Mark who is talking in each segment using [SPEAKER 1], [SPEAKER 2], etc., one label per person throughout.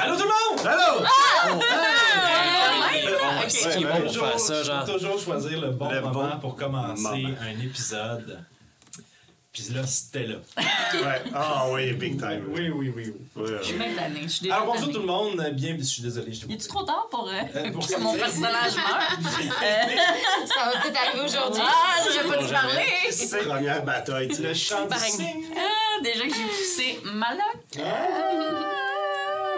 [SPEAKER 1] Allô tout le monde! Allô!
[SPEAKER 2] Ah!
[SPEAKER 3] C'est qui est bon pour
[SPEAKER 4] Oh,
[SPEAKER 3] faire ça,
[SPEAKER 1] je
[SPEAKER 3] genre.
[SPEAKER 1] peux toujours choisir le bon
[SPEAKER 2] Le
[SPEAKER 1] moment
[SPEAKER 2] bon
[SPEAKER 1] pour commencer
[SPEAKER 2] moment.
[SPEAKER 1] un épisode. Puis là, c'était là.
[SPEAKER 2] Ouais. Ah oui, big time.
[SPEAKER 1] Oui, oui, oui. oui.
[SPEAKER 2] Ouais, ouais.
[SPEAKER 4] Je suis même tannée, je suis déjà
[SPEAKER 1] Alors Ah, bonjour
[SPEAKER 4] tannée.
[SPEAKER 1] tout le monde, bienvenue. Je suis désolé, je
[SPEAKER 4] Y tu trop tard pour, euh,
[SPEAKER 1] Euh, pour
[SPEAKER 4] que mon
[SPEAKER 1] sortir.
[SPEAKER 4] personnage meure? Euh,
[SPEAKER 5] Ça va peut-être arriver aujourd'hui.
[SPEAKER 4] ah, j'ai pas dû
[SPEAKER 3] jamais.
[SPEAKER 4] parler!
[SPEAKER 2] C'est la première bataille, tu sais.
[SPEAKER 1] Le chant du
[SPEAKER 5] Bang.
[SPEAKER 1] cygne.
[SPEAKER 4] Ah, déjà que j'ai poussé Maloc.
[SPEAKER 1] Ah!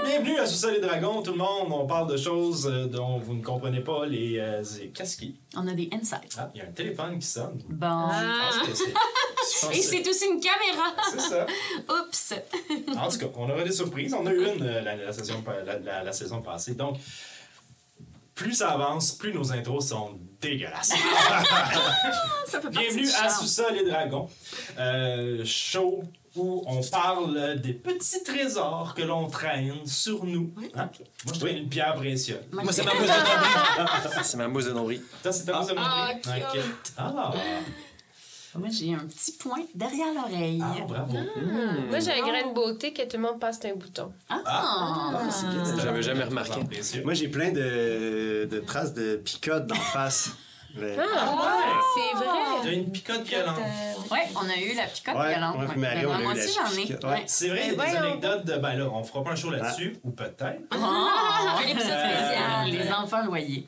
[SPEAKER 1] Bienvenue à Sous-Sol et Dragons, tout le monde. On parle de choses euh, dont vous ne comprenez pas les euh, c'est- qu'est-ce qui.
[SPEAKER 4] On a des insights.
[SPEAKER 1] Ah, il y a un téléphone qui sonne.
[SPEAKER 4] Bon.
[SPEAKER 1] Je
[SPEAKER 5] Ah.
[SPEAKER 1] pense que c'est- je pense
[SPEAKER 5] Et
[SPEAKER 1] que
[SPEAKER 5] c'est aussi une caméra.
[SPEAKER 1] C'est ça.
[SPEAKER 5] Oups.
[SPEAKER 1] En tout cas, on aura des surprises. On a eu une euh, la, la saison, pa- la, la- la saison passée. Donc, plus ça avance, plus nos intros sont dégueulasses.
[SPEAKER 4] Ça peut
[SPEAKER 1] Bienvenue à Sous-Sol et Dragons, euh, show où on parle des petits trésors que l'on traîne sur nous. Hein? Moi, je traîne une pierre précieuse.
[SPEAKER 3] Moi, c'est ma mousse de nombril. C'est ma mousse de nombril.
[SPEAKER 1] Toi, c'est ta mousse à
[SPEAKER 5] Ah,
[SPEAKER 1] mourir?
[SPEAKER 5] cute.
[SPEAKER 1] Ok. Ah,
[SPEAKER 4] Moi, j'ai un petit point derrière l'oreille.
[SPEAKER 1] ah, bravo.
[SPEAKER 6] Moi, j'ai un grain de beauté que tout le monde passe un bouton.
[SPEAKER 4] Ah!
[SPEAKER 1] Ah, c'est bien, c'est
[SPEAKER 3] J'avais
[SPEAKER 1] un
[SPEAKER 3] jamais
[SPEAKER 1] trésor
[SPEAKER 3] remarqué.
[SPEAKER 1] précieux.
[SPEAKER 2] Moi, j'ai plein de, de traces de picotes d'en face. Mais-
[SPEAKER 6] Ah, c'est vrai.
[SPEAKER 1] T'as une picote violente.
[SPEAKER 4] Ouais, on a eu la picote
[SPEAKER 2] Ouais,
[SPEAKER 4] galante.
[SPEAKER 2] ouais,
[SPEAKER 4] Ouais.
[SPEAKER 2] puis Marie,
[SPEAKER 4] Ben,
[SPEAKER 2] on a
[SPEAKER 4] moi
[SPEAKER 2] eu la
[SPEAKER 4] aussi, j'en ai.
[SPEAKER 2] picote.
[SPEAKER 4] Ouais.
[SPEAKER 1] C'est vrai, il y a des
[SPEAKER 6] Voyons.
[SPEAKER 1] anecdotes de. Ben là, on fera pas un show là-dessus, ou peut-être.
[SPEAKER 4] Ah!
[SPEAKER 5] Un épisode
[SPEAKER 4] Ah,
[SPEAKER 5] spécial.
[SPEAKER 4] les enfants loyers.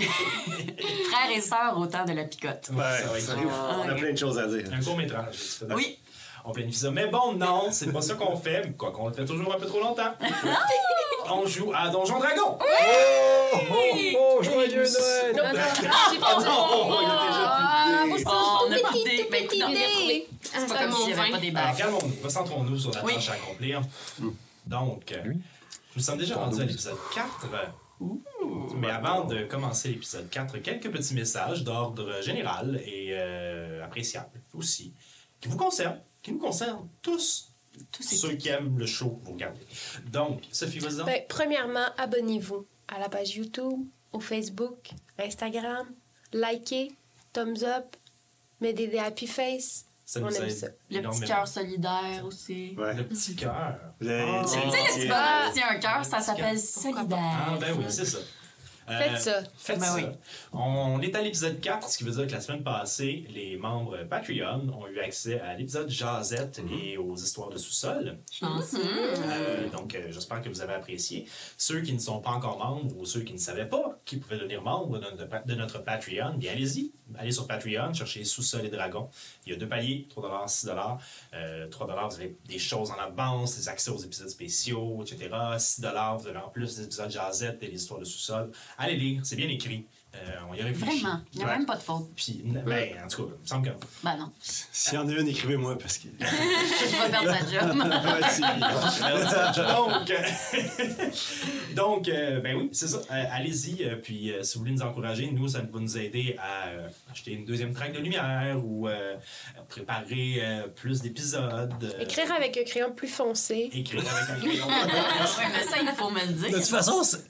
[SPEAKER 4] Frères et sœurs au temps de la picote.
[SPEAKER 2] Ouais,
[SPEAKER 1] Ça va être
[SPEAKER 2] ça-
[SPEAKER 1] drôle.
[SPEAKER 2] on a plein de choses à dire.
[SPEAKER 1] Un court métrage.
[SPEAKER 4] Oui.
[SPEAKER 1] On planifie ça. Mais bon, non, c'est pas ça qu'on fait, mais quoi qu'on le fait toujours un peu trop longtemps. on joue à Donjon Dragon.
[SPEAKER 3] Oh, joyeux Noël!
[SPEAKER 6] Non, non, j'ai pas dit.
[SPEAKER 4] Oh, on a pas
[SPEAKER 6] Petit,
[SPEAKER 4] d'idée.
[SPEAKER 6] tout
[SPEAKER 4] Ben,
[SPEAKER 6] petit Ah,
[SPEAKER 4] écoute, non,
[SPEAKER 6] dé.
[SPEAKER 4] c'est pas
[SPEAKER 5] ça,
[SPEAKER 4] comme
[SPEAKER 5] mon
[SPEAKER 4] s'il n'y avait
[SPEAKER 5] vin.
[SPEAKER 4] pas des
[SPEAKER 1] Alors,
[SPEAKER 6] Ah.
[SPEAKER 4] bagues.
[SPEAKER 1] calmons-nous. Concentrons-nous sur la
[SPEAKER 4] Oui.
[SPEAKER 1] tâche à accomplir. Donc, euh, nous sommes déjà rendus à l'épisode 4. Mais avant de commencer l'épisode 4, quelques petits messages d'ordre général et euh, appréciable aussi, qui vous concernent, qui nous concernent tous,
[SPEAKER 4] Tous ces
[SPEAKER 1] ceux qui aiment le show, vous regardez. Donc, Sophie, vas-y. donc.
[SPEAKER 6] Ben, premièrement, abonnez-vous à la page YouTube, au Facebook, Instagram, likez, thumbs up, mettez des happy face.
[SPEAKER 1] Ça
[SPEAKER 6] On
[SPEAKER 1] nous
[SPEAKER 6] aime
[SPEAKER 1] aide
[SPEAKER 6] ça.
[SPEAKER 4] Le petit
[SPEAKER 1] énormément.
[SPEAKER 4] cœur solidaire aussi.
[SPEAKER 2] Ouais.
[SPEAKER 1] Le petit cœur.
[SPEAKER 2] Le-
[SPEAKER 1] Oh.
[SPEAKER 2] c'est-
[SPEAKER 4] Tu sais, le petit
[SPEAKER 5] Ah.
[SPEAKER 4] bonhomme qui tient un cœur, ça s'appelle
[SPEAKER 1] Ah,
[SPEAKER 4] solidaire.
[SPEAKER 1] ben oui, c'est ça. Euh,
[SPEAKER 6] Faites ça.
[SPEAKER 1] Faites
[SPEAKER 4] Ben
[SPEAKER 1] ça.
[SPEAKER 4] oui.
[SPEAKER 1] On est à l'épisode 4, ce qui veut dire que la semaine passée, les membres Patreon ont eu accès à l'épisode Jazette
[SPEAKER 4] Mm-hmm.
[SPEAKER 1] et aux histoires de sous-sol. Euh, donc, euh, j'espère que vous avez apprécié. Ceux qui ne sont pas encore membres ou ceux qui ne savaient pas qu'ils pouvaient devenir membres de notre, de notre Patreon, bien allez-y. Allez sur Patreon, cherchez Sous-Sol et Dragons. Il y a deux paliers, 3 6 euh, 3 vous avez des choses en avance, des accès aux épisodes spéciaux, etc. 6 vous avez en plus des épisodes jazettes et les histoires de Sous-Sol. Allez lire, c'est bien écrit. Euh, on y a réfléchi.
[SPEAKER 4] Vraiment, il n'y a
[SPEAKER 2] Ouais.
[SPEAKER 4] même pas de faute.
[SPEAKER 1] Puis, ben, en tout cas, il me semble que.
[SPEAKER 4] Ben non,
[SPEAKER 2] S'il y en a une, écrivez-moi parce que.
[SPEAKER 4] je vais perdre sa job.
[SPEAKER 2] Ouais, c'est-
[SPEAKER 1] donc, euh, donc euh, ben oui, c'est ça. Euh, Allez-y, euh, puis euh, si vous voulez nous encourager, nous, ça va nous aider à euh, acheter une deuxième traque de lumière ou euh, préparer euh, plus d'épisodes. euh,
[SPEAKER 6] Écrire avec un crayon plus foncé.
[SPEAKER 1] Écrire avec un crayon.
[SPEAKER 4] Ouais, mais ça, il faut me le
[SPEAKER 3] De toute
[SPEAKER 4] dire.
[SPEAKER 3] façon, c'est-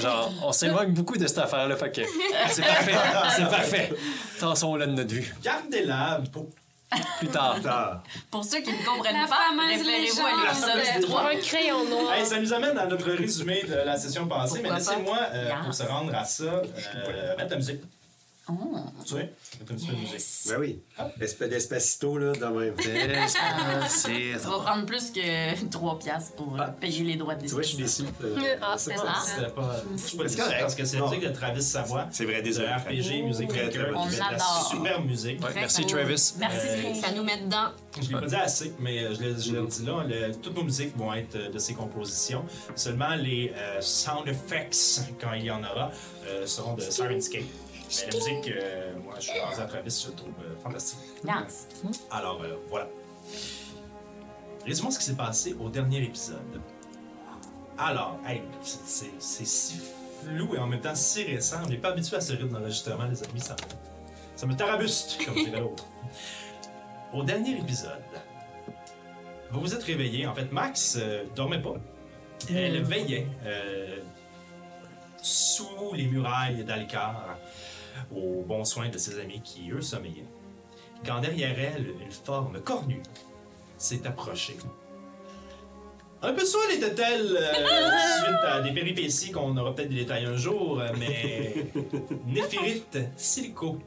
[SPEAKER 3] genre, on s'éloigne beaucoup de cette affaire-là, fait que c'est parfait, c'est parfait. Tassons-la de notre vue.
[SPEAKER 1] Gardez-la pour
[SPEAKER 3] Plus tard.
[SPEAKER 2] Ah,
[SPEAKER 4] Pour ceux qui ne comprennent
[SPEAKER 5] La
[SPEAKER 4] pas,
[SPEAKER 5] fameuse
[SPEAKER 4] référez-vous à
[SPEAKER 5] légende.
[SPEAKER 4] l'épisode du
[SPEAKER 5] Ouais.
[SPEAKER 4] droit.
[SPEAKER 6] Euh, Un crayon noir.
[SPEAKER 1] Hey, ça nous amène à notre résumé de la session passée,
[SPEAKER 4] Pourquoi
[SPEAKER 1] mais laissez-moi,
[SPEAKER 4] pas?
[SPEAKER 1] euh, pour
[SPEAKER 4] Yes.
[SPEAKER 1] se rendre à ça, euh, mettre la musique.
[SPEAKER 4] Oh.
[SPEAKER 1] Tu sais, mettre un petit peu de musique.
[SPEAKER 2] Ben oui. Esp- Despacito, là, dans même
[SPEAKER 4] Ça va prendre plus que 3 piastres pour euh, payer les droits de
[SPEAKER 2] Tu vois, je suis
[SPEAKER 4] distribution.
[SPEAKER 2] déçu. euh,
[SPEAKER 6] Ah,
[SPEAKER 2] c'est
[SPEAKER 4] c'est
[SPEAKER 2] pas-
[SPEAKER 4] ça.
[SPEAKER 1] C'était pas. je suis pas déçu,
[SPEAKER 2] correct.
[SPEAKER 1] Parce que c'est la
[SPEAKER 2] Non.
[SPEAKER 1] musique de Travis Savoie.
[SPEAKER 2] C'est vrai, désolé.
[SPEAKER 1] de RPG, Music
[SPEAKER 2] Très, très
[SPEAKER 1] Maker,
[SPEAKER 2] bonne
[SPEAKER 1] qui fait de la
[SPEAKER 4] adore.
[SPEAKER 1] superbe musique.
[SPEAKER 3] Ouais,
[SPEAKER 4] Très
[SPEAKER 3] merci,
[SPEAKER 4] cool.
[SPEAKER 3] Travis.
[SPEAKER 4] Merci.
[SPEAKER 1] Euh,
[SPEAKER 5] Ça nous met dedans.
[SPEAKER 1] Je l'ai pas dit assez, mais euh, je l'ai- je l'ai dit là, le- toutes nos musiques vont être euh, de ses compositions. Seulement les euh, sound effects, quand il y en aura, euh, seront de Sirenscape. Mais la musique, euh, moi, je suis rendu à Travis, je le trouve euh, fantastique.
[SPEAKER 4] Yes.
[SPEAKER 1] Alors, euh, voilà. Résumons ce qui s'est passé au dernier épisode. Alors, hey, c'est- c'est c'est si flou et en même temps si récent. On n'est pas habitué à ce rythme d'enregistrement, les amis. Ça, me- ça me tarabuste, comme dirait l'autre. Au dernier épisode, vous vous êtes réveillé. En fait, Max euh, dormait pas. Elle veillait euh, sous les murailles d'Alcar aux bons soins de ses amis qui, eux, sommeillaient quand derrière elle, une forme cornue s'est approchée. Un peu saoul était-elle euh, suite à des péripéties qu'on aura peut-être des détails un jour, euh, mais Néphirite Silico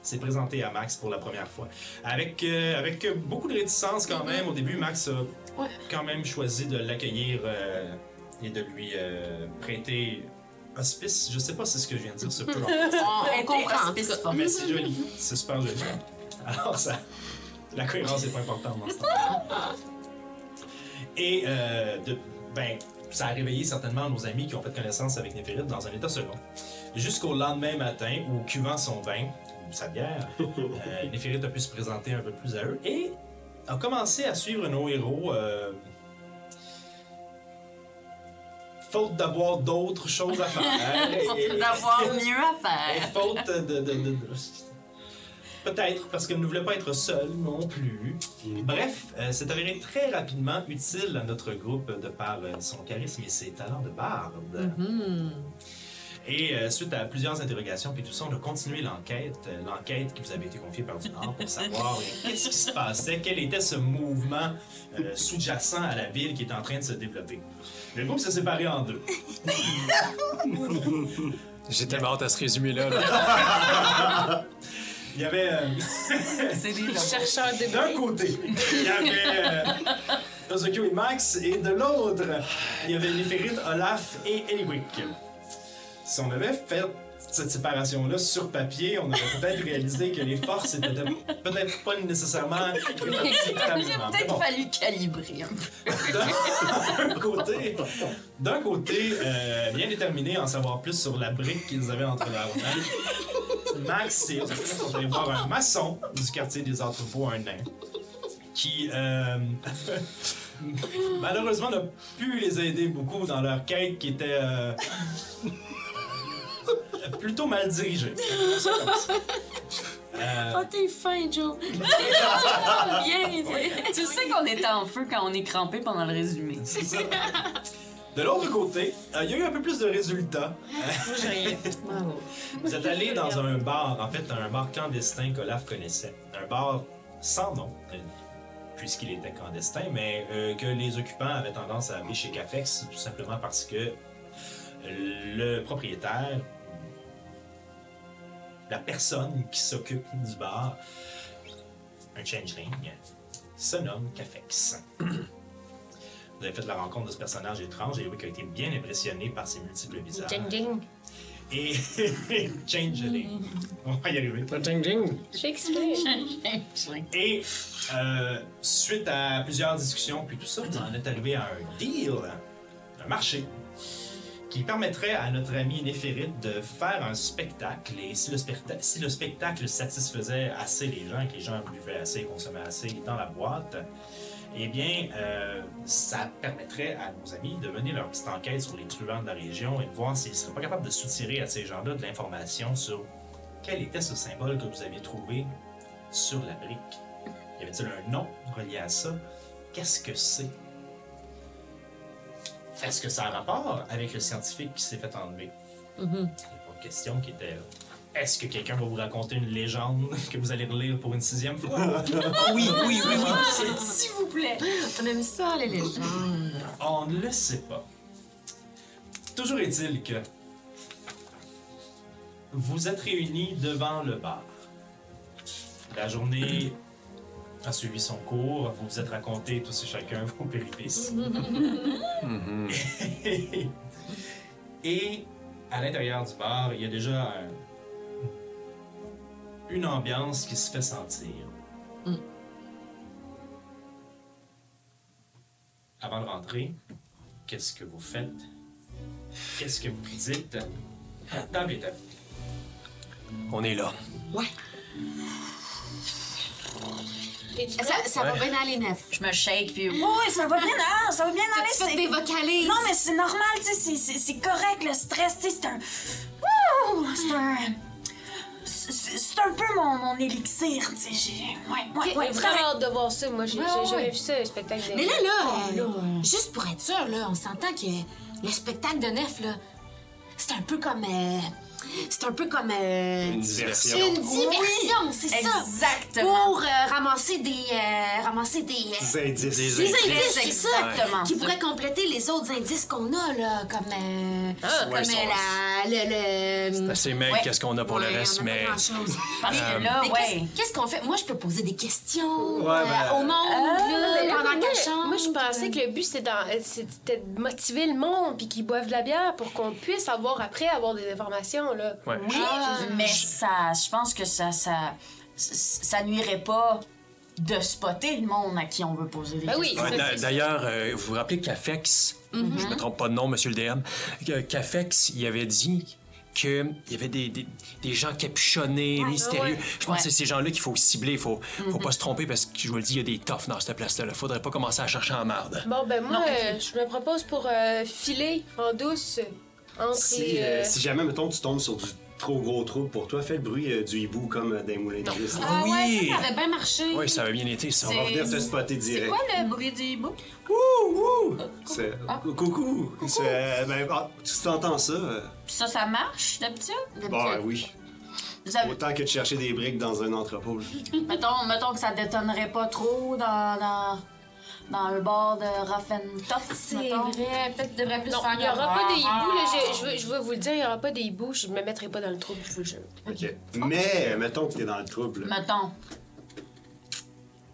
[SPEAKER 1] s'est présentée à Max pour la première fois. Avec, euh, avec beaucoup de réticence quand même, au début, Max a
[SPEAKER 4] Ouais.
[SPEAKER 1] quand même choisi de l'accueillir euh, et de lui euh, prêter hospice. Je sais pas si c'est ce que je viens de dire, ce peu.
[SPEAKER 4] On, on comprend.
[SPEAKER 5] en tout cas.
[SPEAKER 1] Mais c'est joli, c'est super joli. Alors ça, la cohérence est pas importante dans ce temps. Et euh, de, ben, ça a réveillé certainement nos amis qui ont fait connaissance avec Néphérite dans un état second. Jusqu'au lendemain matin, où cuvant son vin, ou sa bière, euh, Néphérite a pu se présenter un peu plus à eux et a commencé à suivre nos héros. euh, Faute d'avoir d'autres choses à faire. Et-
[SPEAKER 4] D'avoir mieux à
[SPEAKER 1] et
[SPEAKER 4] faire.
[SPEAKER 1] faute de. de- de- de- Peut-être parce qu'elle ne voulait pas être seule non plus. Bref, euh, c'est avéré très rapidement utile à notre groupe de par euh, son charisme et ses talents de barde. Et euh, suite à plusieurs interrogations, puis tout ça, on a continué l'enquête, euh, l'enquête qui vous avait été confiée par du Nord pour savoir euh, qu'est-ce qui se passait, quel était ce mouvement euh, sous-jacent à la ville qui est en train de se développer. Le groupe s'est séparé en deux.
[SPEAKER 3] J'ai tellement hâte à ce résumé-là. là.
[SPEAKER 1] Il y avait. euh,
[SPEAKER 4] C'est des lobes.
[SPEAKER 6] Chercheur de
[SPEAKER 1] D'un côté, il y avait euh, Ozokyo et Max, et de l'autre, il y avait Néphérite, Olaf et Eliwick. Si on avait fait cette séparation-là sur papier, on aurait peut-être réalisé que les forces étaient de- peut-être pas nécessairement
[SPEAKER 4] J'ai
[SPEAKER 1] équitablement. Mais
[SPEAKER 4] peut-être
[SPEAKER 1] bon,
[SPEAKER 4] fallu calibrer un peu.
[SPEAKER 1] d'un côté, d'un côté euh, bien déterminé à en savoir plus sur la brique qu'ils avaient entre leurs mains, Max et Ozokyo sont allés voir un maçon du quartier des entrepôts un an qui euh, malheureusement n'a pu les aider beaucoup dans leur quête qui était euh, plutôt mal dirigée. Euh,
[SPEAKER 5] Oh, t'es fin, Joe. Bien,
[SPEAKER 4] Tu sais qu'on était en feu quand on est crampé pendant le résumé.
[SPEAKER 1] c'est ça. De l'autre côté, euh, il y a eu un peu plus de résultats. Vous êtes allé dans un bar, en fait, un bar clandestin qu'Olaf connaissait. Un bar sans nom, euh, puisqu'il était clandestin, mais euh, que les occupants avaient tendance à appeler chez Cafex, tout simplement parce que le propriétaire, la personne qui s'occupe du bar, un changeling, se nomme Cafex. Vous avez fait la rencontre de ce personnage étrange et oui, qui a été bien impressionné par ses multiples visages.
[SPEAKER 6] Ding ding.
[SPEAKER 1] Et Changeling. On va y arriver.
[SPEAKER 3] Ding, ding.
[SPEAKER 6] Shakespeare.
[SPEAKER 1] Et euh, suite à plusieurs discussions, puis tout ça, vous en êtes arrivé à un deal, un marché, qui permettrait à notre ami Néphérite de faire un spectacle. Et si le, specta- si le spectacle satisfaisait assez les gens, que les gens buvaient assez, consommaient assez dans la boîte, eh bien, euh, ça permettrait à nos amis de mener leur petite enquête sur les truands de la région et de voir s'ils ne seraient pas capables de soutirer à ces gens-là de l'information sur quel était ce symbole que vous aviez trouvé sur la brique. Y avait-il un nom relié à ça? Qu'est-ce que c'est? Est-ce que ça a rapport avec le scientifique qui s'est fait enlever? Une autre question qui était euh, est-ce que quelqu'un va vous raconter une légende que vous allez relire pour une sixième fois?
[SPEAKER 3] Ah Oui, oui, oui, oui.
[SPEAKER 1] Ah,
[SPEAKER 4] S'il vous plaît.
[SPEAKER 5] On aime Ah, ça, les légendes.
[SPEAKER 1] Hmm. On ne le sait pas. Toujours est-il que vous êtes réunis devant le bar. La journée a suivi son cours, vous vous êtes raconté tous et chacun vos péripéties. et à l'intérieur du bar, il y a déjà un- une ambiance qui se fait sentir. Avant de rentrer, qu'est-ce que vous faites? Qu'est-ce que vous dites? Dans les tables.
[SPEAKER 3] On est là.
[SPEAKER 5] Ça, ça va bien aller, neuf.
[SPEAKER 4] Je me shake puis. Oui, ça va bien aller, ça va bien
[SPEAKER 5] T'as-tu fait
[SPEAKER 4] aller.
[SPEAKER 5] des vocalises?
[SPEAKER 4] Non, mais c'est normal, tu sais, c'est- c'est c'est correct le stress, tu sais, c'est un. Wouh! C'est un. C'est c'est un peu mon, mon élixir, tu sais. j'ai- Ouais, ouais, ouais,
[SPEAKER 6] J'ai vraiment
[SPEAKER 4] vraiment.
[SPEAKER 6] hâte de voir ça. Moi, j'ai
[SPEAKER 5] Ouais,
[SPEAKER 6] j'ai
[SPEAKER 5] ouais,
[SPEAKER 6] jamais
[SPEAKER 5] ouais.
[SPEAKER 6] vu ça, un spectacle de.
[SPEAKER 5] Mais là, là,
[SPEAKER 6] Oh,
[SPEAKER 5] euh, juste pour être sûr, là, on s'entend que le spectacle de Nef, là, c'est un peu comme euh, C'est un peu comme. euh,
[SPEAKER 3] Une
[SPEAKER 5] c'est
[SPEAKER 3] diversion.
[SPEAKER 5] une diversion, c'est ça.
[SPEAKER 7] Exactement.
[SPEAKER 5] Pour euh, ramasser des. euh, ramasser des. euh,
[SPEAKER 2] Des indices.
[SPEAKER 5] des
[SPEAKER 7] indices,
[SPEAKER 5] indices, c'est ça,
[SPEAKER 7] exactement
[SPEAKER 5] qui
[SPEAKER 7] ça.
[SPEAKER 5] pourraient compléter les autres indices qu'on a, là, comme, euh,
[SPEAKER 7] Ah,
[SPEAKER 5] comme
[SPEAKER 3] ouais,
[SPEAKER 5] euh, la, le, le-
[SPEAKER 3] Ben, C'est assez maigre,
[SPEAKER 7] Ouais.
[SPEAKER 3] qu'est-ce qu'on a pour
[SPEAKER 5] Ouais,
[SPEAKER 3] le reste,
[SPEAKER 5] on a pas
[SPEAKER 3] mais.
[SPEAKER 5] grand-chose.
[SPEAKER 7] Parce que
[SPEAKER 5] Mais-
[SPEAKER 7] là,
[SPEAKER 5] mais
[SPEAKER 7] ouais.
[SPEAKER 5] qu'est-ce- Qu'est-ce qu'on fait? Moi, je peux poser des questions
[SPEAKER 2] Ouais,
[SPEAKER 5] euh,
[SPEAKER 2] ben,
[SPEAKER 5] au monde là,
[SPEAKER 6] mais là,
[SPEAKER 5] pendant
[SPEAKER 6] moi,
[SPEAKER 5] qu'elle chante.
[SPEAKER 6] Moi, je pensais que le but, c'était d'en- euh, c'était de motiver le monde puis qu'ils boivent de la bière pour qu'on puisse avoir, après, avoir des informations, là.
[SPEAKER 3] Ouais.
[SPEAKER 7] Oui, mais ça, je pense que ça, ça, ça nuirait pas de spotter le monde à qui on veut poser des
[SPEAKER 6] Ben oui.
[SPEAKER 7] questions.
[SPEAKER 3] Ouais, d'a-
[SPEAKER 6] c'est-
[SPEAKER 3] D'ailleurs, euh, vous vous rappelez qu'Afex, je me trompe pas de nom, monsieur le DM, que- qu'Afex, il avait dit qu'il y avait des, des, des gens capuchonnés, mystérieux.
[SPEAKER 6] ouais.
[SPEAKER 3] Je pense
[SPEAKER 7] Ouais.
[SPEAKER 3] que c'est ces gens-là qu'il faut cibler. Il faut, faut pas se tromper parce que, je vous le dis, il y a des toughs dans cette place-là. Il faudrait pas commencer à chercher en marde.
[SPEAKER 6] Bon, ben moi,
[SPEAKER 7] Non, ok.
[SPEAKER 6] euh, je me propose pour euh, filer en douce entre...
[SPEAKER 2] Si,
[SPEAKER 6] les,
[SPEAKER 2] euh,
[SPEAKER 6] euh,
[SPEAKER 2] si jamais, mettons, tu tombes sur du trop gros trou pour toi, fais le bruit euh, du hibou comme euh, d'un moulin de Christ.
[SPEAKER 5] Ah
[SPEAKER 3] Oui.
[SPEAKER 8] ben
[SPEAKER 5] ouais, ça, ça avait bien marché.
[SPEAKER 3] Oui, ça va bien été, ça.
[SPEAKER 7] C'est-
[SPEAKER 2] On va venir te spotter direct.
[SPEAKER 7] le bruit du hibou?
[SPEAKER 2] Ouh, ouh! C'est- Coucou! C'est- ben, ah, tu t'entends ça? euh,
[SPEAKER 7] Ça, ça marche d'habitude?
[SPEAKER 2] Bon, ben oui.
[SPEAKER 7] Vous
[SPEAKER 8] Euh.
[SPEAKER 7] avez-
[SPEAKER 2] Autant que de chercher des briques dans un entrepôt.
[SPEAKER 7] mettons, mettons que ça détonnerait pas trop dans, dans, dans le bar de Raffentoff,
[SPEAKER 6] C'est
[SPEAKER 7] mettons.
[SPEAKER 6] vrai, peut-être
[SPEAKER 7] devrait plus
[SPEAKER 6] non,
[SPEAKER 7] faire
[SPEAKER 6] Il n'y aura
[SPEAKER 7] comme-
[SPEAKER 6] pas de hibou, là,
[SPEAKER 7] Ah.
[SPEAKER 6] je, je, veux- je vais vous le dire, il n'y aura pas de hibou, je me mettrai pas dans le trou, je vous le jure.
[SPEAKER 2] OK. Mais, euh, mettons que t'es dans le trouble.
[SPEAKER 7] Mettons.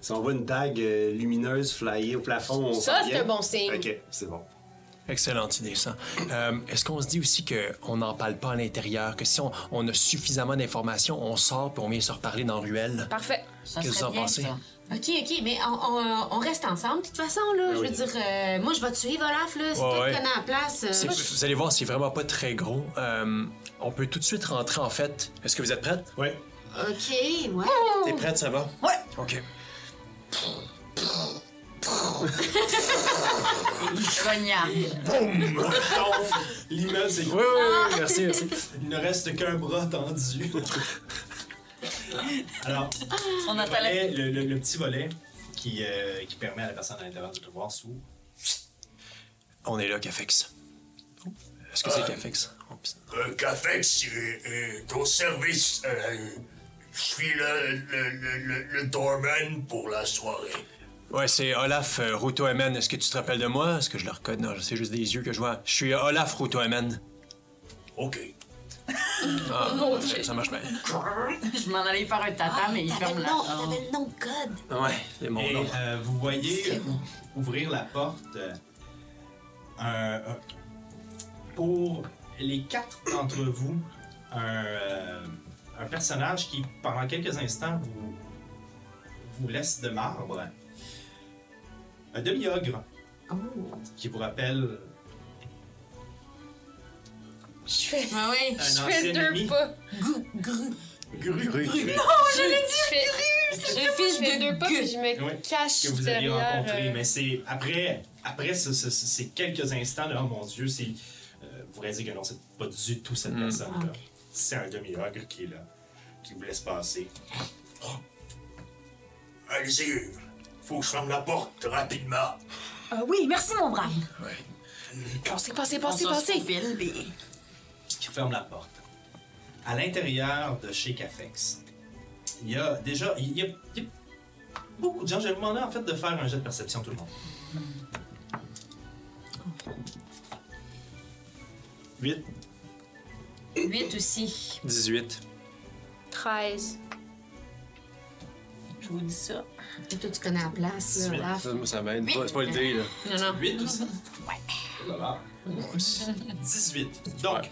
[SPEAKER 2] Si on voit une dague euh, lumineuse flyer au plafond, on
[SPEAKER 6] Ça,
[SPEAKER 2] s'en
[SPEAKER 6] c'est
[SPEAKER 2] vient.
[SPEAKER 6] un bon signe.
[SPEAKER 2] OK, c'est bon. Euh,
[SPEAKER 3] Excellente idée, ça. Euh, Est-ce qu'on se dit aussi qu'on n'en parle pas à l'intérieur, que si on, on a suffisamment d'informations, on sort puis on vient se reparler dans la ruelle?
[SPEAKER 6] Parfait.
[SPEAKER 7] Ça
[SPEAKER 3] Qu'est-ce que vous en
[SPEAKER 7] serait bien,
[SPEAKER 3] pensez?
[SPEAKER 7] ça.
[SPEAKER 5] OK, OK, mais on, on- on reste ensemble. De toute façon, là, je veux dire, euh, moi, je vais te suivre, Olaf, là. C'est
[SPEAKER 3] Ouais,
[SPEAKER 5] toi
[SPEAKER 3] ouais.
[SPEAKER 5] qui connais la place. euh.
[SPEAKER 3] C'est-
[SPEAKER 5] Moi, je-
[SPEAKER 3] Vous allez voir, c'est vraiment pas très gros. Euh, on peut tout de suite rentrer en fait. Est-ce que vous êtes prête?
[SPEAKER 2] Oui.
[SPEAKER 5] OK, ouais.
[SPEAKER 3] T'es prête, ça va?
[SPEAKER 7] Ouais.
[SPEAKER 3] OK.
[SPEAKER 7] Cognard.
[SPEAKER 1] Donc, L'immeuble, c'est
[SPEAKER 3] Oui, oui, oui, merci, merci.
[SPEAKER 1] Il ne reste qu'un bras tendu. Alors,
[SPEAKER 7] On
[SPEAKER 1] le,
[SPEAKER 7] attend la...
[SPEAKER 1] volet- le- le- le petit volet qui, euh, qui permet à la personne à l'intérieur de te voir s'ouvre.
[SPEAKER 3] On est là, Cafex. Est-ce que c'est Cafex? Oh, pis-
[SPEAKER 9] Euh, Cafex, euh, euh, ton service. euh, je suis le, le, le, le, le doorman pour la soirée.
[SPEAKER 3] Ouais, c'est Olaf euh, Routoemen. Est-ce que tu te rappelles de moi? Est-ce que je le reconnais? Non, c'est juste des yeux que je vois. Je suis euh, Olaf Routoemen.
[SPEAKER 9] Ok.
[SPEAKER 3] Ah, ça- ça marche bien.
[SPEAKER 7] Je m'en allais faire un tata, mais il
[SPEAKER 5] T'avais
[SPEAKER 7] ferme
[SPEAKER 5] le,
[SPEAKER 7] la
[SPEAKER 5] nom-
[SPEAKER 7] porte.
[SPEAKER 5] t'avais le nom de code.
[SPEAKER 3] Ouais, c'est mon
[SPEAKER 1] Et
[SPEAKER 3] nom.
[SPEAKER 1] euh, vous voyez ouvrir la porte euh, un- un- pour les quatre d'entre vous, un, euh, un personnage qui, pendant quelques instants, vous, vous laisse de marbre. Un demi-ogre qui vous rappelle
[SPEAKER 6] Je fais,
[SPEAKER 5] Ah
[SPEAKER 1] un
[SPEAKER 5] oui.
[SPEAKER 6] je
[SPEAKER 1] ancien
[SPEAKER 6] fais deux
[SPEAKER 1] ennemi.
[SPEAKER 6] pas.
[SPEAKER 1] Gru,
[SPEAKER 2] Gru, gru.
[SPEAKER 6] Je l'ai dit,
[SPEAKER 5] Le
[SPEAKER 6] je
[SPEAKER 5] fils
[SPEAKER 6] fais
[SPEAKER 5] de
[SPEAKER 6] deux pas, puis je me
[SPEAKER 1] Oui,
[SPEAKER 6] cache
[SPEAKER 1] que vous aviez
[SPEAKER 6] derrière...
[SPEAKER 1] rencontré.
[SPEAKER 6] euh,
[SPEAKER 1] Mais c'est après, après ce- ce- ce- ces quelques instants de oh mon Dieu, c'est, euh, vous réalisez que non, c'est pas du tout cette personne-là. C'est un demi-ogre qui est là, qui vous laisse passer.
[SPEAKER 9] Allez-y, faut que je ferme la porte rapidement.
[SPEAKER 7] Euh, oui, merci, mon brave.
[SPEAKER 6] Pensez, pensez, pensez, pensez.
[SPEAKER 1] qui ferme la porte. À l'intérieur de chez Cafex, il y a déjà il y a, il y a beaucoup de gens. J'ai demandé en fait de faire un jet de perception tout le monde.
[SPEAKER 2] 8.
[SPEAKER 7] 8 aussi.
[SPEAKER 3] 18.
[SPEAKER 6] 13.
[SPEAKER 7] Je vous dis ça.
[SPEAKER 5] Et toi, tu connais la place, là, Olaf.
[SPEAKER 3] Ça, moi, ça m'aide. C'est pas- C'est pas l'idée, là.
[SPEAKER 5] Non, non.
[SPEAKER 1] 8 aussi? Ouais. Oh là là. 18. Donc,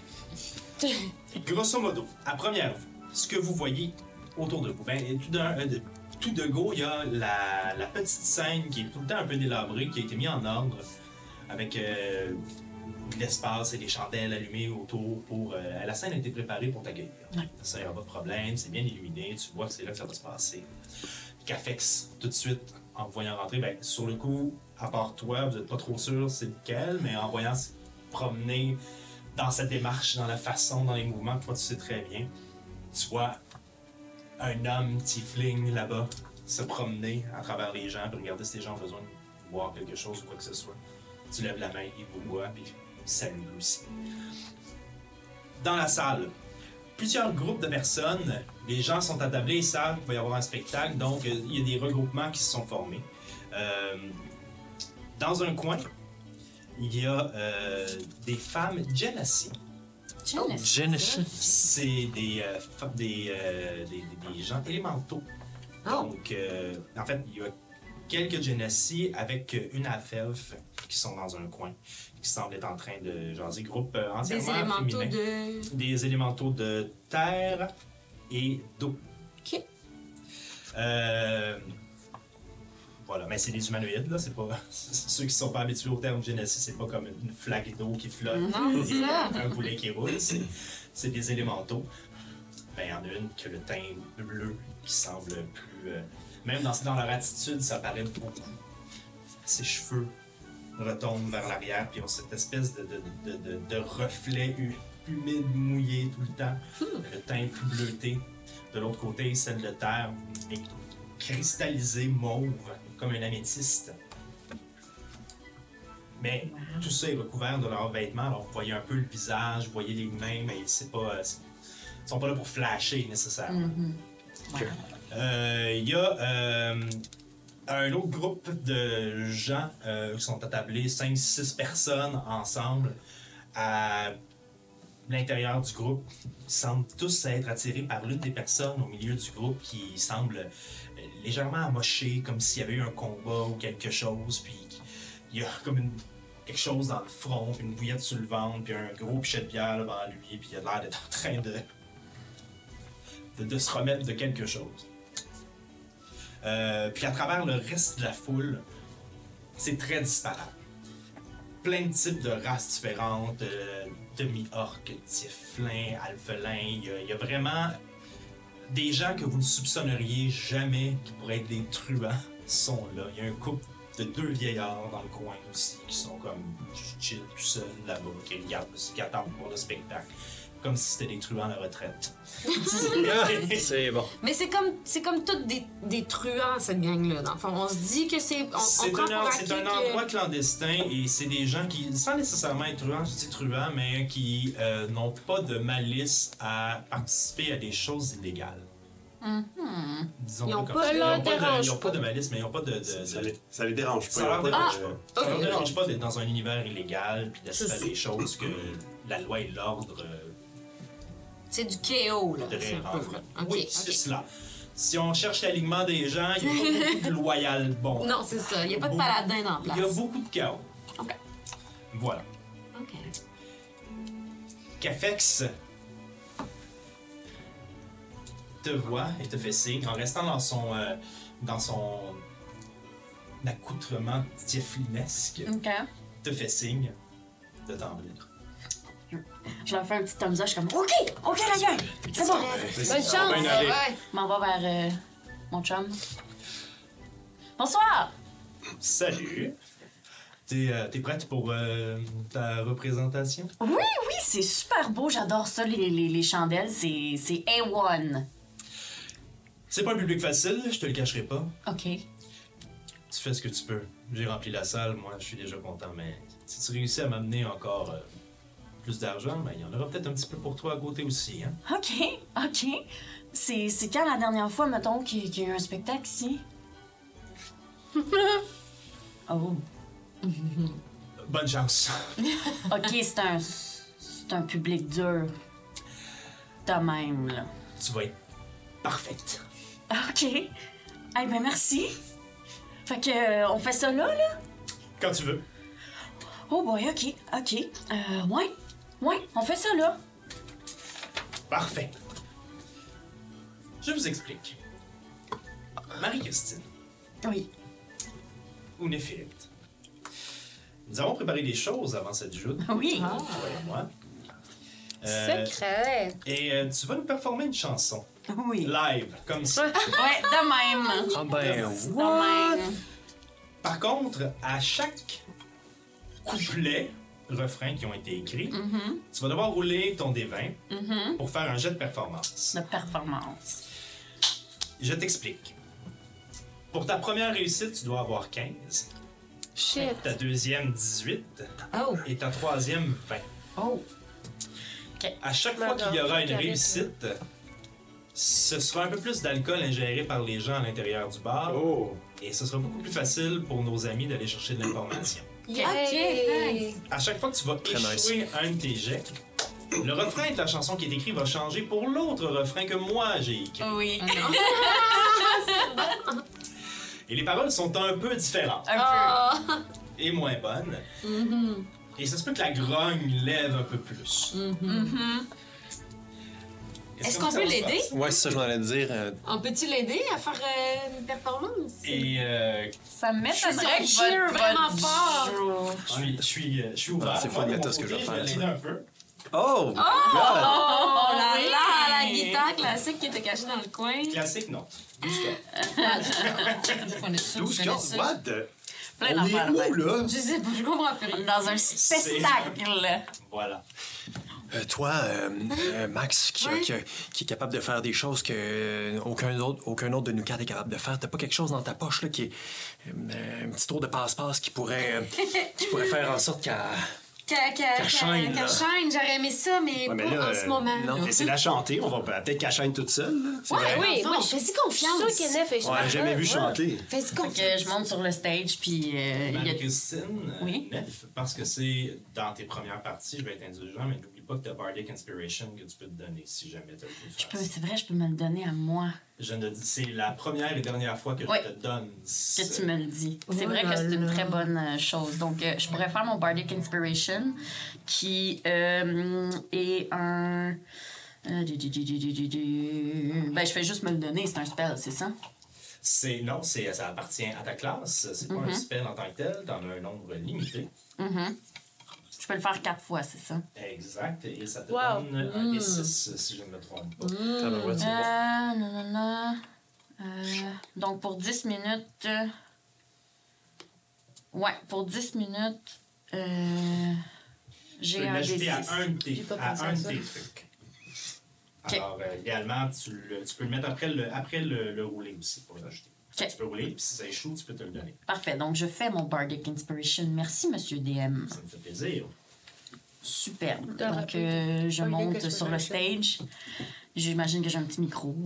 [SPEAKER 1] grosso modo, à première vue, ce que vous voyez autour de vous, ben, et tout d'un- euh, de, tout de go, il y a la, la petite scène qui est tout le temps un peu délabrée, qui a été mise en ordre avec euh, de l'espace et des chandelles allumées autour pour... euh, la scène a été préparée pour t'accueillir. Ça, il n'y aura pas de problème, c'est bien illuminé, tu vois que c'est là que ça va se passer. Cafex, tout de suite, en vous voyant rentrer, ben, sur le coup, à part toi, vous n'êtes pas trop sûr c'est lequel, mais en voyant se promener dans sa démarche, dans la façon, dans les mouvements, toi, tu sais très bien. Tu vois un homme tiefling là-bas se promener à travers les gens, puis regarder si les gens ont besoin de voir quelque chose ou quoi que ce soit. Tu lèves la main, il vous voit, puis il salue aussi. Dans la salle, plusieurs groupes de personnes. Les gens sont attablés, ils savent qu'il va y avoir un spectacle, donc euh, il y a des regroupements qui se sont formés. Euh, dans un coin, il y a euh, des femmes Genasi.
[SPEAKER 3] Genesis.
[SPEAKER 1] C'est des, euh, fa- des, euh, des, des- des gens élémentaux.
[SPEAKER 5] Ah.
[SPEAKER 1] Donc, euh, en fait, il y a quelques Genasi avec euh, une Afelf qui sont dans un coin, qui semblent être en train de jaser. Groupe euh, entièrement
[SPEAKER 5] Des élémentaux
[SPEAKER 1] féminin.
[SPEAKER 5] de.
[SPEAKER 1] Des élémentaux de terre et d'eau.
[SPEAKER 5] Ok.
[SPEAKER 1] Euh, voilà, mais c'est des humanoïdes, là. C'est pas... Ceux qui sont pas habitués au terme Genesis, c'est pas comme une flaque d'eau qui flotte.
[SPEAKER 5] Non, c'est ça.
[SPEAKER 1] un boulet qui roule, c'est c'est des élémentaux. Ben, il y en a une qui a le teint bleu qui semble plus. euh, même dans, dans leur attitude, ça paraît beaucoup. Ses cheveux retombent vers l'arrière, puis ont cette espèce de, de- de- de- de reflet hu- humide, mouillé tout le temps. Le teint plus bleuté. De l'autre côté, celle de terre est cristallisée mauve, comme un améthyste. Mais tout ça est recouvert de leurs vêtements, alors vous voyez un peu le visage, vous voyez les mains, mais c'est pas, euh, c'est- ils sont pas là pour flasher nécessairement. Euh, Il y a euh, un autre groupe de gens euh, qui sont attablés, 5-6 personnes ensemble, à l'intérieur du groupe, Ils semblent tous être attirés par l'une des personnes au milieu du groupe qui semble euh, légèrement amochée, comme s'il y avait eu un combat ou quelque chose, puis il y a comme une- quelque chose dans le front, puis une bouillette sur le ventre, puis un gros pichet de bière là, devant lui, puis il a l'air d'être en train de, de, de se remettre de quelque chose. Euh, puis à travers le reste de la foule, c'est très disparate. Plein de types de races différentes, euh, demi-orques, tieflins, alphelins, il y a- il y a vraiment des gens que vous ne soupçonneriez jamais qui pourraient être des truands sont là. Il y a un couple de deux vieillards dans le coin aussi qui sont comme chill tout seuls là-bas, qui regardent, qui attendent pour le spectacle. Comme si c'était des truands à la retraite.
[SPEAKER 3] C'est bon.
[SPEAKER 5] Mais c'est comme, c'est comme toutes des, des truands, cette gang-là, dans le fond. On se dit que c'est. On, on
[SPEAKER 1] C'est
[SPEAKER 5] prend
[SPEAKER 1] un,
[SPEAKER 5] pour
[SPEAKER 1] c'est
[SPEAKER 5] acquis
[SPEAKER 1] un
[SPEAKER 5] que-
[SPEAKER 1] endroit clandestin et c'est des gens qui, sans nécessairement être truands, je dis truands, mais qui euh, n'ont pas de malice à participer à des choses illégales. Disons
[SPEAKER 5] Mm-hmm. Ils ont
[SPEAKER 1] comme
[SPEAKER 5] pas-
[SPEAKER 1] ça.
[SPEAKER 5] ça
[SPEAKER 1] ils
[SPEAKER 6] leur
[SPEAKER 1] n'ont pas, de- ils
[SPEAKER 6] dérange
[SPEAKER 1] ont pas
[SPEAKER 6] pas.
[SPEAKER 1] de malice, mais ils n'ont pas de. de- de-
[SPEAKER 2] Ça les, ça les dérange pas.
[SPEAKER 1] Ça leur
[SPEAKER 2] ils ont pas de-
[SPEAKER 1] dérange pas. Ça leur
[SPEAKER 5] Ah, Ok.
[SPEAKER 1] dérange pas d'être dans un univers illégal puis d'assister à
[SPEAKER 5] C'est-
[SPEAKER 1] des choses que la loi et l'ordre euh,
[SPEAKER 5] C'est du KO, là.
[SPEAKER 1] voudraient
[SPEAKER 5] Ah, C'est un peu vrai.
[SPEAKER 1] rendre.
[SPEAKER 5] Ok,
[SPEAKER 1] Oui,
[SPEAKER 5] ok.
[SPEAKER 1] c'est cela. Si on cherche l'alignement des gens, il n'y a pas beaucoup de loyal bon.
[SPEAKER 5] Non, c'est ça. Il n'y a pas de
[SPEAKER 1] Beaucoup-
[SPEAKER 5] paladin dans la place.
[SPEAKER 1] Il y a beaucoup de chaos.
[SPEAKER 5] Ok.
[SPEAKER 1] Voilà.
[SPEAKER 5] Ok.
[SPEAKER 1] Cafex te voit et te fait signe en restant dans son, euh, dans son accoutrement tieflinesque.
[SPEAKER 7] OK.
[SPEAKER 1] Te fait signe de t'emblir.
[SPEAKER 7] Je leur fais un petit thumbs up, je suis comme, OK,
[SPEAKER 4] Ok, la gueule! C'est bon!
[SPEAKER 1] Ah,
[SPEAKER 6] Bonne
[SPEAKER 3] Ah,
[SPEAKER 6] chance!
[SPEAKER 1] ben,
[SPEAKER 2] bien
[SPEAKER 5] Ouais.
[SPEAKER 2] aller.
[SPEAKER 7] je m'en vais vers euh, mon chum. Bonsoir!
[SPEAKER 1] Salut! T'es euh, t'es prête pour euh, ta représentation?
[SPEAKER 7] Oui, oui, c'est super beau, j'adore ça, les, les, les chandelles, c'est c'est A1.
[SPEAKER 1] C'est pas un public facile, je te le cacherai pas.
[SPEAKER 7] OK.
[SPEAKER 1] Tu fais ce que tu peux. J'ai rempli la salle, moi, je suis déjà content, mais si tu réussis à m'amener encore euh, plus d'argent, ben, il y en aura peut-être un petit peu pour toi à côté aussi, hein?
[SPEAKER 7] OK, OK. C'est c'est quand la dernière fois, mettons, qu'il qu'il y a eu un spectacle ici? oh.
[SPEAKER 1] Bonne chance.
[SPEAKER 7] OK, c'est un, c'est un public dur. De même, là.
[SPEAKER 1] Tu vas être parfaite.
[SPEAKER 7] OK. Eh ben merci. Fait que, euh, on fait ça là, là?
[SPEAKER 1] Quand tu veux.
[SPEAKER 7] Oh boy, OK, OK. Euh, ouais, ouais, on fait ça là.
[SPEAKER 1] Parfait. Je vous explique. Marie-Christine,
[SPEAKER 7] Oui.
[SPEAKER 1] ou Néphilite. Nous avons préparé des choses avant cette joute,
[SPEAKER 7] Oui.
[SPEAKER 1] toi et moi. Euh,
[SPEAKER 6] Secret!
[SPEAKER 1] et euh, tu vas nous performer une chanson.
[SPEAKER 7] Oui.
[SPEAKER 1] Live, comme ça.
[SPEAKER 7] Ouais, de même.
[SPEAKER 3] Ah ben,
[SPEAKER 7] De même.
[SPEAKER 1] Par contre, à chaque couplet, refrain qui ont été écrits, tu vas devoir rouler ton D20 pour faire un jet de performance.
[SPEAKER 7] De performance.
[SPEAKER 1] Je t'explique. Pour ta première réussite, tu dois avoir 15,
[SPEAKER 6] Shit!
[SPEAKER 1] ta deuxième 18
[SPEAKER 5] Oh.
[SPEAKER 1] et ta troisième 20.
[SPEAKER 5] Oh.
[SPEAKER 1] À chaque fois qu'il y aura une réussite, ce sera un peu plus d'alcool ingéré par les gens à l'intérieur du bar.
[SPEAKER 2] Oh!
[SPEAKER 1] Et ce sera beaucoup plus facile pour nos amis d'aller chercher de l'information. À chaque fois que tu vas échouer à un de tes jets, le refrain de la chanson qui est écrit va changer pour l'autre refrain que moi j'ai écrit.
[SPEAKER 8] Oui.
[SPEAKER 1] Et les paroles sont un peu différentes
[SPEAKER 8] Un
[SPEAKER 5] Ah.
[SPEAKER 1] et moins bonnes.
[SPEAKER 8] Mm-hmm.
[SPEAKER 1] Et ça se peut que la grogne lève un peu plus.
[SPEAKER 5] Mm-hmm.
[SPEAKER 8] Mm-hmm.
[SPEAKER 5] Est-ce
[SPEAKER 1] que
[SPEAKER 5] qu'on
[SPEAKER 1] ça
[SPEAKER 5] peut
[SPEAKER 1] se
[SPEAKER 5] l'aider?
[SPEAKER 1] passe?
[SPEAKER 3] Ouais, c'est ça que je m'en allais dire. euh,
[SPEAKER 5] On peut-tu l'aider à faire euh, une performance?
[SPEAKER 1] Et euh,
[SPEAKER 8] peu. Ça me met
[SPEAKER 5] Je suis sur cheer vraiment fort.
[SPEAKER 1] je suis, je suis, euh, je suis ouvert.
[SPEAKER 3] Ah, c'est
[SPEAKER 1] Moi, de
[SPEAKER 3] Foglietta,
[SPEAKER 1] mon
[SPEAKER 3] ce que je
[SPEAKER 1] côté,
[SPEAKER 3] vais faire,
[SPEAKER 1] l'aider un peu.
[SPEAKER 3] Oh! God!
[SPEAKER 5] Oh là
[SPEAKER 8] oui.
[SPEAKER 5] là, la guitare classique qui était cachée dans le coin.
[SPEAKER 1] Classique, non. Douze cartes.
[SPEAKER 5] Je connais ça,
[SPEAKER 2] 12
[SPEAKER 5] je connais
[SPEAKER 2] cartes?
[SPEAKER 5] ça.
[SPEAKER 2] What the?
[SPEAKER 8] Plein
[SPEAKER 2] On est
[SPEAKER 8] d'affaires,
[SPEAKER 2] où, là?
[SPEAKER 5] Je sais pas, je comprends plus rien.
[SPEAKER 8] Dans un spectacle.
[SPEAKER 1] Voilà.
[SPEAKER 3] Euh, toi, euh, euh, Max, qui,
[SPEAKER 5] Ouais.
[SPEAKER 3] qui, qui est capable de faire des choses que euh, aucun autre, aucun autre de nous quatre est capable de faire, t'as pas quelque chose dans ta poche là, qui est euh, un petit tour de passe-passe qui pourrait, euh, qui pourrait faire en sorte qu'à.
[SPEAKER 5] Qu'à- qu'à-
[SPEAKER 3] Qu'elle chaîne,
[SPEAKER 5] qu'à-
[SPEAKER 3] là.
[SPEAKER 5] qu'elle chaîne, j'aurais aimé ça, mais
[SPEAKER 2] Ouais, mais
[SPEAKER 5] pas
[SPEAKER 2] là,
[SPEAKER 5] en
[SPEAKER 2] euh,
[SPEAKER 5] ce moment.
[SPEAKER 3] non.
[SPEAKER 5] Ouais,
[SPEAKER 2] Mais c'est la chanter, on va peut-être qu'elle chaîne toute seule. là. C'est vrai.
[SPEAKER 6] oui,
[SPEAKER 5] enfin,
[SPEAKER 6] moi,
[SPEAKER 5] on
[SPEAKER 6] je-
[SPEAKER 5] fait-y
[SPEAKER 6] Je suis
[SPEAKER 5] confiance.
[SPEAKER 6] sûre qu'elle fait
[SPEAKER 2] On l'a jamais vu chanter.
[SPEAKER 6] Fais-y
[SPEAKER 8] Fait
[SPEAKER 6] confiance.
[SPEAKER 8] que je monte sur le stage, puis euh, il y a
[SPEAKER 1] Marie-Christine, euh,
[SPEAKER 8] Oui.
[SPEAKER 1] neuf, parce que c'est dans tes premières parties, je vais être indulgent, mais n'oublie pas que tu as Bardic Inspiration que tu peux te donner si jamais tu as le goût de
[SPEAKER 8] Je
[SPEAKER 1] faire
[SPEAKER 8] peux,
[SPEAKER 1] ça.
[SPEAKER 8] c'est vrai, je peux me le donner à moi
[SPEAKER 1] Je ne dis- C'est la première et dernière fois que
[SPEAKER 8] Oui.
[SPEAKER 1] je te donne.
[SPEAKER 8] que
[SPEAKER 1] ce-
[SPEAKER 8] tu me le dis. C'est
[SPEAKER 5] Oh
[SPEAKER 8] vrai que
[SPEAKER 5] là
[SPEAKER 8] c'est une
[SPEAKER 5] là.
[SPEAKER 8] très bonne euh, chose. Donc, euh, je pourrais faire mon Bardic Inspiration, qui euh, est un. euh, du- du- du- du- du- du- du- Ben, je fais juste me le donner, c'est un spell, c'est ça?
[SPEAKER 1] C'est non, c'est ça appartient à ta classe. C'est
[SPEAKER 8] Mm-hmm.
[SPEAKER 1] pas un spell en tant que tel, t'en as un nombre limité.
[SPEAKER 8] Je peux le faire quatre fois, c'est ça?
[SPEAKER 1] Exact. Et ça te
[SPEAKER 6] Wow.
[SPEAKER 1] donne
[SPEAKER 8] Mm.
[SPEAKER 1] un des six, si je ne me trompe pas.
[SPEAKER 3] Tabarouette, c'est bon.
[SPEAKER 8] Euh, non, non, non. Euh, donc, pour 10 minutes. euh, Ouais, pour 10 minutes. euh,
[SPEAKER 1] Tu peux
[SPEAKER 8] J'ai un
[SPEAKER 1] l'ajouter à
[SPEAKER 8] D6.
[SPEAKER 1] un de tes,
[SPEAKER 6] J'ai pas
[SPEAKER 1] à
[SPEAKER 6] pensé
[SPEAKER 1] un
[SPEAKER 6] à
[SPEAKER 1] de
[SPEAKER 6] ça.
[SPEAKER 1] tes trucs.
[SPEAKER 8] Ok.
[SPEAKER 1] Alors, euh, idéalement, tu, le- tu peux le mettre après le, après le, le rouler aussi pour l'ajouter.
[SPEAKER 8] Ok.
[SPEAKER 1] Tu peux rouler, puis si ça échoue, tu peux te le donner.
[SPEAKER 8] Parfait, donc je fais mon Bardic Inspiration. Merci, monsieur DM.
[SPEAKER 1] Ça me fait plaisir.
[SPEAKER 8] Superbe.
[SPEAKER 6] T'as
[SPEAKER 8] Donc,
[SPEAKER 6] rappelé
[SPEAKER 8] euh, je
[SPEAKER 6] Bardic
[SPEAKER 8] monte sur le
[SPEAKER 6] Inspiration.
[SPEAKER 8] stage. J'imagine que j'ai un petit micro.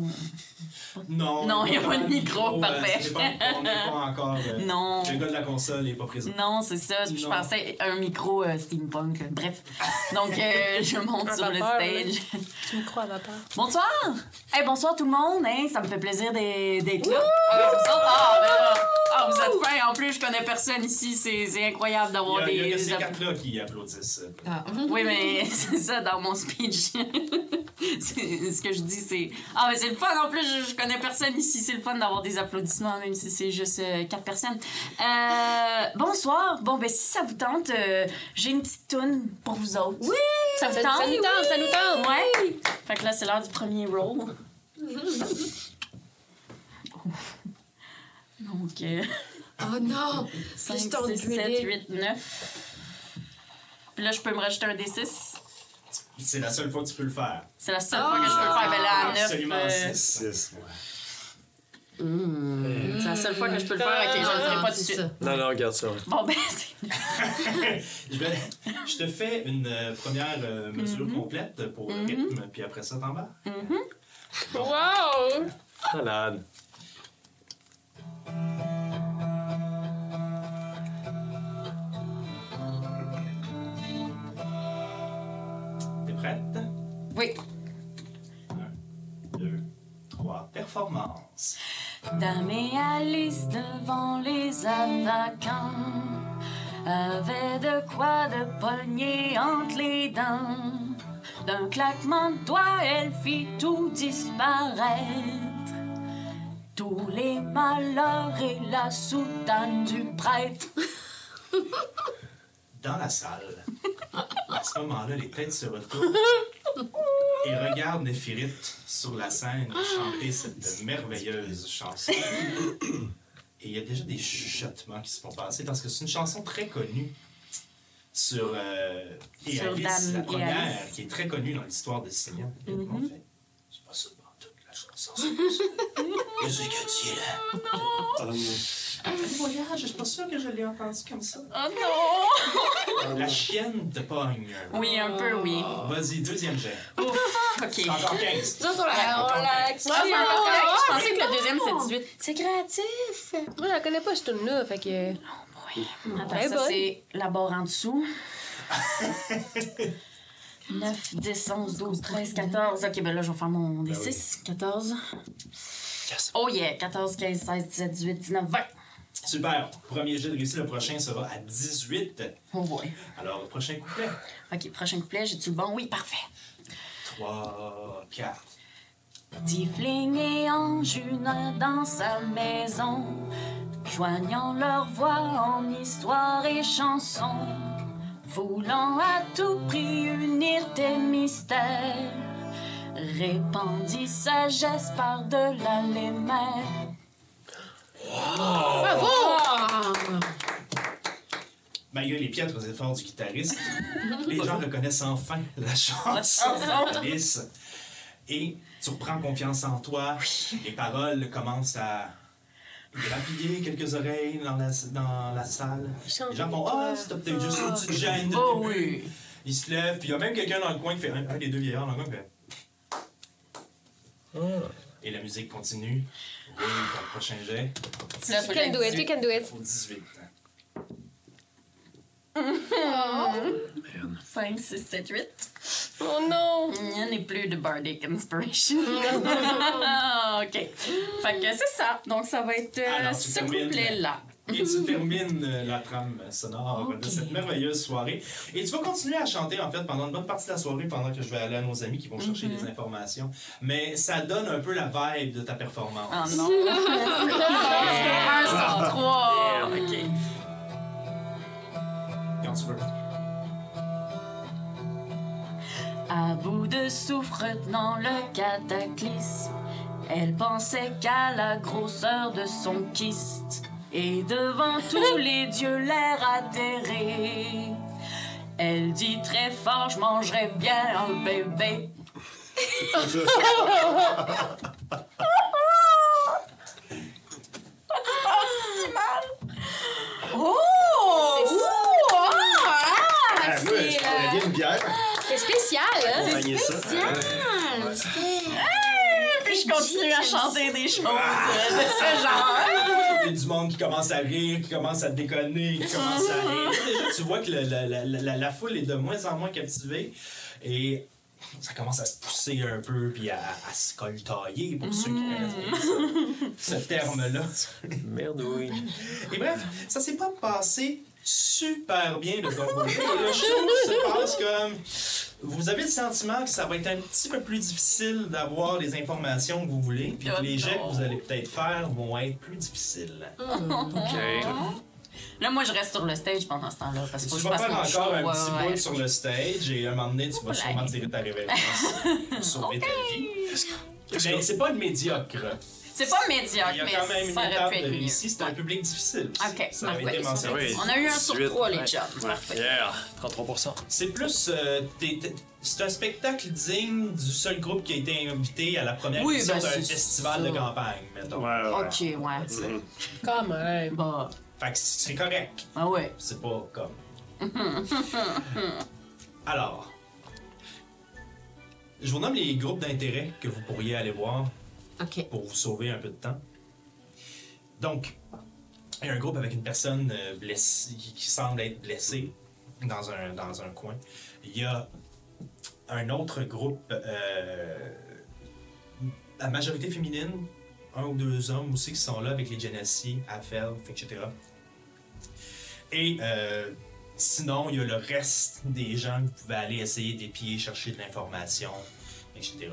[SPEAKER 1] Non,
[SPEAKER 8] Non, il y a pas de micro,
[SPEAKER 1] euh,
[SPEAKER 8] parfait.
[SPEAKER 1] ça dépend, on n'est pas encore. euh,
[SPEAKER 8] Non.
[SPEAKER 1] Le gars de la console n'est pas présent.
[SPEAKER 8] Non, c'est ça. Je
[SPEAKER 1] Non.
[SPEAKER 8] pensais un micro euh, steampunk. Bref. Donc, euh, je monte
[SPEAKER 6] Un
[SPEAKER 8] sur le
[SPEAKER 6] vapeur, oui.
[SPEAKER 8] stage.
[SPEAKER 6] Tu me crois à ma part.
[SPEAKER 8] Bonsoir! Hey, bonsoir tout le monde! Hein, ça me fait plaisir d'être d'être là. Ah, vous autres- ah, ben là. Ah, vous êtes fins! En plus, je connais personne ici. C'est c'est incroyable
[SPEAKER 1] Il y
[SPEAKER 8] d'avoir
[SPEAKER 1] a, il y a
[SPEAKER 8] des.
[SPEAKER 1] que
[SPEAKER 8] des
[SPEAKER 1] ces
[SPEAKER 8] app-
[SPEAKER 1] quatre-là qui applaudissent. euh,
[SPEAKER 5] Ah.
[SPEAKER 8] Oui, mais c'est ça, dans mon speech. C'est- ce que je dis, c'est. Ah, mais c'est le fun! En plus, je, je connais personne ici. C'est le fun d'avoir des applaudissements, même si c'est juste euh, quatre personnes. Euh, bonsoir! Bon, ben, si ça vous tente, euh, j'ai une petite toune pour vous autres. Oui! Ça vous
[SPEAKER 6] Ça,
[SPEAKER 8] tente?
[SPEAKER 6] ça nous tente, ça nous tente.
[SPEAKER 8] Ouais! Fait que là, c'est l'heure du premier roll. Donc, euh,
[SPEAKER 5] Oh non!
[SPEAKER 8] 5,
[SPEAKER 6] Juste en
[SPEAKER 8] 6, 7,
[SPEAKER 6] brûler.
[SPEAKER 8] 8, 9. Puis là, je peux me rajouter un D6.
[SPEAKER 1] C'est la seule fois que tu peux le faire.
[SPEAKER 8] C'est la seule fois que je peux le faire. Ben là, à 9.
[SPEAKER 1] Ah! Absolument six.
[SPEAKER 2] Six, ouais.
[SPEAKER 8] C'est la seule fois que je peux le faire. Ok, je le ferai
[SPEAKER 5] Ah,
[SPEAKER 8] pas tout de suite.
[SPEAKER 3] Non, non, regarde ça.
[SPEAKER 8] Bon, ben, c'est.
[SPEAKER 1] Je, vais- je te fais une euh, première euh, mesure
[SPEAKER 8] Mm-hmm.
[SPEAKER 1] complète pour le rythme, puis après ça, t'en vas.
[SPEAKER 6] Wow!
[SPEAKER 3] Malade.
[SPEAKER 1] T'es prête?
[SPEAKER 8] Oui.
[SPEAKER 1] 1, 2, 3, performance.
[SPEAKER 8] Dame et Alice devant les attaquants avait de quoi de pogner entre les dents. D'un claquement de doigts, elle fit tout disparaître. Tous les malheurs et la soutane du prêtre.
[SPEAKER 1] Dans la salle, à ce moment-là, les têtes se retournent et regardent Néphirit sur la scène chanter cette merveilleuse chanson. Et il y a déjà des chuchotements qui se font passer parce que c'est une chanson très connue sur, euh, et
[SPEAKER 8] Sur Dame
[SPEAKER 1] Alice, la
[SPEAKER 8] et
[SPEAKER 1] première,
[SPEAKER 8] Alice. Mm-hmm.
[SPEAKER 1] qui est très connue dans l'histoire de Signon. C'est pas seulement toute la chanson, c'est juste- Musique, tu es là.
[SPEAKER 2] Ah, non.
[SPEAKER 1] voyage, je suis pas sûr que je l'ai entendu comme ça.
[SPEAKER 8] Oh non!
[SPEAKER 1] La chienne te pogne.
[SPEAKER 8] Oui, un peu, oui.
[SPEAKER 1] Vas-y, deuxième jet.
[SPEAKER 8] Ok.
[SPEAKER 1] Encore 15.
[SPEAKER 5] Nous autres, on la- on la-
[SPEAKER 8] Ouais, c'est un peu correct. Je pensais que le deuxième, c'est 18.
[SPEAKER 5] C'est créatif.
[SPEAKER 6] Moi, je la connais pas, cette tune-là, fait que.
[SPEAKER 8] Attends,
[SPEAKER 6] Très
[SPEAKER 8] ça,
[SPEAKER 6] bonne.
[SPEAKER 8] c'est la barre en dessous. 9, 10, 11, 12, 13, 14. Ok, ben là, je vais faire mon D6. 14. Oh yeah! 14, 15, 16, 17, 18, 19, 20.
[SPEAKER 1] Super. Premier jet de réussi, le prochain sera à 18.
[SPEAKER 8] Oh boy.
[SPEAKER 1] Alors, prochain couplet.
[SPEAKER 8] Ok, prochain couplet, j'ai-tu le bon? Oui, parfait.
[SPEAKER 1] 3, 4.
[SPEAKER 8] Tifling et Ange, une dans sa maison, joignant leurs voix en histoire et chanson, voulant à tout prix unir tes mystères, répandit sagesse par-delà les mers.
[SPEAKER 1] Malgré les piètres efforts du guitariste, les gens reconnaissent enfin la chanson d'Alice. Et tu reprends confiance en toi. Les paroles commencent à grappiller quelques oreilles dans la, dans la salle. Les gens font Ah, c'est peut-être juste une petite gêne de
[SPEAKER 8] Oh,
[SPEAKER 1] début. Ils se lèvent, puis il y a même quelqu'un dans le coin qui fait un, un des deux vieillards dans le coin qui fait. Et la musique continue. Oui, pour le prochain jet,
[SPEAKER 6] You can do it, you can do it.
[SPEAKER 1] faut 18.
[SPEAKER 8] 5, 6, 7, 8.
[SPEAKER 6] Oh non!
[SPEAKER 8] Il n'y en a plus de Bardic Inspiration. Ah, ok. Fait que c'est ça. Donc ça va être euh,
[SPEAKER 1] Alors, tu
[SPEAKER 8] ce
[SPEAKER 1] termines.
[SPEAKER 8] couplet-là.
[SPEAKER 1] Et tu termines euh, la trame sonore de cette merveilleuse soirée. Et tu vas continuer à chanter, en fait, pendant une bonne partie de la soirée, pendant que je vais aller à nos amis qui vont chercher des informations. Mais ça donne un peu la vibe de ta performance.
[SPEAKER 8] Ah non. 1 sur 3. OK.
[SPEAKER 1] Quand tu veux.
[SPEAKER 8] À bout de souffre dans le cataclysme, elle pensait qu'à la grosseur de son kyste. Et devant tous les dieux, l'air atterré. Elle dit très fort, je mangerai bien un bébé.
[SPEAKER 2] Ah, moi, je prendrais bien une bière.
[SPEAKER 6] C'est spécial, hein?
[SPEAKER 2] accompagner ça.
[SPEAKER 8] Puis je continue à chanter des choses euh, de ce genre.
[SPEAKER 1] Il y a du monde qui commence à rire, qui commence à déconner, qui commence à rire. Déjà, tu vois que le- la, la- la- la foule est de moins en moins captivée et ça commence à se pousser un peu puis à, à se coltailler pour ceux qui connaissent bien ce, ce terme-là.
[SPEAKER 3] Merdouille.
[SPEAKER 1] Et bref, ça s'est pas passé super bien le bon côté. Le show se passe comme. Vous avez le sentiment que ça va être un petit peu plus difficile d'avoir les informations que vous voulez, puis que les jets que vous allez peut-être faire vont être plus difficiles.
[SPEAKER 3] OK.
[SPEAKER 8] Ah, Là, moi, je reste sur le stage pendant ce temps-là. Parce que
[SPEAKER 1] Tu
[SPEAKER 8] faut que je
[SPEAKER 1] vas
[SPEAKER 8] fasse
[SPEAKER 1] faire
[SPEAKER 8] mon show,
[SPEAKER 1] encore un
[SPEAKER 8] ouais,
[SPEAKER 1] petit
[SPEAKER 8] ouais.
[SPEAKER 1] break sur le stage et à un moment donné, tu vas
[SPEAKER 8] Oula.
[SPEAKER 1] sûrement tirer ta révérence pour sauver ta vie. Mais c'est pas le médiocre.
[SPEAKER 8] C'est pas médiocre,
[SPEAKER 1] Il y a
[SPEAKER 8] mais
[SPEAKER 1] quand même une
[SPEAKER 8] ça aurait
[SPEAKER 1] étape
[SPEAKER 8] pu
[SPEAKER 1] de
[SPEAKER 8] être mieux.
[SPEAKER 1] réussite. C'est un public difficile. aussi.
[SPEAKER 8] Ok, Ah,
[SPEAKER 1] Ça avait
[SPEAKER 8] parfait.
[SPEAKER 1] été mentionné.
[SPEAKER 3] Oui.
[SPEAKER 8] On a eu un sur
[SPEAKER 3] 18,
[SPEAKER 8] trois, les
[SPEAKER 3] ouais.
[SPEAKER 8] chums. Parfait.
[SPEAKER 3] Yeah. 33
[SPEAKER 1] C'est plus. euh, t'es- t'es- c'est un spectacle digne du seul groupe qui a été invité à la première
[SPEAKER 8] Oui,
[SPEAKER 1] édition
[SPEAKER 8] ben,
[SPEAKER 1] d'un
[SPEAKER 8] c'est
[SPEAKER 1] festival
[SPEAKER 8] ça.
[SPEAKER 1] de campagne, mettons.
[SPEAKER 8] Ok, ouais.
[SPEAKER 6] Quand même.
[SPEAKER 8] Bah,
[SPEAKER 1] Fait que c'est correct.
[SPEAKER 8] ah ouais.
[SPEAKER 1] C'est pas comme. Alors, je vous nomme les groupes d'intérêt que vous pourriez aller voir
[SPEAKER 5] OK.
[SPEAKER 1] pour vous sauver un peu de temps. Donc, il y a un groupe avec une personne euh, blessée, qui, qui semble être blessée dans un, dans un coin. Il y a un autre groupe euh, à majorité féminine, un ou deux hommes aussi qui sont là avec les Genesee, Afel, etc. Et euh, sinon, il y a le reste des gens que vous pouvez aller essayer d'épier, chercher de l'information, etc.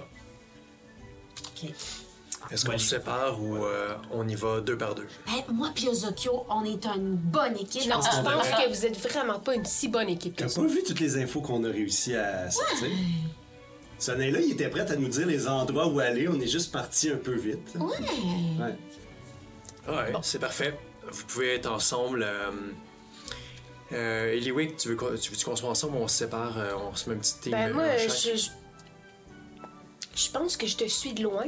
[SPEAKER 3] Est-ce qu'on se sépare ou euh, on y va deux par deux?
[SPEAKER 5] Ben, moi puis Ozokyo, on est une bonne équipe.
[SPEAKER 6] Non,
[SPEAKER 5] On
[SPEAKER 6] je
[SPEAKER 5] se
[SPEAKER 6] pense que vous êtes vraiment pas une si bonne équipe.
[SPEAKER 2] T'as pas vu toutes les infos qu'on a réussi à sortir? Ce nain-là, il était prêt à nous dire les endroits où aller. On est juste parti un peu vite.
[SPEAKER 5] Ouais.
[SPEAKER 2] Ouais.
[SPEAKER 3] Ouais, c'est parfait. Vous pouvez être ensemble. Euh, euh, Eliwick, tu veux qu'on tu veux qu'on soit ensemble ou on se sépare? euh, on se met une petite team.
[SPEAKER 6] Ben,
[SPEAKER 3] euh,
[SPEAKER 6] moi,
[SPEAKER 3] chaque?
[SPEAKER 6] je. je- Je pense que je te suis de loin.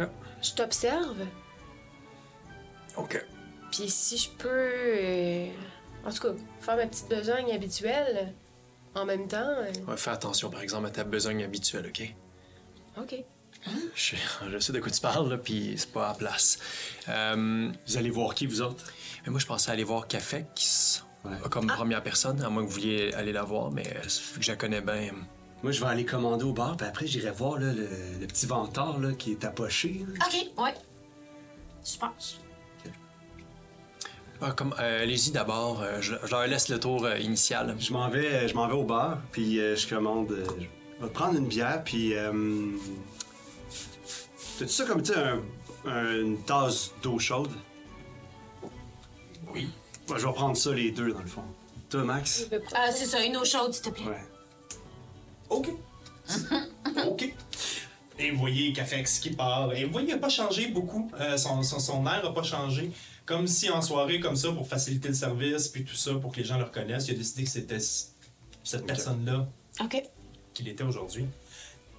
[SPEAKER 3] Ok.
[SPEAKER 6] Je t'observe.
[SPEAKER 3] OK.
[SPEAKER 6] Puis si je peux, euh, en tout cas, faire ma petite besogne habituelle euh, en même temps, euh,
[SPEAKER 3] Ouais, fais attention, par exemple, à ta besogne habituelle, OK?
[SPEAKER 6] ok.
[SPEAKER 3] Je, je sais de quoi tu parles, là, puis c'est pas à la place. Euh,
[SPEAKER 2] Vous allez voir qui, vous autres?
[SPEAKER 3] mais moi, je pensais aller voir Cafex
[SPEAKER 2] Ouais.
[SPEAKER 3] comme
[SPEAKER 6] Ah.
[SPEAKER 3] première personne, à moins que vous vouliez aller la voir, mais euh, vu que je la connais bien.
[SPEAKER 2] Moi, je vais aller commander au bar, puis après, j'irai voir là, le, le petit ventard là, qui est appoché. là.
[SPEAKER 5] OK, ouais.
[SPEAKER 4] Super.
[SPEAKER 3] Ah, comme, euh, allez-y d'abord, euh, je, je leur laisse le tour euh, initial.
[SPEAKER 2] Je m'en vais, je m'en vais au bar, puis euh, je commande. euh, je vais prendre une bière, puis. Euh, T'as-tu ça comme, tu sais, un- un- une tasse d'eau chaude?
[SPEAKER 3] Oui.
[SPEAKER 2] Ouais, je vais prendre ça, les deux, dans le fond. Toi, Max?
[SPEAKER 5] Ah, c'est ça, une eau chaude, s'il te plaît.
[SPEAKER 2] Ouais.
[SPEAKER 1] OK. OK. Et vous voyez Cafex qui part. Et vous voyez, il n'a pas changé beaucoup. Euh, son, son, son air n'a pas changé. Comme si en soirée, comme ça, pour faciliter le service, puis tout ça, pour que les gens le reconnaissent, il a décidé que c'était c- cette personne-là
[SPEAKER 5] OK.
[SPEAKER 1] qu'il était aujourd'hui.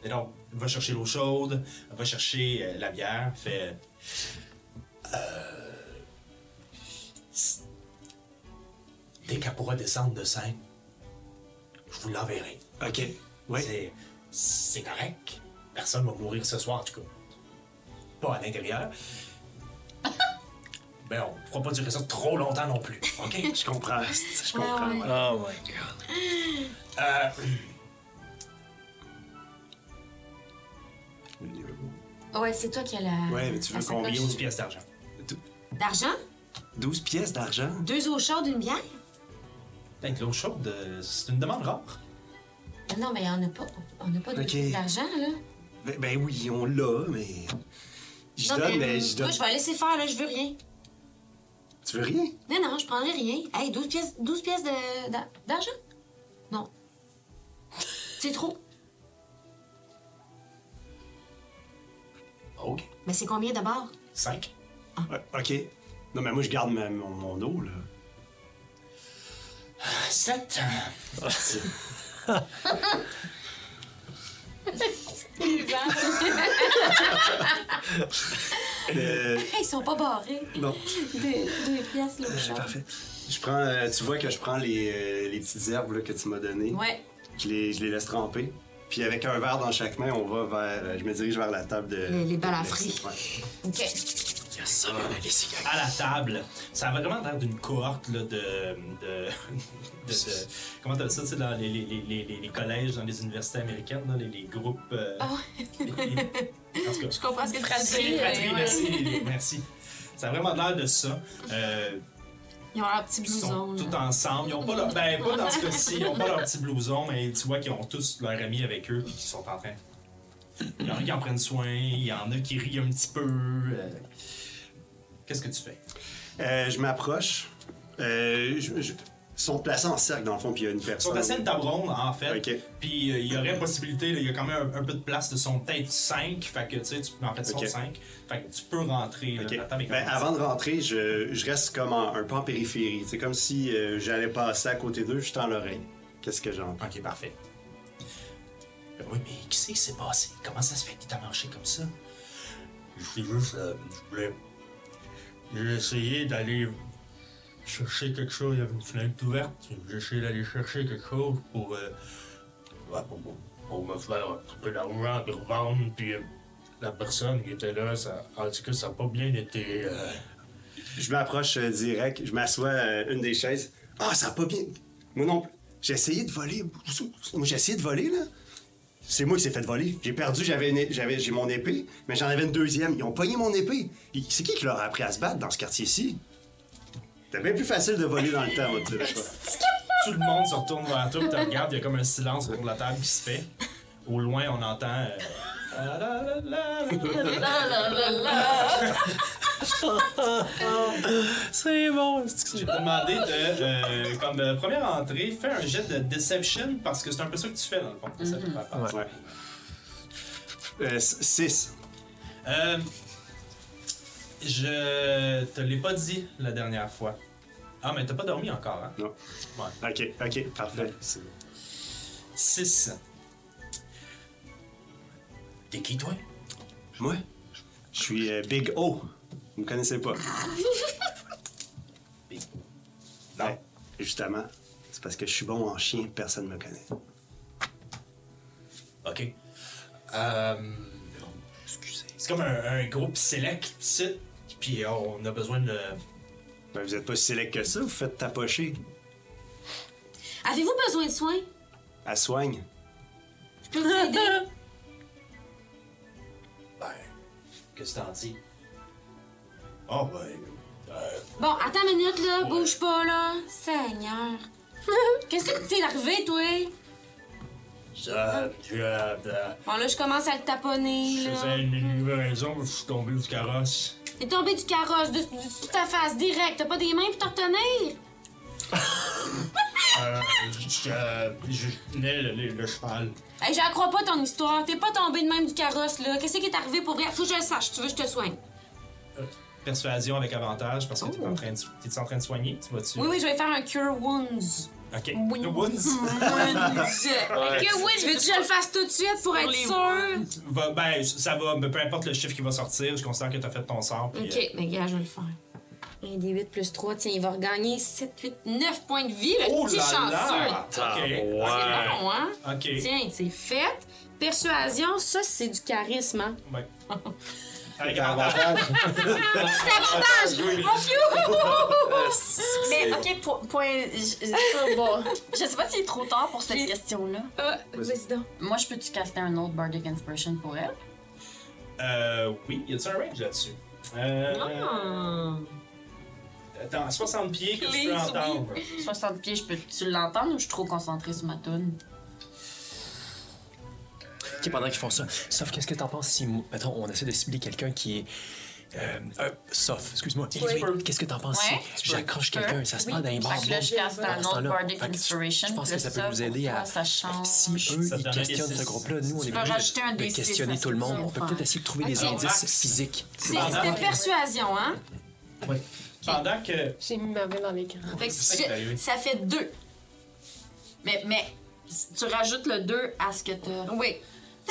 [SPEAKER 1] Et donc, il va chercher l'eau chaude, il va chercher euh, la bière, fait. Euh, Dès qu'elle pourra descendre de scène, je vous l'enverrai.
[SPEAKER 2] OK. Oui.
[SPEAKER 1] C'est- C'est correct. Personne va mourir ce soir, en tout cas. Pas à l'intérieur. Mais on ne fera pas durer ça trop longtemps non plus. OK?
[SPEAKER 2] Je comprends. Je comprends. ouais.
[SPEAKER 3] Oh my god.
[SPEAKER 1] Euh,
[SPEAKER 5] Ouais, c'est toi qui as la.
[SPEAKER 2] Ouais, mais tu
[SPEAKER 5] la
[SPEAKER 2] veux combien
[SPEAKER 5] sacoche.
[SPEAKER 1] 12 pièces d'argent.
[SPEAKER 5] D'argent?
[SPEAKER 2] 12 pièces d'argent?
[SPEAKER 5] Deux eaux chaudes, une bière?
[SPEAKER 1] Avec l'eau chaude, euh, c'est une demande rare.
[SPEAKER 5] Ah Non, mais on n'a pas, on n'a pas de-
[SPEAKER 2] Ok.
[SPEAKER 5] d'argent, là.
[SPEAKER 2] Ben, ben oui, on l'a, mais. Je
[SPEAKER 5] Non,
[SPEAKER 2] donne, mais
[SPEAKER 5] euh,
[SPEAKER 2] je
[SPEAKER 5] Moi,
[SPEAKER 2] donne.
[SPEAKER 5] je vais laisser faire, là, je veux rien.
[SPEAKER 2] Tu veux rien?
[SPEAKER 5] Non, non, je prendrai rien. Hey, 12 pièces, 12 pièces de- d'a- d'argent? Non. C'est trop.
[SPEAKER 1] OK.
[SPEAKER 5] Mais c'est combien d'abord?
[SPEAKER 1] 5.
[SPEAKER 5] Ah.
[SPEAKER 2] Ouais, OK. Non, mais moi, je garde ma- mon, mon dos, là.
[SPEAKER 1] 7. Ah,
[SPEAKER 2] Euh,
[SPEAKER 5] Hey, ils sont pas barrés.
[SPEAKER 2] non.
[SPEAKER 5] Deux, deux pièces, l'eau chaude.
[SPEAKER 3] Parfait.
[SPEAKER 2] Je prends, euh, tu vois que je prends les, euh, les petites herbes là, que tu m'as données.
[SPEAKER 5] Ouais.
[SPEAKER 2] Je les, je les laisse tremper. Puis avec un verre dans chaque main, on va vers. euh, je me dirige vers la table de.
[SPEAKER 5] Les- les balafrés.
[SPEAKER 2] balafrés.
[SPEAKER 5] OK.
[SPEAKER 3] Yes, ça va, allez-y, gang.
[SPEAKER 1] à la table. Ça a vraiment l'air d'une cohorte là, de, de, de- de- Comment t'appelles ça, tu sais, dans les, les, les, les- les- les collèges, dans les universités américaines, là, les, les groupes. euh, les- en tout cas,
[SPEAKER 5] Je comprends ce que tu
[SPEAKER 1] les fratries,
[SPEAKER 5] dis. euh, ouais.
[SPEAKER 1] merci, les- les- merci. Ça a vraiment l'air de ça. Euh,
[SPEAKER 5] Ils ont leur petit
[SPEAKER 1] ils sont
[SPEAKER 5] blouson.
[SPEAKER 1] tous
[SPEAKER 5] là.
[SPEAKER 1] ensemble. Ils ont pas leur, ben, pas dans ce cas-ci, ils ont pas leur petit blouson, mais tu vois qu'ils ont tous leurs amis avec eux puis qu'ils sont en train. Il y en a qui en prennent soin, il y en a qui rient un petit peu. euh. Qu'est-ce que tu fais?
[SPEAKER 2] Euh, je m'approche. Euh, je- je- Ils sont placés en cercle, dans le fond, puis il y a une
[SPEAKER 1] Ils sont
[SPEAKER 2] personne.
[SPEAKER 1] assez une table ronde, en fait.
[SPEAKER 2] Ok.
[SPEAKER 1] Puis euh, il y aurait possibilité, là, il y a quand même un, un peu de place. Ils sont peut-être 5. Fait que tu sais, tu, en fait, ils sont
[SPEAKER 2] Ok.
[SPEAKER 1] 5. Fait que tu peux rentrer. là,
[SPEAKER 2] OK.
[SPEAKER 1] la table est
[SPEAKER 2] Ben,
[SPEAKER 1] grande.
[SPEAKER 2] avant de rentrer, je, je reste comme en- un peu en périphérie. C'est comme si euh, j'allais passer à côté d'eux, je tends l'oreille. Qu'est-ce que j'entends?
[SPEAKER 1] Ok, parfait. Ben oui, mais qu'est-ce qui s'est passé? Comment ça se fait qu'il t'a marché comme ça? Je suis juste. euh, je voulais. J'ai essayé d'aller chercher quelque chose. Il y avait une fenêtre ouverte. J'ai essayé d'aller chercher quelque chose pour. euh, ouais, pour, pour- pour me faire un peu d'argent et revendre. Puis euh, la personne qui était là, ça, en tout cas, ça n'a pas bien été. euh,
[SPEAKER 2] Je m'approche euh, direct, je m'assois à une des chaises. Ah, ça a pas bien. Moi non plus. J'ai essayé de voler. Moi, j'ai essayé de voler, là. C'est moi qui s'est fait voler. J'ai perdu, j'avais une é- j'avais- j'ai mon épée, mais j'en avais une deuxième. Ils ont pogné mon épée. Ils- C'est qui qui leur a appris à se battre dans ce quartier-ci? C'était bien plus facile de voler dans le temps, moi, tu sais, je crois.
[SPEAKER 1] Tout le monde se retourne vers toi, puis te regarde, il y a comme un silence autour de la table qui se fait. Au loin, on entend. euh, Ah là là là là là.
[SPEAKER 3] C'est bon, c'est
[SPEAKER 1] J'ai demandé de, euh, comme euh, première entrée, fais un jet de deception parce que c'est un peu ça que tu fais dans le fond. Ça fait pas peur.
[SPEAKER 2] Mhm. Ouais. Euh, c- six.
[SPEAKER 1] Euh, je te l'ai pas dit la dernière fois. Ah, mais t'as pas dormi encore, hein?
[SPEAKER 2] Non.
[SPEAKER 1] Ouais.
[SPEAKER 2] Ok, ok, parfait. C'est-
[SPEAKER 1] 6. T'es qui, toi?
[SPEAKER 2] Moi, je suis euh, Big O. Vous me connaissez pas.
[SPEAKER 1] t'aider.
[SPEAKER 2] Non. justement, c'est parce que je suis bon en chien, personne ne me connaît.
[SPEAKER 1] OK. Euh, C'est comme un, un groupe select, ici, puis euh, on a besoin de... le-
[SPEAKER 2] Ben, vous êtes pas si sélect que ça, vous faites tapocher.
[SPEAKER 5] Avez-vous besoin de soins?
[SPEAKER 2] Elle soigne.
[SPEAKER 5] Je peux vous aider?
[SPEAKER 1] Ben, qu'est-ce que t'en dis? Oh, ben...
[SPEAKER 5] Bon, attends une minute, là. Bouge pas, là. Seigneur. Qu'est-ce que t'es arrivé, toi?
[SPEAKER 9] Ça, tu as.
[SPEAKER 1] euh,
[SPEAKER 5] Bon, là, je commence à le taponner,
[SPEAKER 9] Je
[SPEAKER 5] là.
[SPEAKER 9] faisais une livraison, je suis tombé du carrosse.
[SPEAKER 5] T'es tombé du carrosse, de, de- sur ta face, direct. T'as pas des mains pour te retenir?
[SPEAKER 9] Euh, je, euh, je tenais le, le- le cheval.
[SPEAKER 5] Hey, j'en crois pas ton histoire. T'es pas tombé de même du carrosse, là. Qu'est-ce qui est arrivé pour vrai? Faut que je le sache. Tu veux que je te soigne?
[SPEAKER 1] Persuasion avec avantage, parce que t'es en train de, t'es en train de soigner, tu vas-tu?
[SPEAKER 5] Oh. Oui, oui, je vais faire un cure wounds.
[SPEAKER 1] OK.
[SPEAKER 5] Oui.
[SPEAKER 1] The Woods.
[SPEAKER 5] Wounds. Tu veux que je le fasse tout de suite pour être sûr?
[SPEAKER 1] Va- ben, ça va, mais peu importe le chiffre qui va sortir, je constate que t'as fait ton sort. puis,
[SPEAKER 5] Ok, mais gars, je vais le faire. Un des 8 plus 3, tiens, il va regagner 7, 8, 9 points de vie, le
[SPEAKER 1] euh, Oh
[SPEAKER 5] petit
[SPEAKER 1] là
[SPEAKER 5] chanceux.
[SPEAKER 1] là!
[SPEAKER 5] C'est
[SPEAKER 1] OK.
[SPEAKER 5] bon, hein?
[SPEAKER 1] OK.
[SPEAKER 5] Tiens, c'est fait. Persuasion, ça, c'est du charisme, hein?
[SPEAKER 1] Ouais. Avec avantage.
[SPEAKER 5] Avantage! Mon fiou!
[SPEAKER 7] Mais ok, po- point. Je, je-
[SPEAKER 6] Bon,
[SPEAKER 7] je sais pas s'il est trop tard pour cette question-là.
[SPEAKER 6] ah, vas-y donc.
[SPEAKER 7] Moi, je peux-tu caster un autre Bardic Inspiration pour elle?
[SPEAKER 1] Euh, oui, y a-tu un range là-dessus? Euh,
[SPEAKER 5] Ah.
[SPEAKER 1] Attends, 60 pieds que tu peux
[SPEAKER 7] Please,
[SPEAKER 1] entendre.
[SPEAKER 7] 60 pieds, je peux-tu l'entendre ou je suis trop concentrée sur ma toune?
[SPEAKER 3] Ok, pendant qu'ils font ça. Sauf qu'est-ce que t'en penses si, mettons, on essaie de cibler quelqu'un qui est. Euh, euh, sauf, excuse-moi. élevé? Qu'est-ce que t'en penses
[SPEAKER 7] Ouais,
[SPEAKER 3] si j'accroche
[SPEAKER 7] Tu peux.
[SPEAKER 3] quelqu'un Ça se passe dans les bars.
[SPEAKER 7] Fait que là, je casse un
[SPEAKER 3] Dans ce
[SPEAKER 7] autre
[SPEAKER 3] temps-là,
[SPEAKER 7] Bardic
[SPEAKER 3] fait que
[SPEAKER 7] Inspiration.
[SPEAKER 3] Je pense que
[SPEAKER 7] plus
[SPEAKER 3] ça peut nous
[SPEAKER 7] pour
[SPEAKER 3] aider
[SPEAKER 7] toi,
[SPEAKER 3] à.
[SPEAKER 7] Ça change.
[SPEAKER 3] Si eux,
[SPEAKER 1] Ça te
[SPEAKER 3] ils
[SPEAKER 1] donne un
[SPEAKER 3] questionnent
[SPEAKER 1] D6.
[SPEAKER 3] ce groupe-là, nous, on
[SPEAKER 7] Tu
[SPEAKER 3] est
[SPEAKER 7] peux rajouter un
[SPEAKER 3] obligés de- de
[SPEAKER 7] D6,
[SPEAKER 3] questionner
[SPEAKER 7] ça,
[SPEAKER 3] tout le
[SPEAKER 7] ça,
[SPEAKER 3] monde.
[SPEAKER 7] ça,
[SPEAKER 3] On
[SPEAKER 7] ça,
[SPEAKER 3] peut
[SPEAKER 7] ça.
[SPEAKER 3] peut-être essayer de trouver des
[SPEAKER 1] Ok.
[SPEAKER 3] indices
[SPEAKER 1] Max.
[SPEAKER 3] physiques.
[SPEAKER 5] C'est- C'était persuasion, hein?
[SPEAKER 1] Ouais. Pendant que.
[SPEAKER 6] J'ai mis ma main dans l'écran.
[SPEAKER 7] Fait que
[SPEAKER 1] C'est ça qui va arriver.
[SPEAKER 7] je- ça fait deux. Mais, mais tu rajoutes le 2 à ce que t'as.
[SPEAKER 5] Oui.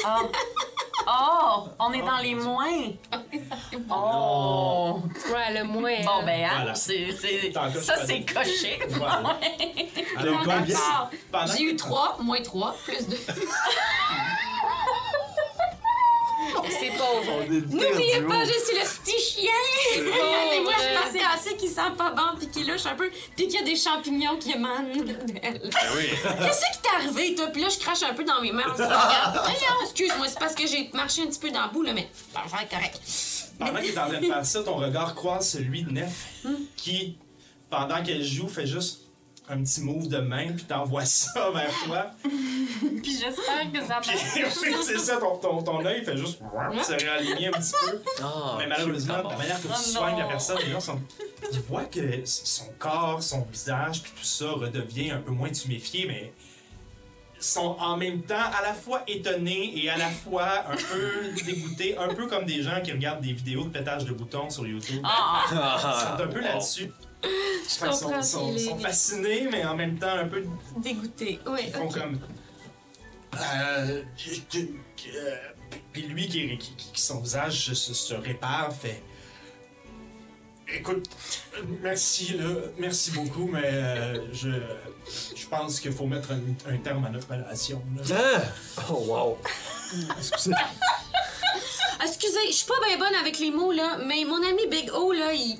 [SPEAKER 7] Oh. oh! On est dans les moins! Oh!
[SPEAKER 6] Ouais, le moins.
[SPEAKER 7] Bon,
[SPEAKER 6] hein.
[SPEAKER 7] ben, hein,
[SPEAKER 1] Voilà.
[SPEAKER 7] c'est, c'est-
[SPEAKER 1] T'en coches
[SPEAKER 7] ça,
[SPEAKER 1] pas
[SPEAKER 7] c'est coché.
[SPEAKER 1] Voilà.
[SPEAKER 7] Ouais.
[SPEAKER 1] Alors,
[SPEAKER 2] combien?
[SPEAKER 5] D'accord.
[SPEAKER 1] Pendant
[SPEAKER 5] J'ai
[SPEAKER 1] que-
[SPEAKER 5] eu 3, moins 3, plus 2.
[SPEAKER 6] C'est pauvre.
[SPEAKER 5] N'oubliez pas, je suis le petit chien! Avec moi,
[SPEAKER 6] ouais.
[SPEAKER 5] je suis cassée qui sent pas bon, puis qui louche un peu, puis qu'il y a des champignons qui émanent d'elle.
[SPEAKER 2] oui.
[SPEAKER 5] Qu'est-ce qui t'est arrivé, toi? Puis là, je crache un peu dans mes mains. on se regarde. Voyons, excuse-moi, c'est parce que j'ai marché un petit peu dans le bout, là, mais l'enfer est correct.
[SPEAKER 1] Pendant qu'il est en train de faire ça, ton regard croise celui de Nef qui, pendant qu'elle joue, fait juste un petit move de main puis t'envoie ça vers toi.
[SPEAKER 7] Puis j'espère que ça
[SPEAKER 1] Puis
[SPEAKER 7] marche.
[SPEAKER 1] c'est ça, ton, ton, ton œil fait juste se réaligner un petit peu.
[SPEAKER 3] Ah,
[SPEAKER 1] Mais
[SPEAKER 3] ok,
[SPEAKER 1] malheureusement,
[SPEAKER 3] d'abord.
[SPEAKER 1] la manière que tu
[SPEAKER 7] Oh
[SPEAKER 1] soignes la
[SPEAKER 7] non.
[SPEAKER 1] personne, les gens sont- tu vois que son corps, son visage, puis tout ça redevient un peu moins tuméfié, mais sont en même temps à la fois étonnés et à la fois un peu dégoûtés, un peu comme des gens qui regardent des vidéos de pétage de boutons sur YouTube.
[SPEAKER 7] Ah, ah.
[SPEAKER 1] Ils sont un peu là-dessus. Ils sont,
[SPEAKER 5] comprends,
[SPEAKER 1] sont-
[SPEAKER 5] il est-
[SPEAKER 1] sont fascinés, mais en même temps un peu
[SPEAKER 5] Dégoûté. Oui,
[SPEAKER 1] font
[SPEAKER 5] ok.
[SPEAKER 1] comme.
[SPEAKER 9] Euh, je- je- euh,
[SPEAKER 1] Puis lui qui, qui- qui- son visage se, se répare fait.
[SPEAKER 9] écoute,
[SPEAKER 1] Euh, Merci là, merci beaucoup, mais euh, je je pense qu'il faut mettre un, un terme à notre relation. là.
[SPEAKER 3] Ah! Oh, wow.
[SPEAKER 5] Ah, Excusez, je suis pas bien bonne avec les mots, là, mais mon ami Big O, là, il,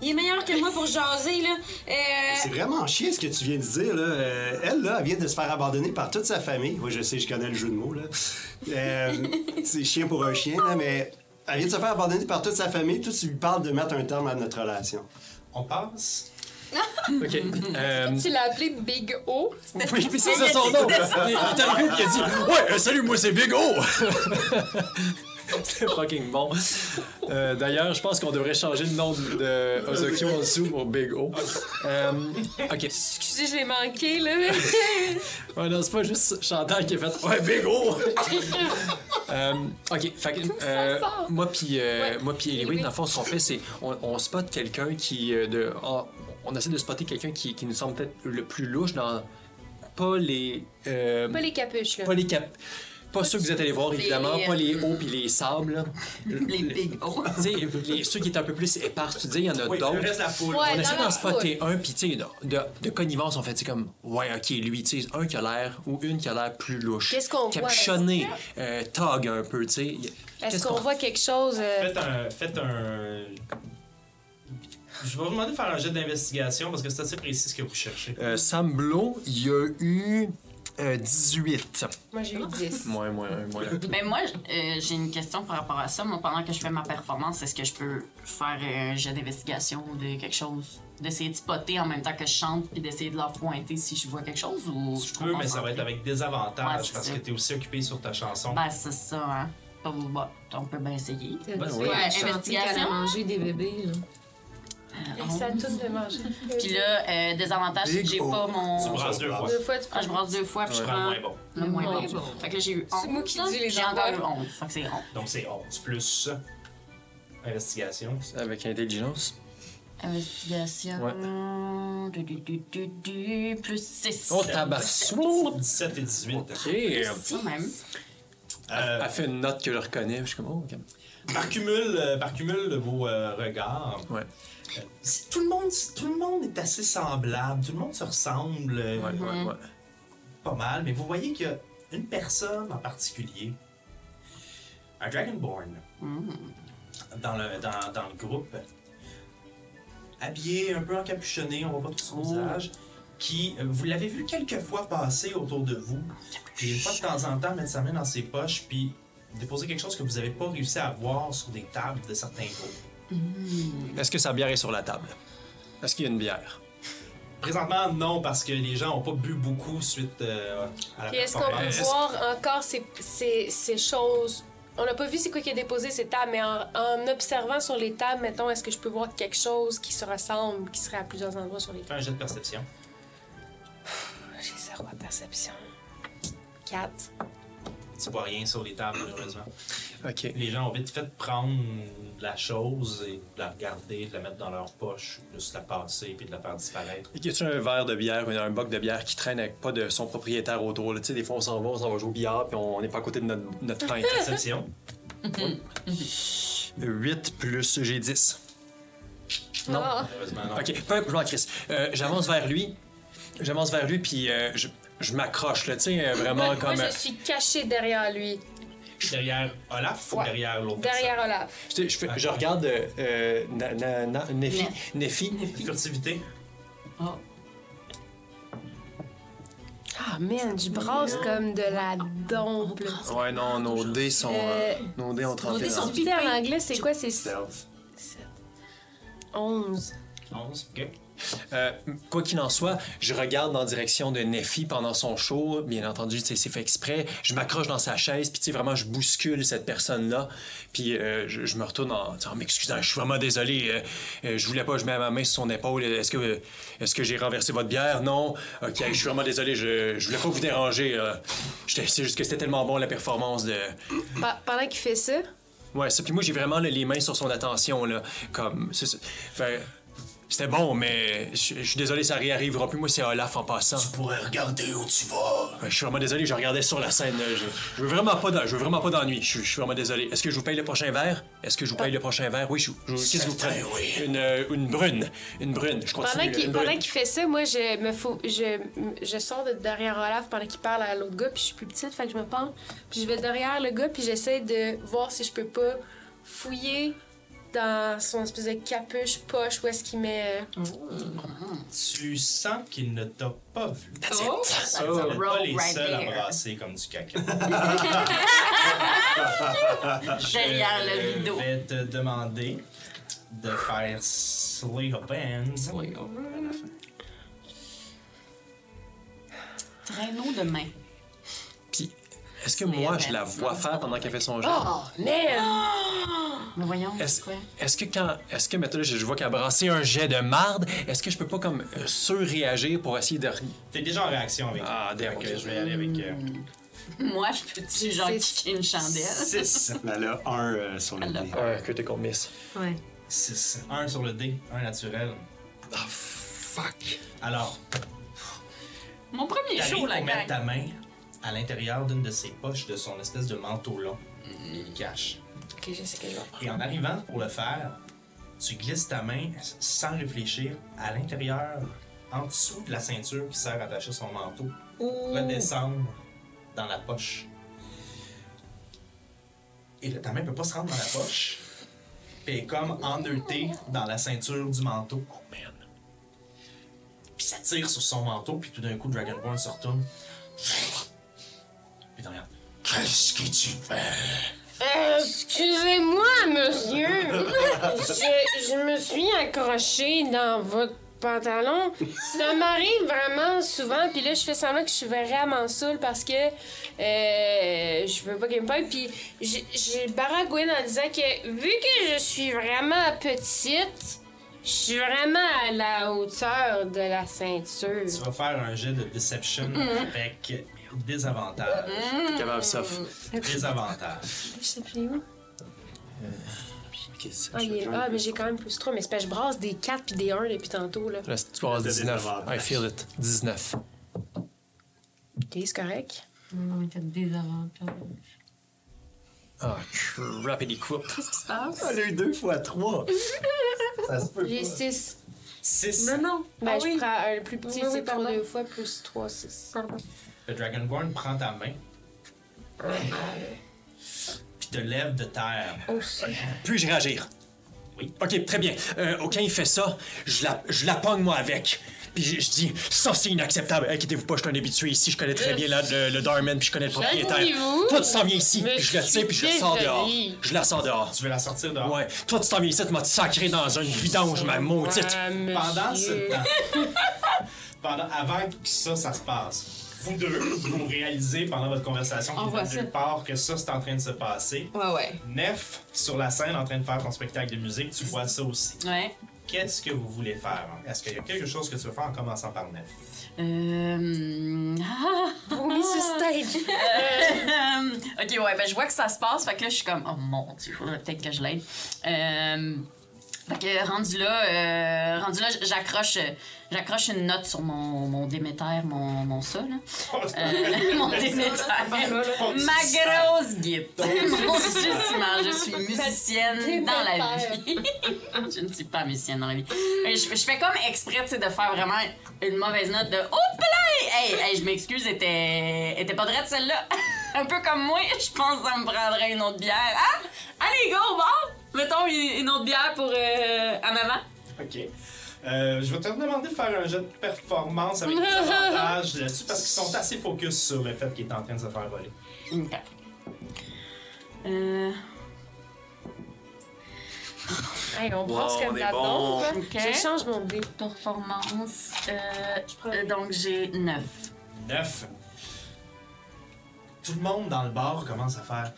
[SPEAKER 5] il est meilleur que moi pour jaser, là.
[SPEAKER 2] C'est
[SPEAKER 5] Euh,
[SPEAKER 2] vraiment chiant ce que tu viens de dire. Là. Euh, elle, là, elle vient de se faire abandonner par toute sa famille. Moi, je sais, je connais le jeu de mots. là. Euh, c'est chien pour un chien, là, mais elle vient de se faire abandonner par toute sa famille. Toi, tu lui parles de mettre un terme à notre relation.
[SPEAKER 1] On passe.
[SPEAKER 3] OK. euh,
[SPEAKER 7] ben.
[SPEAKER 6] Tu l'as appelé Big O.
[SPEAKER 3] Oui, mais c'est ça son nom. Il est arrivé et il a dit Ouais, euh, salut, moi c'est Big O. C'était fucking bon. Euh, D'ailleurs, je pense qu'on devrait changer le nom de- de Ozokyo en dessous pour Big O. Euh, ok.
[SPEAKER 6] Excusez, je l'ai manqué, là.
[SPEAKER 3] Ouais, non, c'est pas juste Chantal qui a fait Ouais, Big O. Euh, ok, fait que, euh,
[SPEAKER 6] sort.
[SPEAKER 3] moi puis euh,
[SPEAKER 6] Ouais.
[SPEAKER 3] moi puis Ellie,
[SPEAKER 6] Ellie.
[SPEAKER 3] dans le fond, ce qu'on fait, c'est on, on spot quelqu'un qui euh, de, on, on essaie de spotter quelqu'un qui, qui nous semble peut-être le plus louche dans pas les euh,
[SPEAKER 6] Pas les capuches, là.
[SPEAKER 3] pas les cap. Pas ceux que vous êtes allés voir,
[SPEAKER 8] Les-
[SPEAKER 3] évidemment. Pas les
[SPEAKER 6] euh,
[SPEAKER 3] hauts puis les sables. là.
[SPEAKER 8] Les big hauts.
[SPEAKER 3] Tu sais, les- ceux qui étaient un peu plus épars, tu dis, il y en a
[SPEAKER 1] Oui, le
[SPEAKER 3] d'autres.
[SPEAKER 1] reste de la foule.
[SPEAKER 8] Ouais.
[SPEAKER 3] On essaie
[SPEAKER 8] dans la
[SPEAKER 3] d'en spotter un, puis tu sais, de, de, de connivence, on fait tu sais, comme, ouais, ok, lui, tu sais, un qui a l'air, ou une qui a l'air plus louche.
[SPEAKER 6] Qu'est-ce qu'on voit?
[SPEAKER 3] Capuchonné, euh, tog un peu, tu sais.
[SPEAKER 6] Est-ce qu'on voit quelque chose? euh,
[SPEAKER 1] Faites un. Faites un... Je vais vous demander de faire un jet d'investigation parce que c'est assez précis ce que vous cherchez.
[SPEAKER 3] Euh, Sam Blow, il y a eu euh, 18.
[SPEAKER 6] Moi, j'ai eu 10.
[SPEAKER 3] Moins, moins, moins.
[SPEAKER 7] Mais moi, j- euh, j'ai une question par rapport à ça. Moi, pendant que je fais ma performance, est-ce que je peux faire euh, un jeu d'investigation ou de quelque chose? D'essayer de spotter en même temps que je chante puis d'essayer de leur pointer si je vois quelque chose ou je
[SPEAKER 1] Tu
[SPEAKER 7] suis trop
[SPEAKER 1] peux, mais ça va être
[SPEAKER 7] concentrée?
[SPEAKER 1] avec des
[SPEAKER 7] Ouais,
[SPEAKER 1] avantages
[SPEAKER 7] c'est
[SPEAKER 1] parce
[SPEAKER 7] ça.
[SPEAKER 1] que t'es aussi occupé sur ta chanson.
[SPEAKER 7] Ben, c'est ça, hein. Pas vous battre. On peut bien essayer.
[SPEAKER 3] Ben oui.
[SPEAKER 8] Ouais,
[SPEAKER 7] investigation.
[SPEAKER 8] investigation. manger des bébés. Là.
[SPEAKER 6] Ça tourne de manger.
[SPEAKER 7] Hein. Puis là, euh, désavantage, c'est que j'ai
[SPEAKER 2] Big
[SPEAKER 7] pas
[SPEAKER 2] O.
[SPEAKER 1] tu
[SPEAKER 7] mon.
[SPEAKER 1] brasses deux fois.
[SPEAKER 6] Deux fois, tu
[SPEAKER 7] Ah, je brasse deux fois, puis je
[SPEAKER 1] Tu prends le
[SPEAKER 7] prends
[SPEAKER 8] Ah.
[SPEAKER 7] le
[SPEAKER 1] moins bon.
[SPEAKER 7] moins
[SPEAKER 8] Le
[SPEAKER 7] bon.
[SPEAKER 8] moins bon.
[SPEAKER 7] Fait que là, j'ai eu 11.
[SPEAKER 8] C'est moi qui dis les
[SPEAKER 7] J'ai encore eu
[SPEAKER 8] affaires.
[SPEAKER 7] 11. Fait que c'est 11.
[SPEAKER 1] Donc c'est 11 plus investigation.
[SPEAKER 3] Avec intelligence.
[SPEAKER 7] Investigation. Du, du, du, du, du, plus 6.
[SPEAKER 3] Oh, tabasse. Ok.
[SPEAKER 1] 17 et Euh, 18.
[SPEAKER 7] Quand même.
[SPEAKER 1] Euh,
[SPEAKER 3] Elle fait une note que je reconnais. Je suis comme, oh, ok.
[SPEAKER 1] par cumul, euh, par cumul de vos euh, regards,
[SPEAKER 3] Ouais.
[SPEAKER 1] si tout le monde, si tout le monde est assez semblable, tout le monde se ressemble euh,
[SPEAKER 3] Ouais,
[SPEAKER 6] Mm-hmm.
[SPEAKER 3] ouais, ouais.
[SPEAKER 1] pas mal, mais vous voyez qu'il y a une personne en particulier, un Dragonborn,
[SPEAKER 6] Hmm.
[SPEAKER 1] dans, le, dans, dans le groupe, habillé un peu encapuchonné, on voit pas tout son
[SPEAKER 6] Oh.
[SPEAKER 1] visage, qui, euh, vous l'avez vu quelques fois passer autour de vous, puis une fois de temps en temps mettre sa main dans ses poches, puis déposer quelque chose que vous avez pas réussi à voir sur des tables de certains groupes.
[SPEAKER 3] Est-ce que sa bière est sur la table? Est-ce qu'il y a une bière?
[SPEAKER 1] Présentement, non, parce que les gens ont pas bu beaucoup suite euh, à la
[SPEAKER 6] Puis est-ce qu'on peut
[SPEAKER 1] performance.
[SPEAKER 6] voir encore ces, ces, ces choses? On n'a pas vu c'est quoi qui est déposé ces tables, mais en, en observant sur les tables, mettons, est-ce que je peux voir quelque chose qui se ressemble, qui serait à plusieurs endroits sur les tables?
[SPEAKER 1] Fais un jet de perception.
[SPEAKER 6] J'ai zéro à perception. 4.
[SPEAKER 1] Tu vois rien sur les tables, malheureusement.
[SPEAKER 3] Ok.
[SPEAKER 1] Les gens ont vite fait de prendre la chose et de la regarder, de la mettre dans leur poche, de se la passer puis de la faire disparaître.
[SPEAKER 3] Y a-tu un verre de bière ou un boc de bière qui traîne avec pas de son propriétaire autour? là? Tu sais, des fois, on s'en va, on s'en va jouer au billard, puis on n'est pas à côté de notre, notre pinte.
[SPEAKER 1] Perception.
[SPEAKER 3] 8 plus, j'ai 10. Non.
[SPEAKER 6] Ah.
[SPEAKER 1] Malheureusement, non.
[SPEAKER 3] Ok, peu importe, je m'en crisse. Euh, J'avance vers lui. J'avance vers lui, puis euh, je, je m'accroche, là, tu sais, euh, vraiment
[SPEAKER 6] Moi,
[SPEAKER 3] comme. euh,
[SPEAKER 6] je suis cachée derrière lui,
[SPEAKER 1] Derrière Olaf ou
[SPEAKER 6] Ouais.
[SPEAKER 1] derrière l'autre
[SPEAKER 6] derrière Olaf.
[SPEAKER 3] tu sais, je, fais- je regarde euh, euh, na, na- na- Nefi. Nefi.
[SPEAKER 1] personne? Furtivité.
[SPEAKER 6] Ah, man, je brasse comme de la dompe. là.
[SPEAKER 3] Ouais, non, nos dés sont. euh,
[SPEAKER 6] Euh,
[SPEAKER 3] nos dés ont 31.
[SPEAKER 8] dés sont-
[SPEAKER 6] Tu sais, en anglais, c'est quoi? C'est
[SPEAKER 1] Stealth.
[SPEAKER 6] 11.
[SPEAKER 1] 11, ok.
[SPEAKER 3] Euh, quoi qu'il en soit, je regarde en direction de Nefi pendant son show. Bien entendu, tu sais, c'est fait exprès. Je m'accroche dans sa chaise, puis tu sais, vraiment, je bouscule cette personne-là. Puis euh, je, je me retourne en disant M'excusez, je suis vraiment désolé. euh, euh, je voulais pas, je mets ma main sur son épaule. Est-ce que, est que j'ai renversé votre bière Non. Ok, je suis vraiment désolé. Je, je voulais pas vous déranger. euh. J'étais- c'est juste que c'était tellement bon la performance de.
[SPEAKER 6] Pa- pendant qu'il fait ça,
[SPEAKER 3] Ouais, ça. Puis moi, j'ai vraiment là, les mains sur son attention, là. Comme. c'est ça. Fait, C'était bon, mais je je suis désolé, ça réarrivera plus. Moi, c'est Olaf en passant.
[SPEAKER 9] Tu pourrais regarder où tu vas.
[SPEAKER 3] Ouais, Je suis vraiment désolé, je regardais sur la scène. là. Je, je veux vraiment pas d'en- je veux vraiment pas d'ennui. Je, je suis vraiment désolé. Est-ce que je vous paye le prochain verre? Est-ce que je vous paye le prochain verre? Oui, je, je- qu'est-ce que vous
[SPEAKER 9] Certain,
[SPEAKER 3] prenez?
[SPEAKER 9] oui.
[SPEAKER 3] Une, euh, une brune. Une brune. Je continue.
[SPEAKER 6] Pendant
[SPEAKER 3] là,
[SPEAKER 6] qu'il
[SPEAKER 3] une brune.
[SPEAKER 6] pendant qu'il fait ça, moi, je me fou- je, je sors de derrière Olaf pendant qu'il parle à l'autre gars, puis je suis plus petite, fait que je me pends. Puis je vais derrière le gars, puis j'essaie de voir si je peux pas fouiller dans son espèce de capuche, poche, où est-ce qu'il met... euh,
[SPEAKER 1] Tu sens qu'il ne t'a pas vu.
[SPEAKER 8] Oh!
[SPEAKER 1] Ça,
[SPEAKER 7] That's a
[SPEAKER 1] vous n'êtes pas
[SPEAKER 7] roll
[SPEAKER 1] les
[SPEAKER 7] right
[SPEAKER 1] seuls
[SPEAKER 7] there.
[SPEAKER 1] à brasser comme du caca.
[SPEAKER 7] Derrière le rideau.
[SPEAKER 1] Je vais te demander de faire Slay of Bands.
[SPEAKER 7] Traîneau de main.
[SPEAKER 3] Puis, est-ce que moi, je la vois faire pendant qu'elle fait son jeu?
[SPEAKER 6] Oh! Man!
[SPEAKER 7] Mais voyons,
[SPEAKER 3] Est-ce
[SPEAKER 7] c'est quoi?
[SPEAKER 3] est-ce que quand. Est-ce que maintenant, je, je vois qu'elle a brassé un jet de marde, est-ce que je peux pas comme euh, surréagir pour essayer de. re-
[SPEAKER 1] T'es déjà en réaction avec.
[SPEAKER 3] Ah, damn,
[SPEAKER 1] Fait que
[SPEAKER 3] ok.
[SPEAKER 1] Je vais y aller avec euh,
[SPEAKER 7] Moi, je peux-tu, genre, kicker une chandelle?
[SPEAKER 1] 6.
[SPEAKER 2] Elle a un euh, sur le
[SPEAKER 7] Elle a
[SPEAKER 2] nez.
[SPEAKER 3] Un critical miss.
[SPEAKER 8] Ouais.
[SPEAKER 1] 6. 1 sur le dé, 1 naturel.
[SPEAKER 3] Ah, fuck.
[SPEAKER 1] Alors,
[SPEAKER 7] Mon premier
[SPEAKER 1] t'arrives
[SPEAKER 7] show,
[SPEAKER 1] pour
[SPEAKER 7] la gang.
[SPEAKER 1] mettre ta main à l'intérieur d'une de ses poches de son espèce de manteau long. Il cache.
[SPEAKER 6] Ok, je sais que je vais prendre.
[SPEAKER 1] Et en arrivant pour le faire, tu glisses ta main sans réfléchir à l'intérieur, en dessous de la ceinture qui sert à attacher son manteau, pour redescendre dans la poche. Et là, ta main peut pas se rendre dans la poche. Puis elle est comme enneutée dans la ceinture du manteau. Oh man. Puis ça tire sur son manteau, puis tout d'un coup, Dragonborn se retourne. Puis t'en regardes.
[SPEAKER 9] Qu'est-ce que tu fais?
[SPEAKER 6] Euh, Excusez-moi, monsieur. je, je me suis accrochée dans votre pantalon. Ça m'arrive vraiment souvent. Puis là, je fais semblant que je suis vraiment saoule parce que euh, je veux pas qu'il me paye. Puis j'ai- j'ai baragouiné en disant que vu que je suis vraiment petite, je suis vraiment à la hauteur de la ceinture.
[SPEAKER 1] Tu vas faire un jet de deception
[SPEAKER 8] Mm-hmm.
[SPEAKER 1] avec des avantages.
[SPEAKER 6] Mm.
[SPEAKER 3] Capable, sauf.
[SPEAKER 1] Des avantages.
[SPEAKER 6] Je sais plus où.
[SPEAKER 3] Qu'est-ce
[SPEAKER 6] Ah, il est- ah, mais j'ai quand même plus 3, mais c'est parce que je brasse des 4 puis des 1 depuis tantôt. Là.
[SPEAKER 3] Là, tu vas avoir
[SPEAKER 2] T'as des
[SPEAKER 3] 19. I
[SPEAKER 2] avantages.
[SPEAKER 3] feel it. 19.
[SPEAKER 6] Ok, c'est correct.
[SPEAKER 8] Non, mais t'as des avantages.
[SPEAKER 3] Ah, crap, il est coupe.
[SPEAKER 6] Qu'est-ce qui se passe?
[SPEAKER 2] Elle a eu deux fois trois. ça se peut
[SPEAKER 6] J'ai
[SPEAKER 2] pas.
[SPEAKER 6] 6.
[SPEAKER 1] Six.
[SPEAKER 8] non.
[SPEAKER 6] Ben,
[SPEAKER 8] Ah
[SPEAKER 6] je
[SPEAKER 8] oui.
[SPEAKER 6] prends euh, le plus petit,
[SPEAKER 8] Oui, oui,
[SPEAKER 6] c'est pour
[SPEAKER 8] pardon.
[SPEAKER 6] deux fois, plus 3, 6.
[SPEAKER 1] Le Dragonborn prend ta main. Puis te lève de terre.
[SPEAKER 3] Puis-je réagir?
[SPEAKER 1] Oui.
[SPEAKER 3] OK, très bien. Euh, aucun il fait ça, je la, je la pogne, moi, avec. Puis je, je dis, ça, c'est inacceptable. Inquiétez-vous pas, je suis un habitué ici. Je connais très bien là, le, le Darman, puis je connais le propriétaire.
[SPEAKER 6] Calmez-vous.
[SPEAKER 3] Toi, tu t'en viens ici.
[SPEAKER 6] Mais
[SPEAKER 3] Puis je le
[SPEAKER 6] je
[SPEAKER 3] tire, puis je le sors
[SPEAKER 6] suis
[SPEAKER 3] dehors.
[SPEAKER 6] désolée.
[SPEAKER 3] Je la sors dehors.
[SPEAKER 1] Tu veux la sortir dehors?
[SPEAKER 3] Ouais. Toi, tu t'en viens ici, tu m'as sacré dans une vidange, ma maudite.
[SPEAKER 1] Pendant ce temps, pendant, avant que ça, ça se passe, vous deux, vous réalisez pendant votre conversation
[SPEAKER 8] On
[SPEAKER 1] qu'il
[SPEAKER 8] voit
[SPEAKER 1] vient de
[SPEAKER 8] ça.
[SPEAKER 1] nulle part que ça, c'est en train de se passer.
[SPEAKER 8] Ouais, ouais.
[SPEAKER 1] Nef, sur la scène, en train de faire ton spectacle de musique, tu vois ça aussi.
[SPEAKER 8] Ouais.
[SPEAKER 1] Qu'est-ce que vous voulez faire? hein? Est-ce qu'il y a quelque chose que tu veux faire en commençant par Nef?
[SPEAKER 8] Euh... ah,
[SPEAKER 6] Vomis sur stage.
[SPEAKER 8] euh, ok, ouais, ben je vois que ça se passe, fait que là, je suis comme, oh mon dieu, faudrait peut-être que je l'aide. Euh... Fait que rendu là, euh, rendu là, j'accroche, euh, j'accroche une note sur mon, mon déméter, mon, mon ça, là. Euh, mon déméter. Ma grosse guide. Mon Dieu, Simon, je suis musicienne dans la vie. je ne suis pas musicienne dans la vie. Et Je, je fais comme exprès, tu sais, de faire vraiment une mauvaise note de « Oh, plein! Hey, hey, je m'excuse, était, était pas droite celle-là. Un peu comme moi, je pense que ça me prendrait une autre bière. Ah! Allez, go, bon! Mettons une, une autre bière pour euh, à maman.
[SPEAKER 1] Ok. Euh, je vais te demander de faire un jeu de performance avec des avantages là-dessus parce qu'ils sont assez focus sur le fait qu'il est en train de se faire voler.
[SPEAKER 8] Ok. Euh,
[SPEAKER 6] Hey, on brasse
[SPEAKER 3] Wow, on
[SPEAKER 6] comme
[SPEAKER 3] est
[SPEAKER 6] la
[SPEAKER 3] bon.
[SPEAKER 6] tombe.
[SPEAKER 8] Ok.
[SPEAKER 6] Je change mon dé.
[SPEAKER 8] performance. euh,
[SPEAKER 6] prends-
[SPEAKER 8] euh, donc, j'ai 9.
[SPEAKER 1] 9. Tout le monde dans le bar commence à faire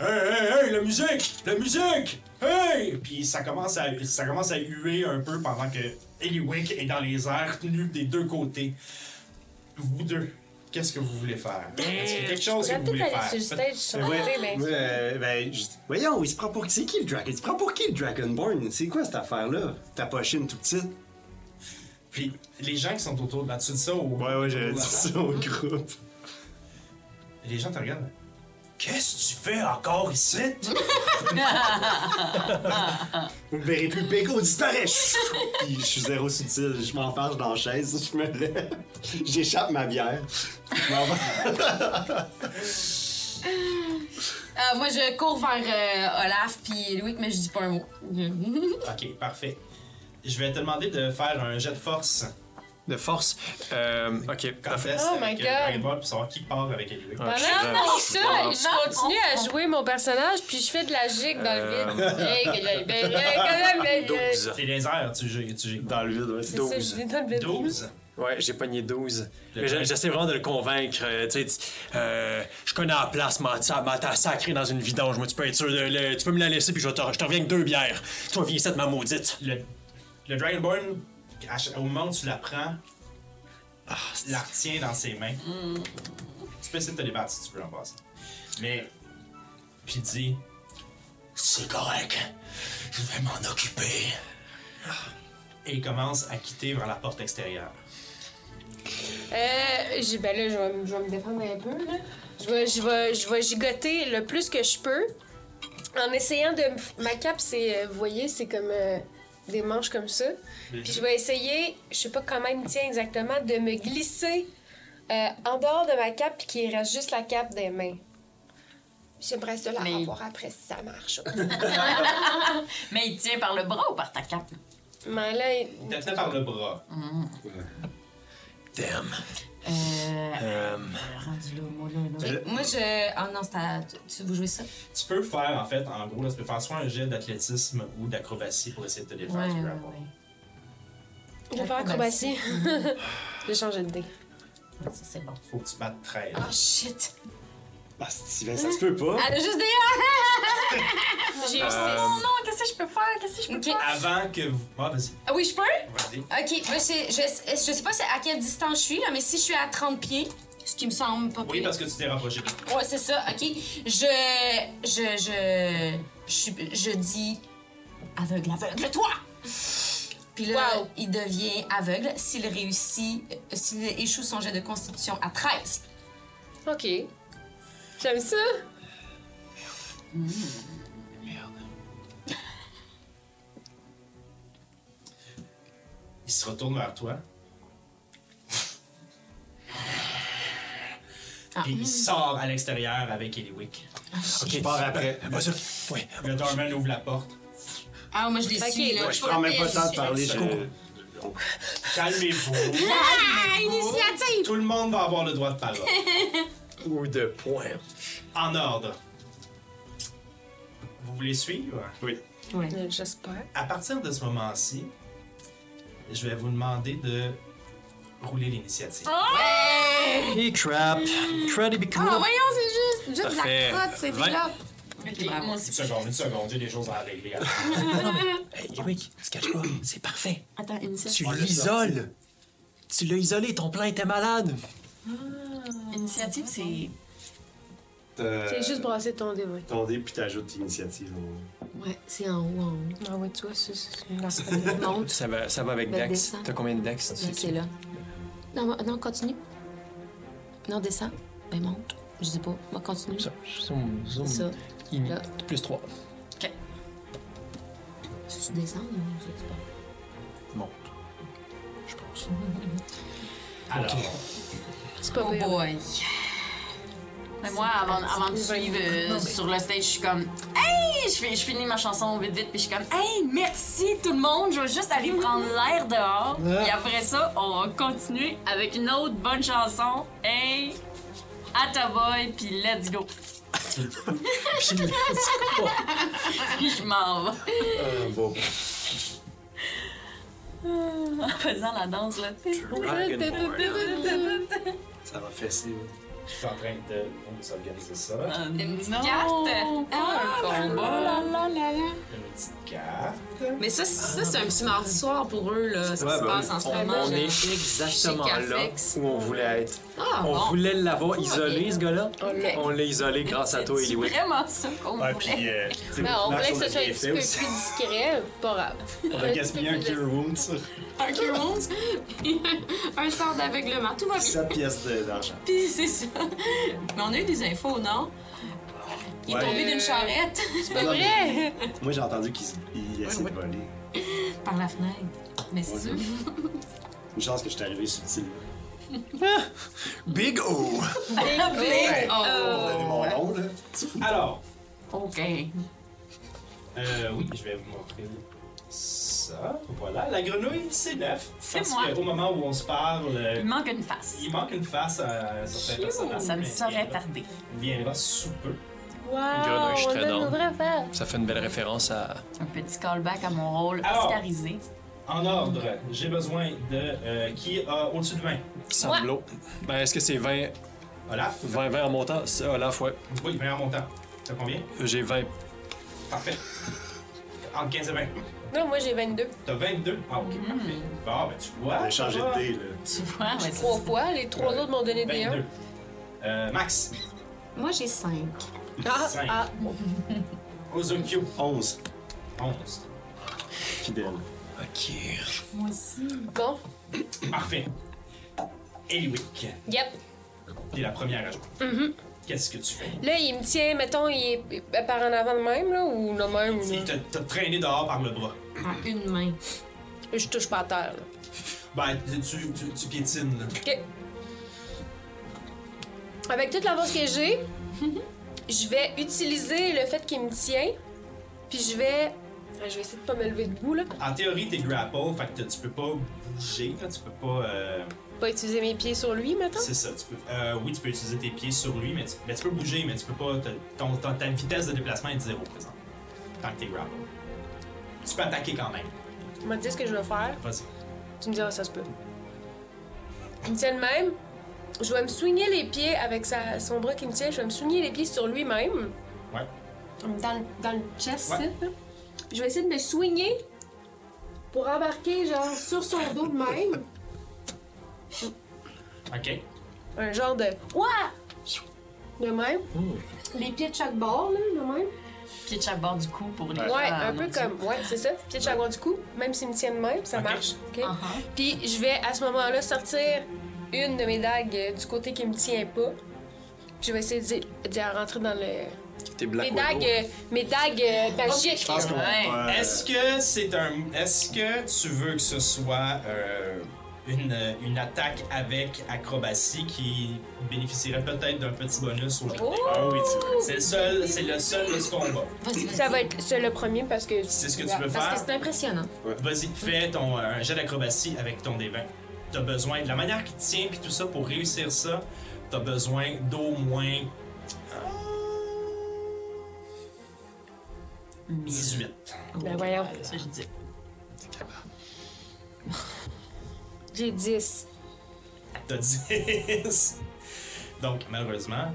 [SPEAKER 1] Hey, hey, hey, la musique! La musique! Hey! Puis ça commence à, ça commence à huer un peu pendant que Eliwick est dans les airs, tenu des deux côtés. Vous deux, qu'est-ce que vous voulez faire? Est-ce qu'il y a quelque chose que
[SPEAKER 6] J'aurais
[SPEAKER 1] vous
[SPEAKER 6] peut-être
[SPEAKER 1] voulez
[SPEAKER 6] aller sur le
[SPEAKER 1] faire?
[SPEAKER 6] stage, chanter, mais.
[SPEAKER 2] Moi, euh, ben, je- voyons, il se prend pour qui? C'est qui le Dragon? Il se prend pour qui le Dragonborn? C'est quoi cette affaire-là? Ta pochine tout petite?
[SPEAKER 1] Puis les gens qui sont autour, ben, tu dis ça au.
[SPEAKER 2] Ouais, ouais, j'avais
[SPEAKER 1] au-
[SPEAKER 2] dit ça au groupe.
[SPEAKER 1] Les gens te regardent. Qu'est-ce que tu fais encore ici?
[SPEAKER 2] Vous ne verrez plus, Bego disparaît! Chut! Puis je suis zéro subtil, je m'enfarge dans la chaise, je me lève, j'échappe ma bière. bah, Je m'en vais.
[SPEAKER 5] Euh, moi, je cours vers euh, Olaf puis Louis, mais je dis pas un mot.
[SPEAKER 1] ok, parfait. Je vais te demander de faire un jet de force.
[SPEAKER 3] De force. Euh, OK,
[SPEAKER 1] Quand
[SPEAKER 3] parfait.
[SPEAKER 1] test
[SPEAKER 6] Oh
[SPEAKER 1] avec euh,
[SPEAKER 6] my God.
[SPEAKER 1] Dragon Ball pour savoir qui part avec Eliwick.
[SPEAKER 3] Ouais, je
[SPEAKER 6] Pendant
[SPEAKER 3] suis-
[SPEAKER 6] que ça, je continue à jouer mon personnage, puis je fais de la gigue dans le vide. Hey, que la- ben, là, quand même, le- le-
[SPEAKER 3] 12.
[SPEAKER 1] C'est les airs, tu gères. Tu gères.
[SPEAKER 2] Dans le vide, ouais.
[SPEAKER 6] C'est ça, je dis dans le vide.
[SPEAKER 1] 12.
[SPEAKER 3] Ouais, j'ai pogné 12. Mais
[SPEAKER 1] Le
[SPEAKER 3] j'a-
[SPEAKER 1] mec.
[SPEAKER 3] j'essaie vraiment de le convaincre. euh, tu sais, tu- euh, je connais la place, m'a t'a sacré dans une vidange. Moi, tu peux être sûr de. le- tu peux me la laisser, puis je, vais te, je te reviens avec deux bières. Toi, viens ici, ma maudite.
[SPEAKER 1] Le, le Dragonborn, à chaque- au moment où tu la prends,
[SPEAKER 2] Ah,
[SPEAKER 1] la retient dans ses mains. Tu peux essayer de te débattre si tu veux en passant. Mais. Puis dit.
[SPEAKER 9] C'est correct. Je vais m'en occuper.
[SPEAKER 1] Et commence à quitter vers la porte extérieure.
[SPEAKER 6] Euh, j'ai- ben là, je vais, me- je vais me défendre un peu. Là. Je, vais, je, vais, je vais gigoter le plus que je peux. En essayant de. me f- Ma cape, c'est. euh, vous voyez, c'est comme euh, des manches comme ça. Puis je vais essayer, je sais pas comment il me tient exactement, de me glisser euh, en dehors de ma cape, puis qu'il reste juste la cape des mains. J'aimerais ça la
[SPEAKER 8] Mais-
[SPEAKER 6] revoir après si ça marche.
[SPEAKER 8] Mais il tient par le bras ou par ta cape?
[SPEAKER 6] Mais là, il-
[SPEAKER 1] Il t'attenait par le bras.
[SPEAKER 3] Damn.
[SPEAKER 8] Euh,
[SPEAKER 3] Euh,
[SPEAKER 8] rendu là, moi, là, là.
[SPEAKER 1] Je-
[SPEAKER 5] Moi, je. Ah non, c'est à- tu- Tu veux jouer ça?
[SPEAKER 1] Tu peux faire, en fait, en gros, là, tu peux faire soit un jet d'athlétisme ou d'acrobatie pour essayer de te défaire
[SPEAKER 8] Ouais,
[SPEAKER 1] du
[SPEAKER 8] ouais,
[SPEAKER 1] grapple.
[SPEAKER 8] ouais.
[SPEAKER 6] je vais faire acrobatie. J'ai changé de dé.
[SPEAKER 8] Ça, c'est bon.
[SPEAKER 1] Faut que tu battes 13.
[SPEAKER 8] Ah,
[SPEAKER 5] Oh shit!
[SPEAKER 2] Ah, Steven, ça se peut pas.
[SPEAKER 5] Elle a juste des.
[SPEAKER 6] J'ai eu
[SPEAKER 3] euh,
[SPEAKER 8] Non, qu'est-ce que je peux faire? Qu'est-ce que je peux
[SPEAKER 5] Ok.
[SPEAKER 8] faire?
[SPEAKER 1] Avant que vous. Ah, vas-y,
[SPEAKER 5] Ah oui, je peux?
[SPEAKER 1] vas-y.
[SPEAKER 5] Ok, moi, c'est- je, je sais pas c'est à quelle distance je suis, là, mais si je suis à 30 pieds, ce qui me semble pas
[SPEAKER 1] Oui,
[SPEAKER 5] pire.
[SPEAKER 1] parce que tu t'es rapproché.
[SPEAKER 5] Ouais, c'est ça, ok. Je. Je. Je. Je, je dis. Aveugle, aveugle, toi! Puis là,
[SPEAKER 6] Wow.
[SPEAKER 5] il devient aveugle s'il réussit. euh, S'il échoue son jet de constitution à 13.
[SPEAKER 6] Ok. J'aime ça.
[SPEAKER 1] Il se retourne vers toi.
[SPEAKER 8] Ah.
[SPEAKER 1] Puis il sort à l'extérieur avec Eliwick.
[SPEAKER 3] ok.
[SPEAKER 2] Je pars après.
[SPEAKER 3] Ah, ça, ouais.
[SPEAKER 1] Le Dorman ouvre la porte.
[SPEAKER 5] Ah, moi, je l'ai
[SPEAKER 6] Ok,
[SPEAKER 5] su, là.
[SPEAKER 6] ouais,
[SPEAKER 2] Je prends même pas le temps de parler. Je
[SPEAKER 1] Euh, Calmez-vous.
[SPEAKER 5] Initiative!
[SPEAKER 1] Tout le monde va avoir le droit de parole.
[SPEAKER 3] Ou de points.
[SPEAKER 1] En ordre. Vous voulez suivre?
[SPEAKER 2] Oui.
[SPEAKER 6] Euh, J'espère.
[SPEAKER 1] À partir de ce moment-ci, je vais vous demander de rouler l'initiative.
[SPEAKER 2] Ah!
[SPEAKER 3] Hey crap. Crap, big
[SPEAKER 6] Ah, voyons, c'est juste. Juste
[SPEAKER 3] Parfait.
[SPEAKER 6] de la crotte, c'est
[SPEAKER 3] Vingt.
[SPEAKER 6] là.
[SPEAKER 8] Ok, moi
[SPEAKER 1] Une
[SPEAKER 8] aussi.
[SPEAKER 1] seconde, une seconde, j'ai des choses à régler.
[SPEAKER 3] Hey, Loïc, tu te caches pas. C'est parfait.
[SPEAKER 5] Attends, initiative.
[SPEAKER 3] Tu
[SPEAKER 1] On l'a
[SPEAKER 3] l'isoles. Tu l'as isolé. Ton plan était malade.
[SPEAKER 8] Initiative, c'est.
[SPEAKER 1] Euh,
[SPEAKER 6] C'est Euh, juste brasser ton dé, ouais.
[SPEAKER 2] Ton dé, puis t'ajoutes initiative. on-
[SPEAKER 5] Ouais, c'est en haut, en haut.
[SPEAKER 6] Ah, ouais, tu vois, c'est c'est une lance.
[SPEAKER 5] Monte.
[SPEAKER 3] Ça va, ça va avec
[SPEAKER 5] Ben,
[SPEAKER 3] Dex.
[SPEAKER 5] descends.
[SPEAKER 3] T'as combien de Dex?
[SPEAKER 5] Ben, c'est là. Non, non, continue. Non, descends. Ben, monte. Je sais pas. Moi, continue.
[SPEAKER 3] Ça, zoom, zoom.
[SPEAKER 5] Ça.
[SPEAKER 3] Il-
[SPEAKER 5] Là.
[SPEAKER 3] Plus 3.
[SPEAKER 5] Si tu descends, non, je sais pas.
[SPEAKER 3] Monte. Je pense.
[SPEAKER 1] Alors,
[SPEAKER 6] C'est pas
[SPEAKER 8] Oh
[SPEAKER 6] vrai.
[SPEAKER 8] boy. Mais moi, avant, avant de suivre euh, sur le stage, je suis comme Hey! Je, fais- je finis ma chanson vite vite, puis je suis comme Hey, merci tout le monde, je vais juste aller prendre l'air dehors. Et après ça, on va continuer avec une autre bonne chanson. Hey! Attaboy, puis let's go.
[SPEAKER 3] Puis, let's go.
[SPEAKER 8] Puis je m'en vais.
[SPEAKER 2] Euh, bon.
[SPEAKER 8] En faisant la danse, là.
[SPEAKER 2] Ça va fesser. là.
[SPEAKER 1] je suis en train de vous organiser ça.
[SPEAKER 2] Ah.
[SPEAKER 8] Une petite carte.
[SPEAKER 5] Ah,
[SPEAKER 8] combat.
[SPEAKER 1] Une petite carte.
[SPEAKER 5] Mais ça, c'est- ça, c'est un petit mardi soir pour eux, là, ce qui
[SPEAKER 3] Ouais,
[SPEAKER 5] se
[SPEAKER 3] ben,
[SPEAKER 5] passe en ce moment.
[SPEAKER 3] on
[SPEAKER 5] là.
[SPEAKER 3] est exactement
[SPEAKER 5] Chez
[SPEAKER 3] là
[SPEAKER 5] Carflex.
[SPEAKER 3] où on voulait être.
[SPEAKER 5] Ah,
[SPEAKER 3] On
[SPEAKER 5] bon.
[SPEAKER 3] voulait l'avoir isolé, ce gars-là.
[SPEAKER 8] l'a-
[SPEAKER 3] On l'a isolé grâce à toi,
[SPEAKER 8] C'est
[SPEAKER 3] Eliwick.
[SPEAKER 8] vraiment ça qu'on
[SPEAKER 2] Ouais,
[SPEAKER 8] voulait.
[SPEAKER 2] puis. euh, tu sais,
[SPEAKER 6] Ben, on
[SPEAKER 2] Marc,
[SPEAKER 6] voulait que
[SPEAKER 2] a
[SPEAKER 6] ce soit un
[SPEAKER 2] bien
[SPEAKER 6] petit
[SPEAKER 2] fait
[SPEAKER 6] peu plus
[SPEAKER 2] aussi.
[SPEAKER 6] discret, pas grave.
[SPEAKER 2] On a gaspillé un Cure Wound sur
[SPEAKER 5] Un cure wounds, puis un sort d'aveuglement. Tout va bien.
[SPEAKER 2] 7 pièces de- d'argent.
[SPEAKER 5] Puis c'est ça. Mais on a eu des infos, non? Il est
[SPEAKER 2] Ouais.
[SPEAKER 5] tombé d'une charrette.
[SPEAKER 6] C'est pas vrai.
[SPEAKER 2] Moi, j'ai entendu qu'il s- il essaie de voler.
[SPEAKER 5] Par la fenêtre. Mais c'est sûr.
[SPEAKER 2] Une chance que je suis arrivé subtil. Ah!
[SPEAKER 3] Big O!
[SPEAKER 6] Euh,
[SPEAKER 2] Pour donner mon nom, là.
[SPEAKER 1] Alors,
[SPEAKER 8] Oh.
[SPEAKER 6] Oh.
[SPEAKER 8] OK.
[SPEAKER 1] euh, oui, je vais vous montrer ça. Voilà, la grenouille, c'est neuf.
[SPEAKER 8] C'est
[SPEAKER 1] Parce
[SPEAKER 8] moi.
[SPEAKER 1] que Au moment où on se parle, euh,
[SPEAKER 8] Il manque une face.
[SPEAKER 1] il manque une face à certains personnages.
[SPEAKER 8] Ça ne
[SPEAKER 1] mais
[SPEAKER 8] saurait
[SPEAKER 1] viendra-
[SPEAKER 8] tarder.
[SPEAKER 1] Viendra sous peu.
[SPEAKER 6] Wow,
[SPEAKER 3] Grenouille, je suis
[SPEAKER 6] on
[SPEAKER 3] très
[SPEAKER 6] a
[SPEAKER 3] down.
[SPEAKER 6] une vraie face.
[SPEAKER 3] Ça fait une belle référence à.
[SPEAKER 8] Un petit callback à mon rôle
[SPEAKER 1] Alors.
[SPEAKER 8] oscarisé.
[SPEAKER 1] En ordre, j'ai besoin de euh, qui a au-dessus de 20.
[SPEAKER 3] Samblo. Ben, est-ce que c'est 20,
[SPEAKER 1] Olaf,
[SPEAKER 3] 20, 20 en montant? C'est Olaf, ouais.
[SPEAKER 1] oui, 20 en montant. T'as combien?
[SPEAKER 3] J'ai 20.
[SPEAKER 1] Parfait. Entre 15 et 20.
[SPEAKER 6] Non, moi j'ai 22.
[SPEAKER 1] T'as 22? Ah, ok,
[SPEAKER 6] Hmm.
[SPEAKER 1] parfait. Bon, ben tu vois.
[SPEAKER 2] On a changé de dé, là.
[SPEAKER 8] Tu vois, ouais,
[SPEAKER 6] Trois fois, les trois autres m'ont donné des 1.
[SPEAKER 1] 22. Euh, Max,
[SPEAKER 5] Moi, j'ai 5.
[SPEAKER 6] Ah,
[SPEAKER 1] Cinq.
[SPEAKER 6] ah,
[SPEAKER 1] Ozokyo,
[SPEAKER 2] 11.
[SPEAKER 1] 11.
[SPEAKER 2] Fidèle.
[SPEAKER 3] Ok.
[SPEAKER 6] bon.
[SPEAKER 1] Parfait. Eliwick.
[SPEAKER 6] Yep.
[SPEAKER 1] T'es la première à jouer.
[SPEAKER 6] Mm-hmm.
[SPEAKER 1] Qu'est-ce que tu fais?
[SPEAKER 6] Là, il me tient, mettons, il est par en avant de même, là, ou le même.
[SPEAKER 1] Il
[SPEAKER 6] là.
[SPEAKER 1] t'a t'a traîné dehors par le bras.
[SPEAKER 5] Une main.
[SPEAKER 6] Je touche pas à terre, là.
[SPEAKER 1] Ben, tu, tu, tu piétines, là.
[SPEAKER 6] OK. Avec toute l'avance que j'ai, je vais utiliser le fait qu'il me tient, puis je vais. Ah, Je vais essayer de pas me lever debout, là.
[SPEAKER 1] En théorie, t'es grapple, fait que tu peux pas bouger, là, tu peux pas. euh,
[SPEAKER 6] Pas utiliser mes pieds sur lui, mettons.
[SPEAKER 1] c'est ça. Tu peux, euh, oui, tu peux utiliser tes pieds sur lui, mais tu, ben, tu peux bouger, mais tu peux pas. te- ton- ton- ta vitesse de déplacement est de zéro présent. Tant que t'es grapple. Tu peux attaquer quand même.
[SPEAKER 6] Tu m'as dit ce que je veux faire.
[SPEAKER 1] Vas-y.
[SPEAKER 6] Tu me diras, ça se peut. Il me tient le même. Je vais me soigner les pieds avec sa- son bras qui me tient. Je vais me soigner les pieds sur lui-même.
[SPEAKER 1] Ouais.
[SPEAKER 6] Dans, le- dans le chest,
[SPEAKER 1] Ouais.
[SPEAKER 6] ici, là. Je vais essayer de me soigner pour embarquer, genre, sur son dos de même.
[SPEAKER 1] Ok.
[SPEAKER 6] Un genre de. Ouah! De même. Hmm. Les pieds de chaque bord, là, de même.
[SPEAKER 8] Pied de chaque bord du cou pour les
[SPEAKER 6] Ouais,
[SPEAKER 8] gens, euh,
[SPEAKER 6] un
[SPEAKER 1] ah,
[SPEAKER 8] non,
[SPEAKER 6] peu
[SPEAKER 8] tu-
[SPEAKER 6] comme. Ouais, c'est ça. Pieds de chaque bord du cou, même s'ils me tiennent de même, ça
[SPEAKER 1] Ok.
[SPEAKER 6] marche. OK?
[SPEAKER 8] Uh-huh.
[SPEAKER 6] Puis je vais à ce moment-là sortir une de mes dagues euh, du côté qui me tient pas. Puis je vais essayer de di- d'y rentrer dans le.
[SPEAKER 3] T'es
[SPEAKER 6] Mes
[SPEAKER 3] Black
[SPEAKER 6] dagues,
[SPEAKER 3] Widow.
[SPEAKER 6] euh, mes dagues euh, magiques.
[SPEAKER 2] pense qu'on euh,
[SPEAKER 8] Ouais.
[SPEAKER 2] va-
[SPEAKER 1] Est-ce que c'est un. Est-ce que tu veux que ce soit euh, une, une attaque avec acrobatie qui bénéficierait peut-être d'un petit bonus au jeu?
[SPEAKER 6] Oh!
[SPEAKER 1] Ah oui, tu veux. C'est le seul, c'est le seul de ce combat.
[SPEAKER 5] Vas-y, vas-y.
[SPEAKER 6] Ça va être c'est le premier parce que.
[SPEAKER 1] C'est ce que tu veux
[SPEAKER 5] Parce
[SPEAKER 1] faire.
[SPEAKER 5] que c'est impressionnant.
[SPEAKER 1] Vas-y, fais ton euh, un jet d'acrobatie avec ton D20. T'as besoin de la manière qu'il tient puis tout ça pour réussir ça. T'as besoin d'au moins euh, 18.
[SPEAKER 6] Ben voyons.
[SPEAKER 8] C'est ça que je dis.
[SPEAKER 6] J'ai 10.
[SPEAKER 1] T'as 10. Donc, malheureusement,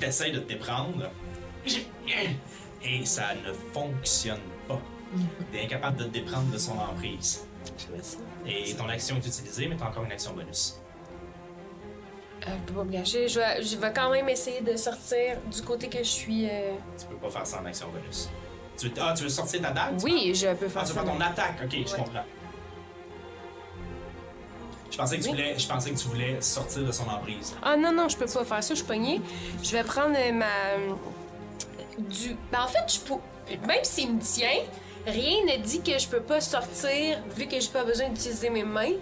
[SPEAKER 1] t'essayes de te déprendre et ça ne fonctionne pas. T'es incapable de te déprendre de son emprise. Et ton action est utilisée, mais t'as encore une action bonus.
[SPEAKER 6] Euh, je peux pas me gâcher. Je vais, je vais quand même essayer de sortir du côté que je suis. euh,
[SPEAKER 1] Tu peux pas faire ça en action bonus. Tu veux, ah, tu veux sortir ta dague? tu
[SPEAKER 6] Oui, je peux
[SPEAKER 1] Ah,
[SPEAKER 6] faire
[SPEAKER 1] tu veux faire
[SPEAKER 6] ça.
[SPEAKER 1] ton attaque, ok, je comprends. Je pensais, que tu voulais, je pensais que tu voulais sortir de son emprise.
[SPEAKER 6] Ah non, non, je peux pas faire ça, je suis pognée. Je vais prendre euh, ma. Du. Ben, en fait, je peux. Même s'il me tient, rien ne dit que je peux pas sortir, vu que j'ai pas besoin d'utiliser mes mains,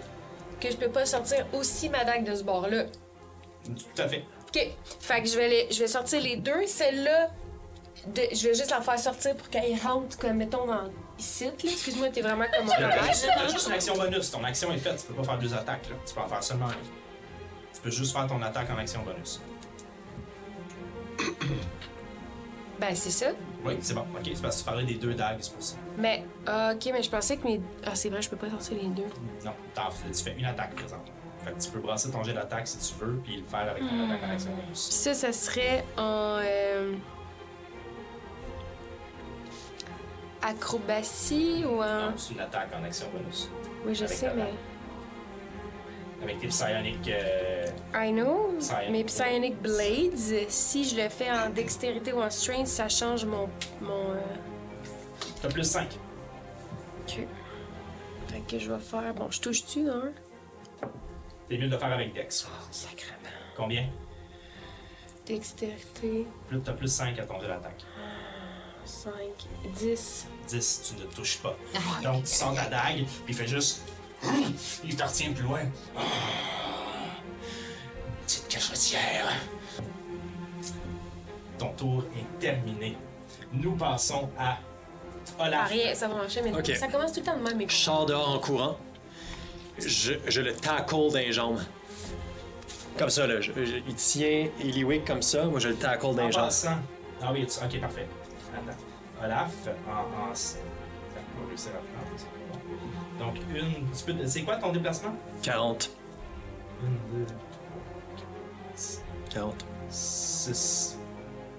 [SPEAKER 6] que je peux pas sortir aussi ma dague de ce bord-là.
[SPEAKER 1] Tout à fait.
[SPEAKER 6] OK. Fait que je vais, les- je vais sortir les deux. Celle-là, de- je vais juste la faire sortir pour qu'elle rentre, comme, mettons, dans. Ici, là. Excuse-moi, t'es vraiment comme un
[SPEAKER 1] T'as
[SPEAKER 6] malade.
[SPEAKER 1] juste- t'as juste une action bonus. Ton action est faite. Tu peux pas faire deux attaques. Là. Tu peux en faire seulement une. Tu peux juste faire ton attaque en action bonus.
[SPEAKER 6] Ben, c'est ça.
[SPEAKER 1] Oui, c'est bon. Ok, c'est parce que tu parlais des deux dagues, c'est pour ça.
[SPEAKER 6] Mais, ah, OK, mais je pensais que mes. Ah, c'est vrai, je peux pas sortir les deux.
[SPEAKER 1] Non, t'en fais- tu fais une attaque présente. Fait que tu peux brasser ton jet d'attaque si tu veux, puis le faire avec ton attaque en action bonus.
[SPEAKER 6] Ça, ça serait en. euh, acrobatie ou en.
[SPEAKER 3] Ah,
[SPEAKER 1] Non, c'est une attaque en action bonus.
[SPEAKER 6] Oui, je
[SPEAKER 1] avec
[SPEAKER 6] sais,
[SPEAKER 1] la
[SPEAKER 6] mais.
[SPEAKER 1] Avec tes psionic. euh,
[SPEAKER 6] I know.
[SPEAKER 1] Psionic
[SPEAKER 6] Mais Psionic
[SPEAKER 1] Blades.
[SPEAKER 6] Blades, si je le fais en dextérité ou en strength, ça change mon. mon euh,
[SPEAKER 1] T'as plus 5.
[SPEAKER 6] queue. Fait que je vais faire. Bon, je touche-tu, hein?
[SPEAKER 1] T'es mieux de le faire avec Dex.
[SPEAKER 6] Sacrément.
[SPEAKER 1] Combien
[SPEAKER 6] Dextérité,
[SPEAKER 1] Plus- T'as plus 5 à ton jet d'attaque.
[SPEAKER 6] 5, 10.
[SPEAKER 1] 10, tu ne touches pas. Donc, tu sens ta dague, puis il fait juste. Il te retient plus loin. Petite cachetière. Ton tour est terminé. Nous passons à
[SPEAKER 6] Ah,
[SPEAKER 1] Olaf.
[SPEAKER 6] rien, ça va marcher, mais
[SPEAKER 3] Ok.
[SPEAKER 6] ça commence tout le temps de même, mais.
[SPEAKER 3] Je sors dehors en courant. Je, je le tackle d'un jambes. Comme ça, là. je- je- il tient Eliwick comme ça. Moi, je le tackle
[SPEAKER 1] En
[SPEAKER 3] d'un jambes.
[SPEAKER 1] passant. Ah oui, tu- ok, parfait. Attends. Olaf, en. en... ça, on va réussir à prendre, c'est bon. Donc, une. tu peux- C'est quoi ton déplacement
[SPEAKER 3] 40.
[SPEAKER 1] Une, deux,
[SPEAKER 3] 40.
[SPEAKER 1] 6,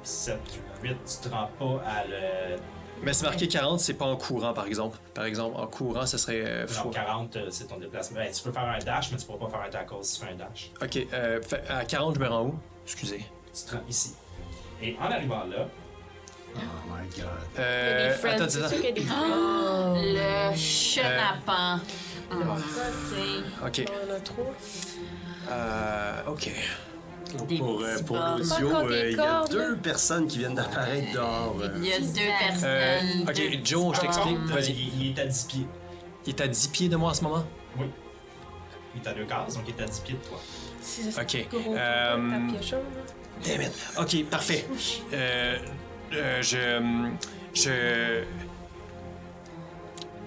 [SPEAKER 1] 7, 8, tu te rends pas à le.
[SPEAKER 3] Mais c'est marqué 40, c'est pas en courant, par exemple. Par exemple, en courant, ce serait. euh,
[SPEAKER 1] Non,
[SPEAKER 3] fou.
[SPEAKER 1] 40, euh, c'est ton déplacement. Ben, tu peux faire un dash, mais tu pourras pas faire un tackle si tu fais un dash.
[SPEAKER 3] Ok, euh, fait- à 40, je me rends où Excusez.
[SPEAKER 1] Tu te rends ici. Et en arrivant là,
[SPEAKER 2] Oh my god.
[SPEAKER 3] Euh,
[SPEAKER 6] Friends,
[SPEAKER 3] attends, Ah!
[SPEAKER 6] c'est
[SPEAKER 3] attends.
[SPEAKER 6] sûr qu'il y a des
[SPEAKER 8] Le chenapan.
[SPEAKER 6] Ah,
[SPEAKER 3] Ok.
[SPEAKER 6] On en a trois.
[SPEAKER 3] Euh, ok.
[SPEAKER 8] Des
[SPEAKER 2] Pour, euh,
[SPEAKER 8] petits
[SPEAKER 2] pour
[SPEAKER 8] bords.
[SPEAKER 2] l'audio,
[SPEAKER 6] Pas
[SPEAKER 2] euh, il y a
[SPEAKER 6] cordes.
[SPEAKER 2] deux personnes qui viennent d'apparaître dehors. euh.
[SPEAKER 8] Il y a deux personnes.
[SPEAKER 3] Euh,
[SPEAKER 8] deux-
[SPEAKER 3] ok, Joe, je t'explique.
[SPEAKER 1] Par contre,
[SPEAKER 3] Vas-y.
[SPEAKER 1] Il, il est à 10 pieds.
[SPEAKER 3] Il est à 10 pieds de moi en ce moment?
[SPEAKER 1] Il est à deux cases, donc il est à 10 pieds de toi.
[SPEAKER 6] C'est ça,
[SPEAKER 3] Ok,
[SPEAKER 6] c'est gros,
[SPEAKER 3] euh,
[SPEAKER 6] ta pioche, hein.
[SPEAKER 3] Damn it. Ok, parfait. Euh, euh, je, je.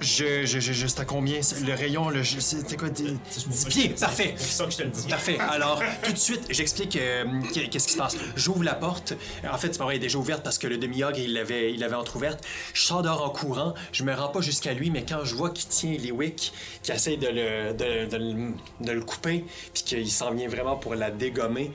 [SPEAKER 3] Je. Je. Je. Je. C'est à combien? c'est- Le rayon, le. je- C'était quoi? dix-
[SPEAKER 1] C'est pour
[SPEAKER 3] 10
[SPEAKER 1] ça que
[SPEAKER 3] pieds,
[SPEAKER 1] je te-
[SPEAKER 3] parfait.
[SPEAKER 1] C'est pour ça que je te le dis.
[SPEAKER 3] Parfait. Alors, tout de suite, j'explique euh, qu'est- qu'est-ce qui se passe. J'ouvre la porte. En fait, c'est pas vrai, elle est déjà ouverte parce que le demi-ogre, il l'avait il l'avait entrouverte. Je sors dehors en courant. Je me rends pas jusqu'à lui, mais quand je vois qu'il tient Lewick, qu'il essaie de le, de, de le- de le couper, puis qu'il s'en vient vraiment pour la dégommer,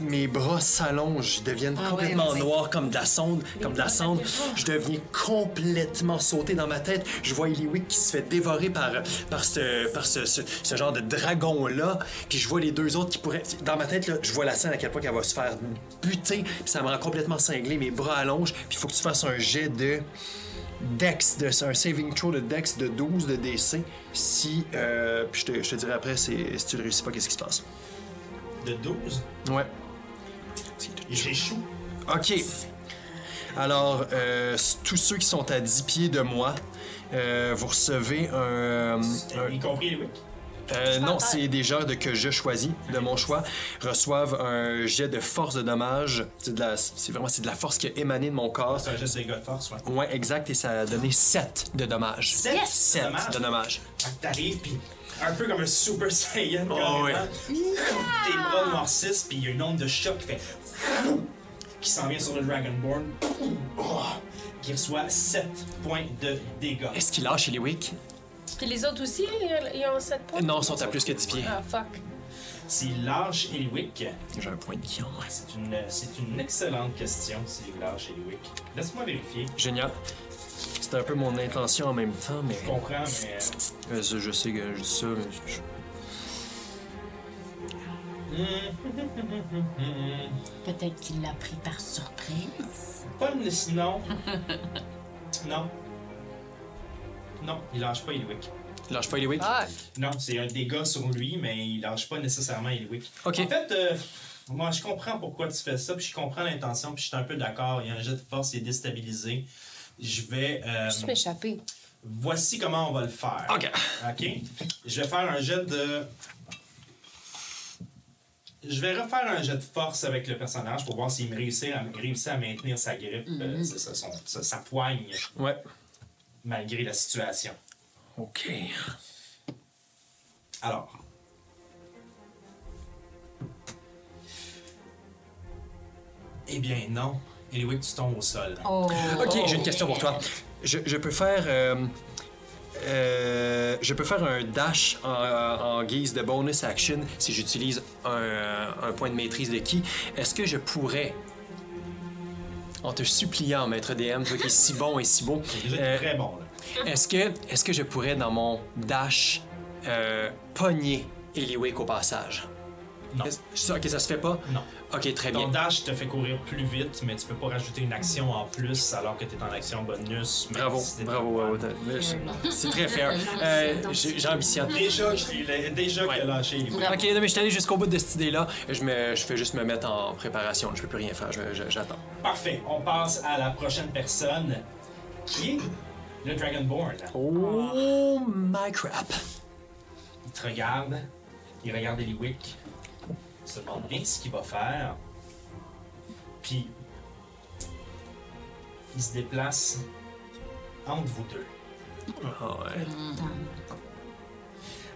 [SPEAKER 3] mes bras s'allongent, je deviennent complètement noirs comme de la sonde, comme de la cendre. Je deviens complètement sauté dans ma tête. Je vois Eliwick qui se fait dévorer par, par, ce, par ce, ce- ce genre de dragon-là. Puis je vois les deux autres qui pourraient. Dans ma tête, là, je vois la scène à quel point qu'elle va se faire buter. Puis ça me rend complètement cinglé. Mes bras allongent. Puis il faut que tu fasses un jet de. Dex, de, c'est un saving throw de Dex de 12 de DC. Si. euh, puis je te, je te dirai après c'est- si tu le réussis pas, qu'est-ce qui se passe.
[SPEAKER 1] De 12,
[SPEAKER 3] Ouais.
[SPEAKER 1] j'échoue.
[SPEAKER 3] OK. Alors, euh, s- tous ceux qui sont à 10 pieds de moi, euh, vous recevez un... euh, un-
[SPEAKER 1] Y compris les wicks.
[SPEAKER 3] euh, non, c'est des gens de, que je choisis, de mon choix, reçoivent un jet de force de dommage. C'est de la- c'est vraiment c'est de la force qui a émané de mon corps.
[SPEAKER 1] C'est un geste de gars de force, ouais.
[SPEAKER 3] Ouais, exact, et ça a donné 7 de dommages.
[SPEAKER 1] Sept de
[SPEAKER 3] 7
[SPEAKER 1] dommages?
[SPEAKER 3] de dommages.
[SPEAKER 1] Fait que t'arrives, pis un peu comme un Super Saiyan,
[SPEAKER 3] Oh,
[SPEAKER 1] carrément.
[SPEAKER 3] ouais.
[SPEAKER 1] Tes bras noircissent, pis il y a une onde de choc qui fait. qui s'en vient sur le Dragonborn. Oh, qui reçoit 7 points de dégâts.
[SPEAKER 3] Est-ce qu'il lâche Eliwick?
[SPEAKER 6] Puis les autres aussi, ils ils ont 7
[SPEAKER 1] Oh,
[SPEAKER 6] points.
[SPEAKER 3] Non, ils sont à plus que 10 pieds.
[SPEAKER 6] Ah, fuck.
[SPEAKER 1] S'il lâche Eliwick,
[SPEAKER 3] J'ai un point de qui en moins.
[SPEAKER 1] c'est une, c'est une excellente question s'il lâche Eliwick. Laisse-moi vérifier.
[SPEAKER 3] Génial. C'était un peu mon intention en même temps, mais...
[SPEAKER 1] Je comprends, mais.
[SPEAKER 3] Euh, je je sais que je dis ça, mais je- je-
[SPEAKER 8] Peut-être qu'il l'a pris par surprise.
[SPEAKER 1] Pas le sinon. non. Non, il lâche pas Eliwick.
[SPEAKER 3] Lâche pas Eliwick.
[SPEAKER 6] Ah,
[SPEAKER 1] Non, c'est un dégât sur lui, mais il lâche pas nécessairement Eliwick.
[SPEAKER 3] Ok.
[SPEAKER 1] En fait, euh, moi, je comprends pourquoi tu fais ça, puis je comprends l'intention, puis je suis un peu d'accord. Il y a un jet de force, il est déstabilisé. Je vais. euh,
[SPEAKER 6] juste m'échapper.
[SPEAKER 1] voici comment on va le faire.
[SPEAKER 3] Ok.
[SPEAKER 1] OK. Je vais faire un jet de. Je vais refaire un jet de force avec le personnage pour voir s'il me réussit à, réussit à maintenir sa grippe, euh, sa- sa- son- sa- sa poigne,
[SPEAKER 3] Ouais.
[SPEAKER 1] malgré la situation.
[SPEAKER 3] Ok.
[SPEAKER 1] Alors. Eh bien non. Eliwick, tu tombes au sol.
[SPEAKER 8] Oh.
[SPEAKER 3] Ok, j'ai une question pour toi. Je, je peux faire. euh, euh, je peux faire un dash en, en guise de bonus action si j'utilise un, euh, un point de maîtrise de ki. Est-ce que je pourrais, en te suppliant, maître DM, toi qui es si bon et si beau,
[SPEAKER 1] Déjà, t'es
[SPEAKER 3] euh,
[SPEAKER 1] très bon, là.
[SPEAKER 3] Est-ce que, est-ce que je pourrais, dans mon dash, euh, pogner Eliwick au passage?
[SPEAKER 1] Non.
[SPEAKER 3] Est-ce- Ça, ok, ça se fait pas?
[SPEAKER 1] Non.
[SPEAKER 3] Ok, très
[SPEAKER 1] Ton
[SPEAKER 3] bien.
[SPEAKER 1] dash te fait courir plus vite, mais tu peux pas rajouter une action en plus alors que t'es en action bonus. même
[SPEAKER 3] Bravo,
[SPEAKER 1] si t'es-
[SPEAKER 3] bravo. ouais, ouais, t'as- c'est très fair. Euh, j'ai- J'ambitionne.
[SPEAKER 1] Déjà, je l'ai- déjà qu'il a lâché Eliwick.
[SPEAKER 3] Ok, non, mais je suis allé jusqu'au bout de cette idée-là. Je, me, je fais juste me mettre en préparation. Je peux plus rien faire. je- je- J'attends.
[SPEAKER 1] Parfait. On passe à la prochaine personne qui est le Dragonborn.
[SPEAKER 3] Oh my crap.
[SPEAKER 1] Il te regarde, il regarde Eliwick, il se demande bien ce qu'il va faire, puis il se déplace entre vous deux.
[SPEAKER 3] Ah ouais.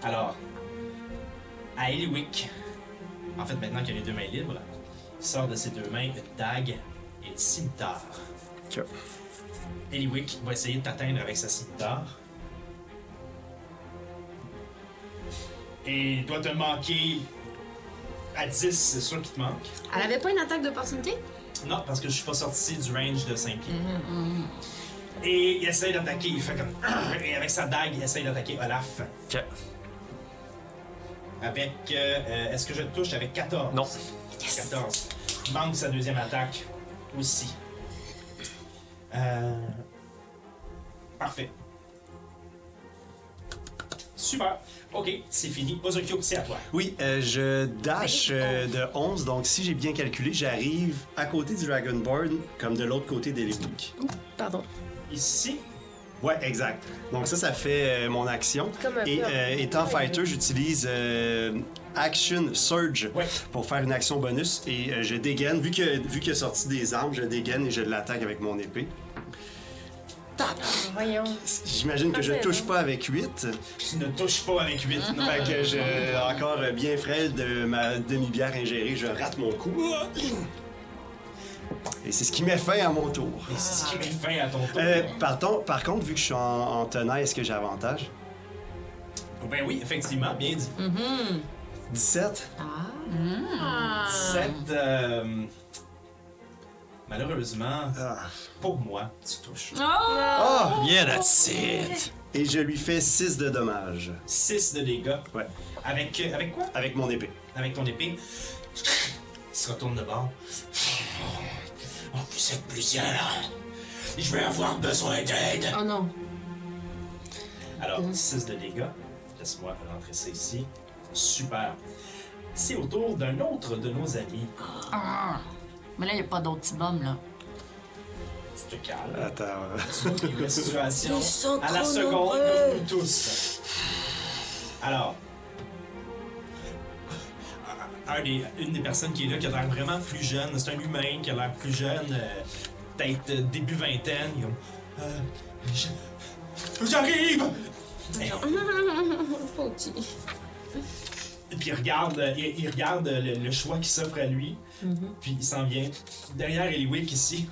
[SPEAKER 1] Alors, à Eliwick, en fait, maintenant qu'il a les deux mains libres, il sort de ses deux mains une dague et une cimitarre.
[SPEAKER 3] Ok.
[SPEAKER 1] Eliwick va essayer de t'atteindre avec sa cimitarre. Et il doit te manquer à 10, c'est sûr qu'il te manque.
[SPEAKER 5] Elle avait pas une attaque d'opportunité? Mhm,
[SPEAKER 1] Non, parce que je suis pas sorti du range de 5 pieds. Et il essaie d'attaquer, il fait comme. Et avec sa dague, il essaie d'attaquer Olaf.
[SPEAKER 3] Ok.
[SPEAKER 1] Avec. euh, euh, Est-ce que je touche avec 14
[SPEAKER 3] Non.
[SPEAKER 1] 14. Il Manque sa deuxième attaque aussi. Euh, Parfait. Super. OK, c'est fini. Ozokyo, c'est à toi.
[SPEAKER 2] Oui, euh, je dash euh, de 11, donc si j'ai bien calculé, j'arrive à côté du Dragonborn comme de l'autre côté des Léviques.
[SPEAKER 6] Pardon.
[SPEAKER 1] Ici,
[SPEAKER 2] Ouais, exact. Donc ça, ça fait euh, mon action.
[SPEAKER 6] Comme un
[SPEAKER 2] Et
[SPEAKER 6] plat.
[SPEAKER 2] euh, étant fighter, j'utilise euh, Action Surge
[SPEAKER 1] Ouais.
[SPEAKER 2] pour faire une action bonus et euh, je dégaine. Vu que vu qu'il a sorti des armes, je dégaine et je l'attaque avec mon épée.
[SPEAKER 6] Voyons.
[SPEAKER 2] J'imagine que je
[SPEAKER 6] Ah, c'est
[SPEAKER 2] touche
[SPEAKER 6] bon.
[SPEAKER 2] pas avec 8.
[SPEAKER 1] tu ne touches pas avec 8. non.
[SPEAKER 2] Fait que je, encore euh, bien frêle de ma demi-bière ingérée, je rate mon coup. Et c'est ce qui met fin à mon tour.
[SPEAKER 1] Et c'est ce qui met fin à ton tour.
[SPEAKER 2] Euh, pardon, par contre, vu que je suis en, en tenaille, est-ce que j'ai avantage?
[SPEAKER 1] Ben oui, effectivement, bien dit.
[SPEAKER 2] 17?
[SPEAKER 1] 17. euh, Malheureusement,
[SPEAKER 2] Ah.
[SPEAKER 1] pour moi, tu touches.
[SPEAKER 2] Ah!
[SPEAKER 3] Yeah, that's it.
[SPEAKER 2] Et je lui fais 6 de dommages.
[SPEAKER 1] 6 de dégâts.
[SPEAKER 2] Ouais.
[SPEAKER 1] Avec, euh, avec quoi
[SPEAKER 2] Avec mon épée.
[SPEAKER 1] Avec ton épée. Il se retourne de bord.
[SPEAKER 9] Oh, Vous êtes plusieurs. Je vais avoir besoin d'aide.
[SPEAKER 5] Oh non.
[SPEAKER 1] Alors, 6 de dégâts. Laisse-moi rentrer ça ici. Super. C'est au tour d'un autre de nos amis.
[SPEAKER 8] Ah. Mais là, il n'y a pas d'autres petits bombes, là.
[SPEAKER 1] Tu te calmes.
[SPEAKER 2] Attends. euh,
[SPEAKER 1] La situation
[SPEAKER 4] Ils sont
[SPEAKER 1] à la
[SPEAKER 4] trop
[SPEAKER 1] seconde,
[SPEAKER 4] nombreux.
[SPEAKER 1] nous tous. Alors, un des- une des personnes qui est là, qui a l'air vraiment plus jeune, c'est un humain qui a l'air plus jeune, euh, peut-être euh, début vingtaine. il est comme, Euh, je- J'arrive! Et-
[SPEAKER 6] Faut que tu-
[SPEAKER 1] Puis il regarde, euh, il, il regarde euh, le, le choix qui s'offre à lui.
[SPEAKER 4] Mm-hmm.
[SPEAKER 1] Puis il s'en vient derrière Eliwick ici.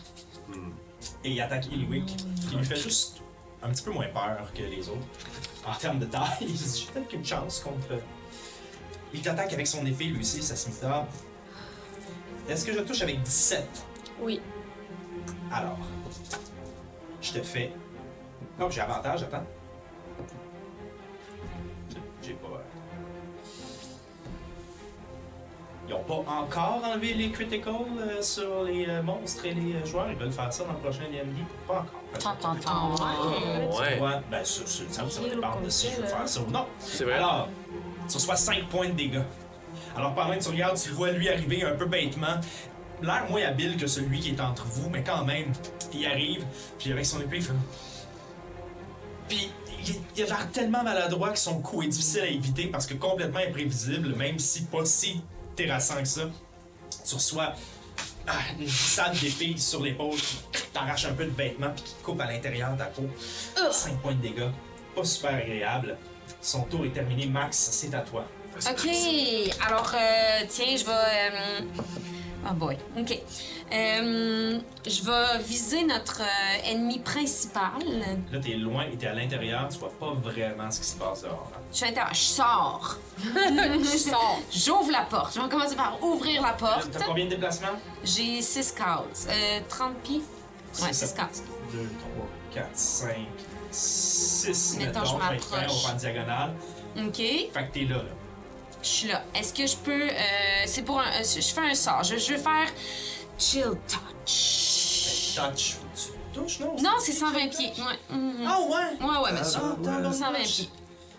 [SPEAKER 1] Et il attaque Eliwick. Qui lui fait juste un petit peu moins peur que les autres. En termes de taille, il se dit, j'ai peut-être qu'une chance contre. Il t'attaque avec son épée, lui aussi, sa scimitar. Est-ce que je touche avec 17
[SPEAKER 6] Oui.
[SPEAKER 1] Alors, je te fais. Non, j'ai avantage, attends. J'ai pas. Ils ont pas encore enlevé les criticals euh, sur les euh, monstres et les euh, joueurs. Ils veulent faire ça dans le prochain DMD. Pas encore.
[SPEAKER 8] Tant, tant, tant.
[SPEAKER 6] Ah,
[SPEAKER 3] Ouais.
[SPEAKER 1] Ouais, ben, ça, ça, ça, ça va dépendre de si je veux faire ça ou non.
[SPEAKER 3] C'est vrai.
[SPEAKER 1] Alors, tu reçois 5 points de dégâts. Alors, pendant que tu regardes, tu le vois lui arriver un peu bêtement. L'air moins habile que celui qui est entre vous, mais quand même, il arrive, puis avec son épée, il fait. Puis, il- il a l'air tellement maladroit que son coup est difficile à éviter parce que complètement imprévisible, même si pas si terrassant que ça. Tu reçois ah, une glissade d'épée sur l'épaule qui t'arrache un peu de vêtements puis qui te coupe à l'intérieur de ta peau.
[SPEAKER 5] Oh!
[SPEAKER 1] 5 points de dégâts. Pas super agréable. Son tour est terminé. Max, c'est à toi.
[SPEAKER 5] Ok, alors euh, tiens, je vais. euh, Oh boy, ok. Euh, je vais viser notre euh, ennemi principal.
[SPEAKER 1] Là, t'es loin et t'es à l'intérieur. Tu vois pas vraiment ce qui se passe dehors. hein.
[SPEAKER 5] Je, suis à l'intérieur. je sors. je sors. J'ouvre la porte. Je vais commencer par ouvrir la porte.
[SPEAKER 1] T'as combien de déplacements?
[SPEAKER 5] J'ai 6 cases. Euh, 30 pieds? Ouais,
[SPEAKER 1] C'est
[SPEAKER 5] 6
[SPEAKER 1] ça.
[SPEAKER 5] cases.
[SPEAKER 1] 2, 3, 4, 5, 6.
[SPEAKER 5] Mettons, je m'approche.
[SPEAKER 1] On va en diagonale.
[SPEAKER 5] Ok,
[SPEAKER 1] Fait que t'es là, là.
[SPEAKER 5] je suis là. Est-ce que je peux. euh, C'est pour un. Je je fais un sort. Je, je veux faire Chill Touch.
[SPEAKER 1] Touch. Tu touches, non?
[SPEAKER 5] Non, c'est 120 pieds. Ouais. mhm.
[SPEAKER 1] Ah ouais!
[SPEAKER 5] Ouais, ouais, mais ça.
[SPEAKER 1] Ah, t'as l'air
[SPEAKER 5] 120
[SPEAKER 1] touche.
[SPEAKER 5] pieds.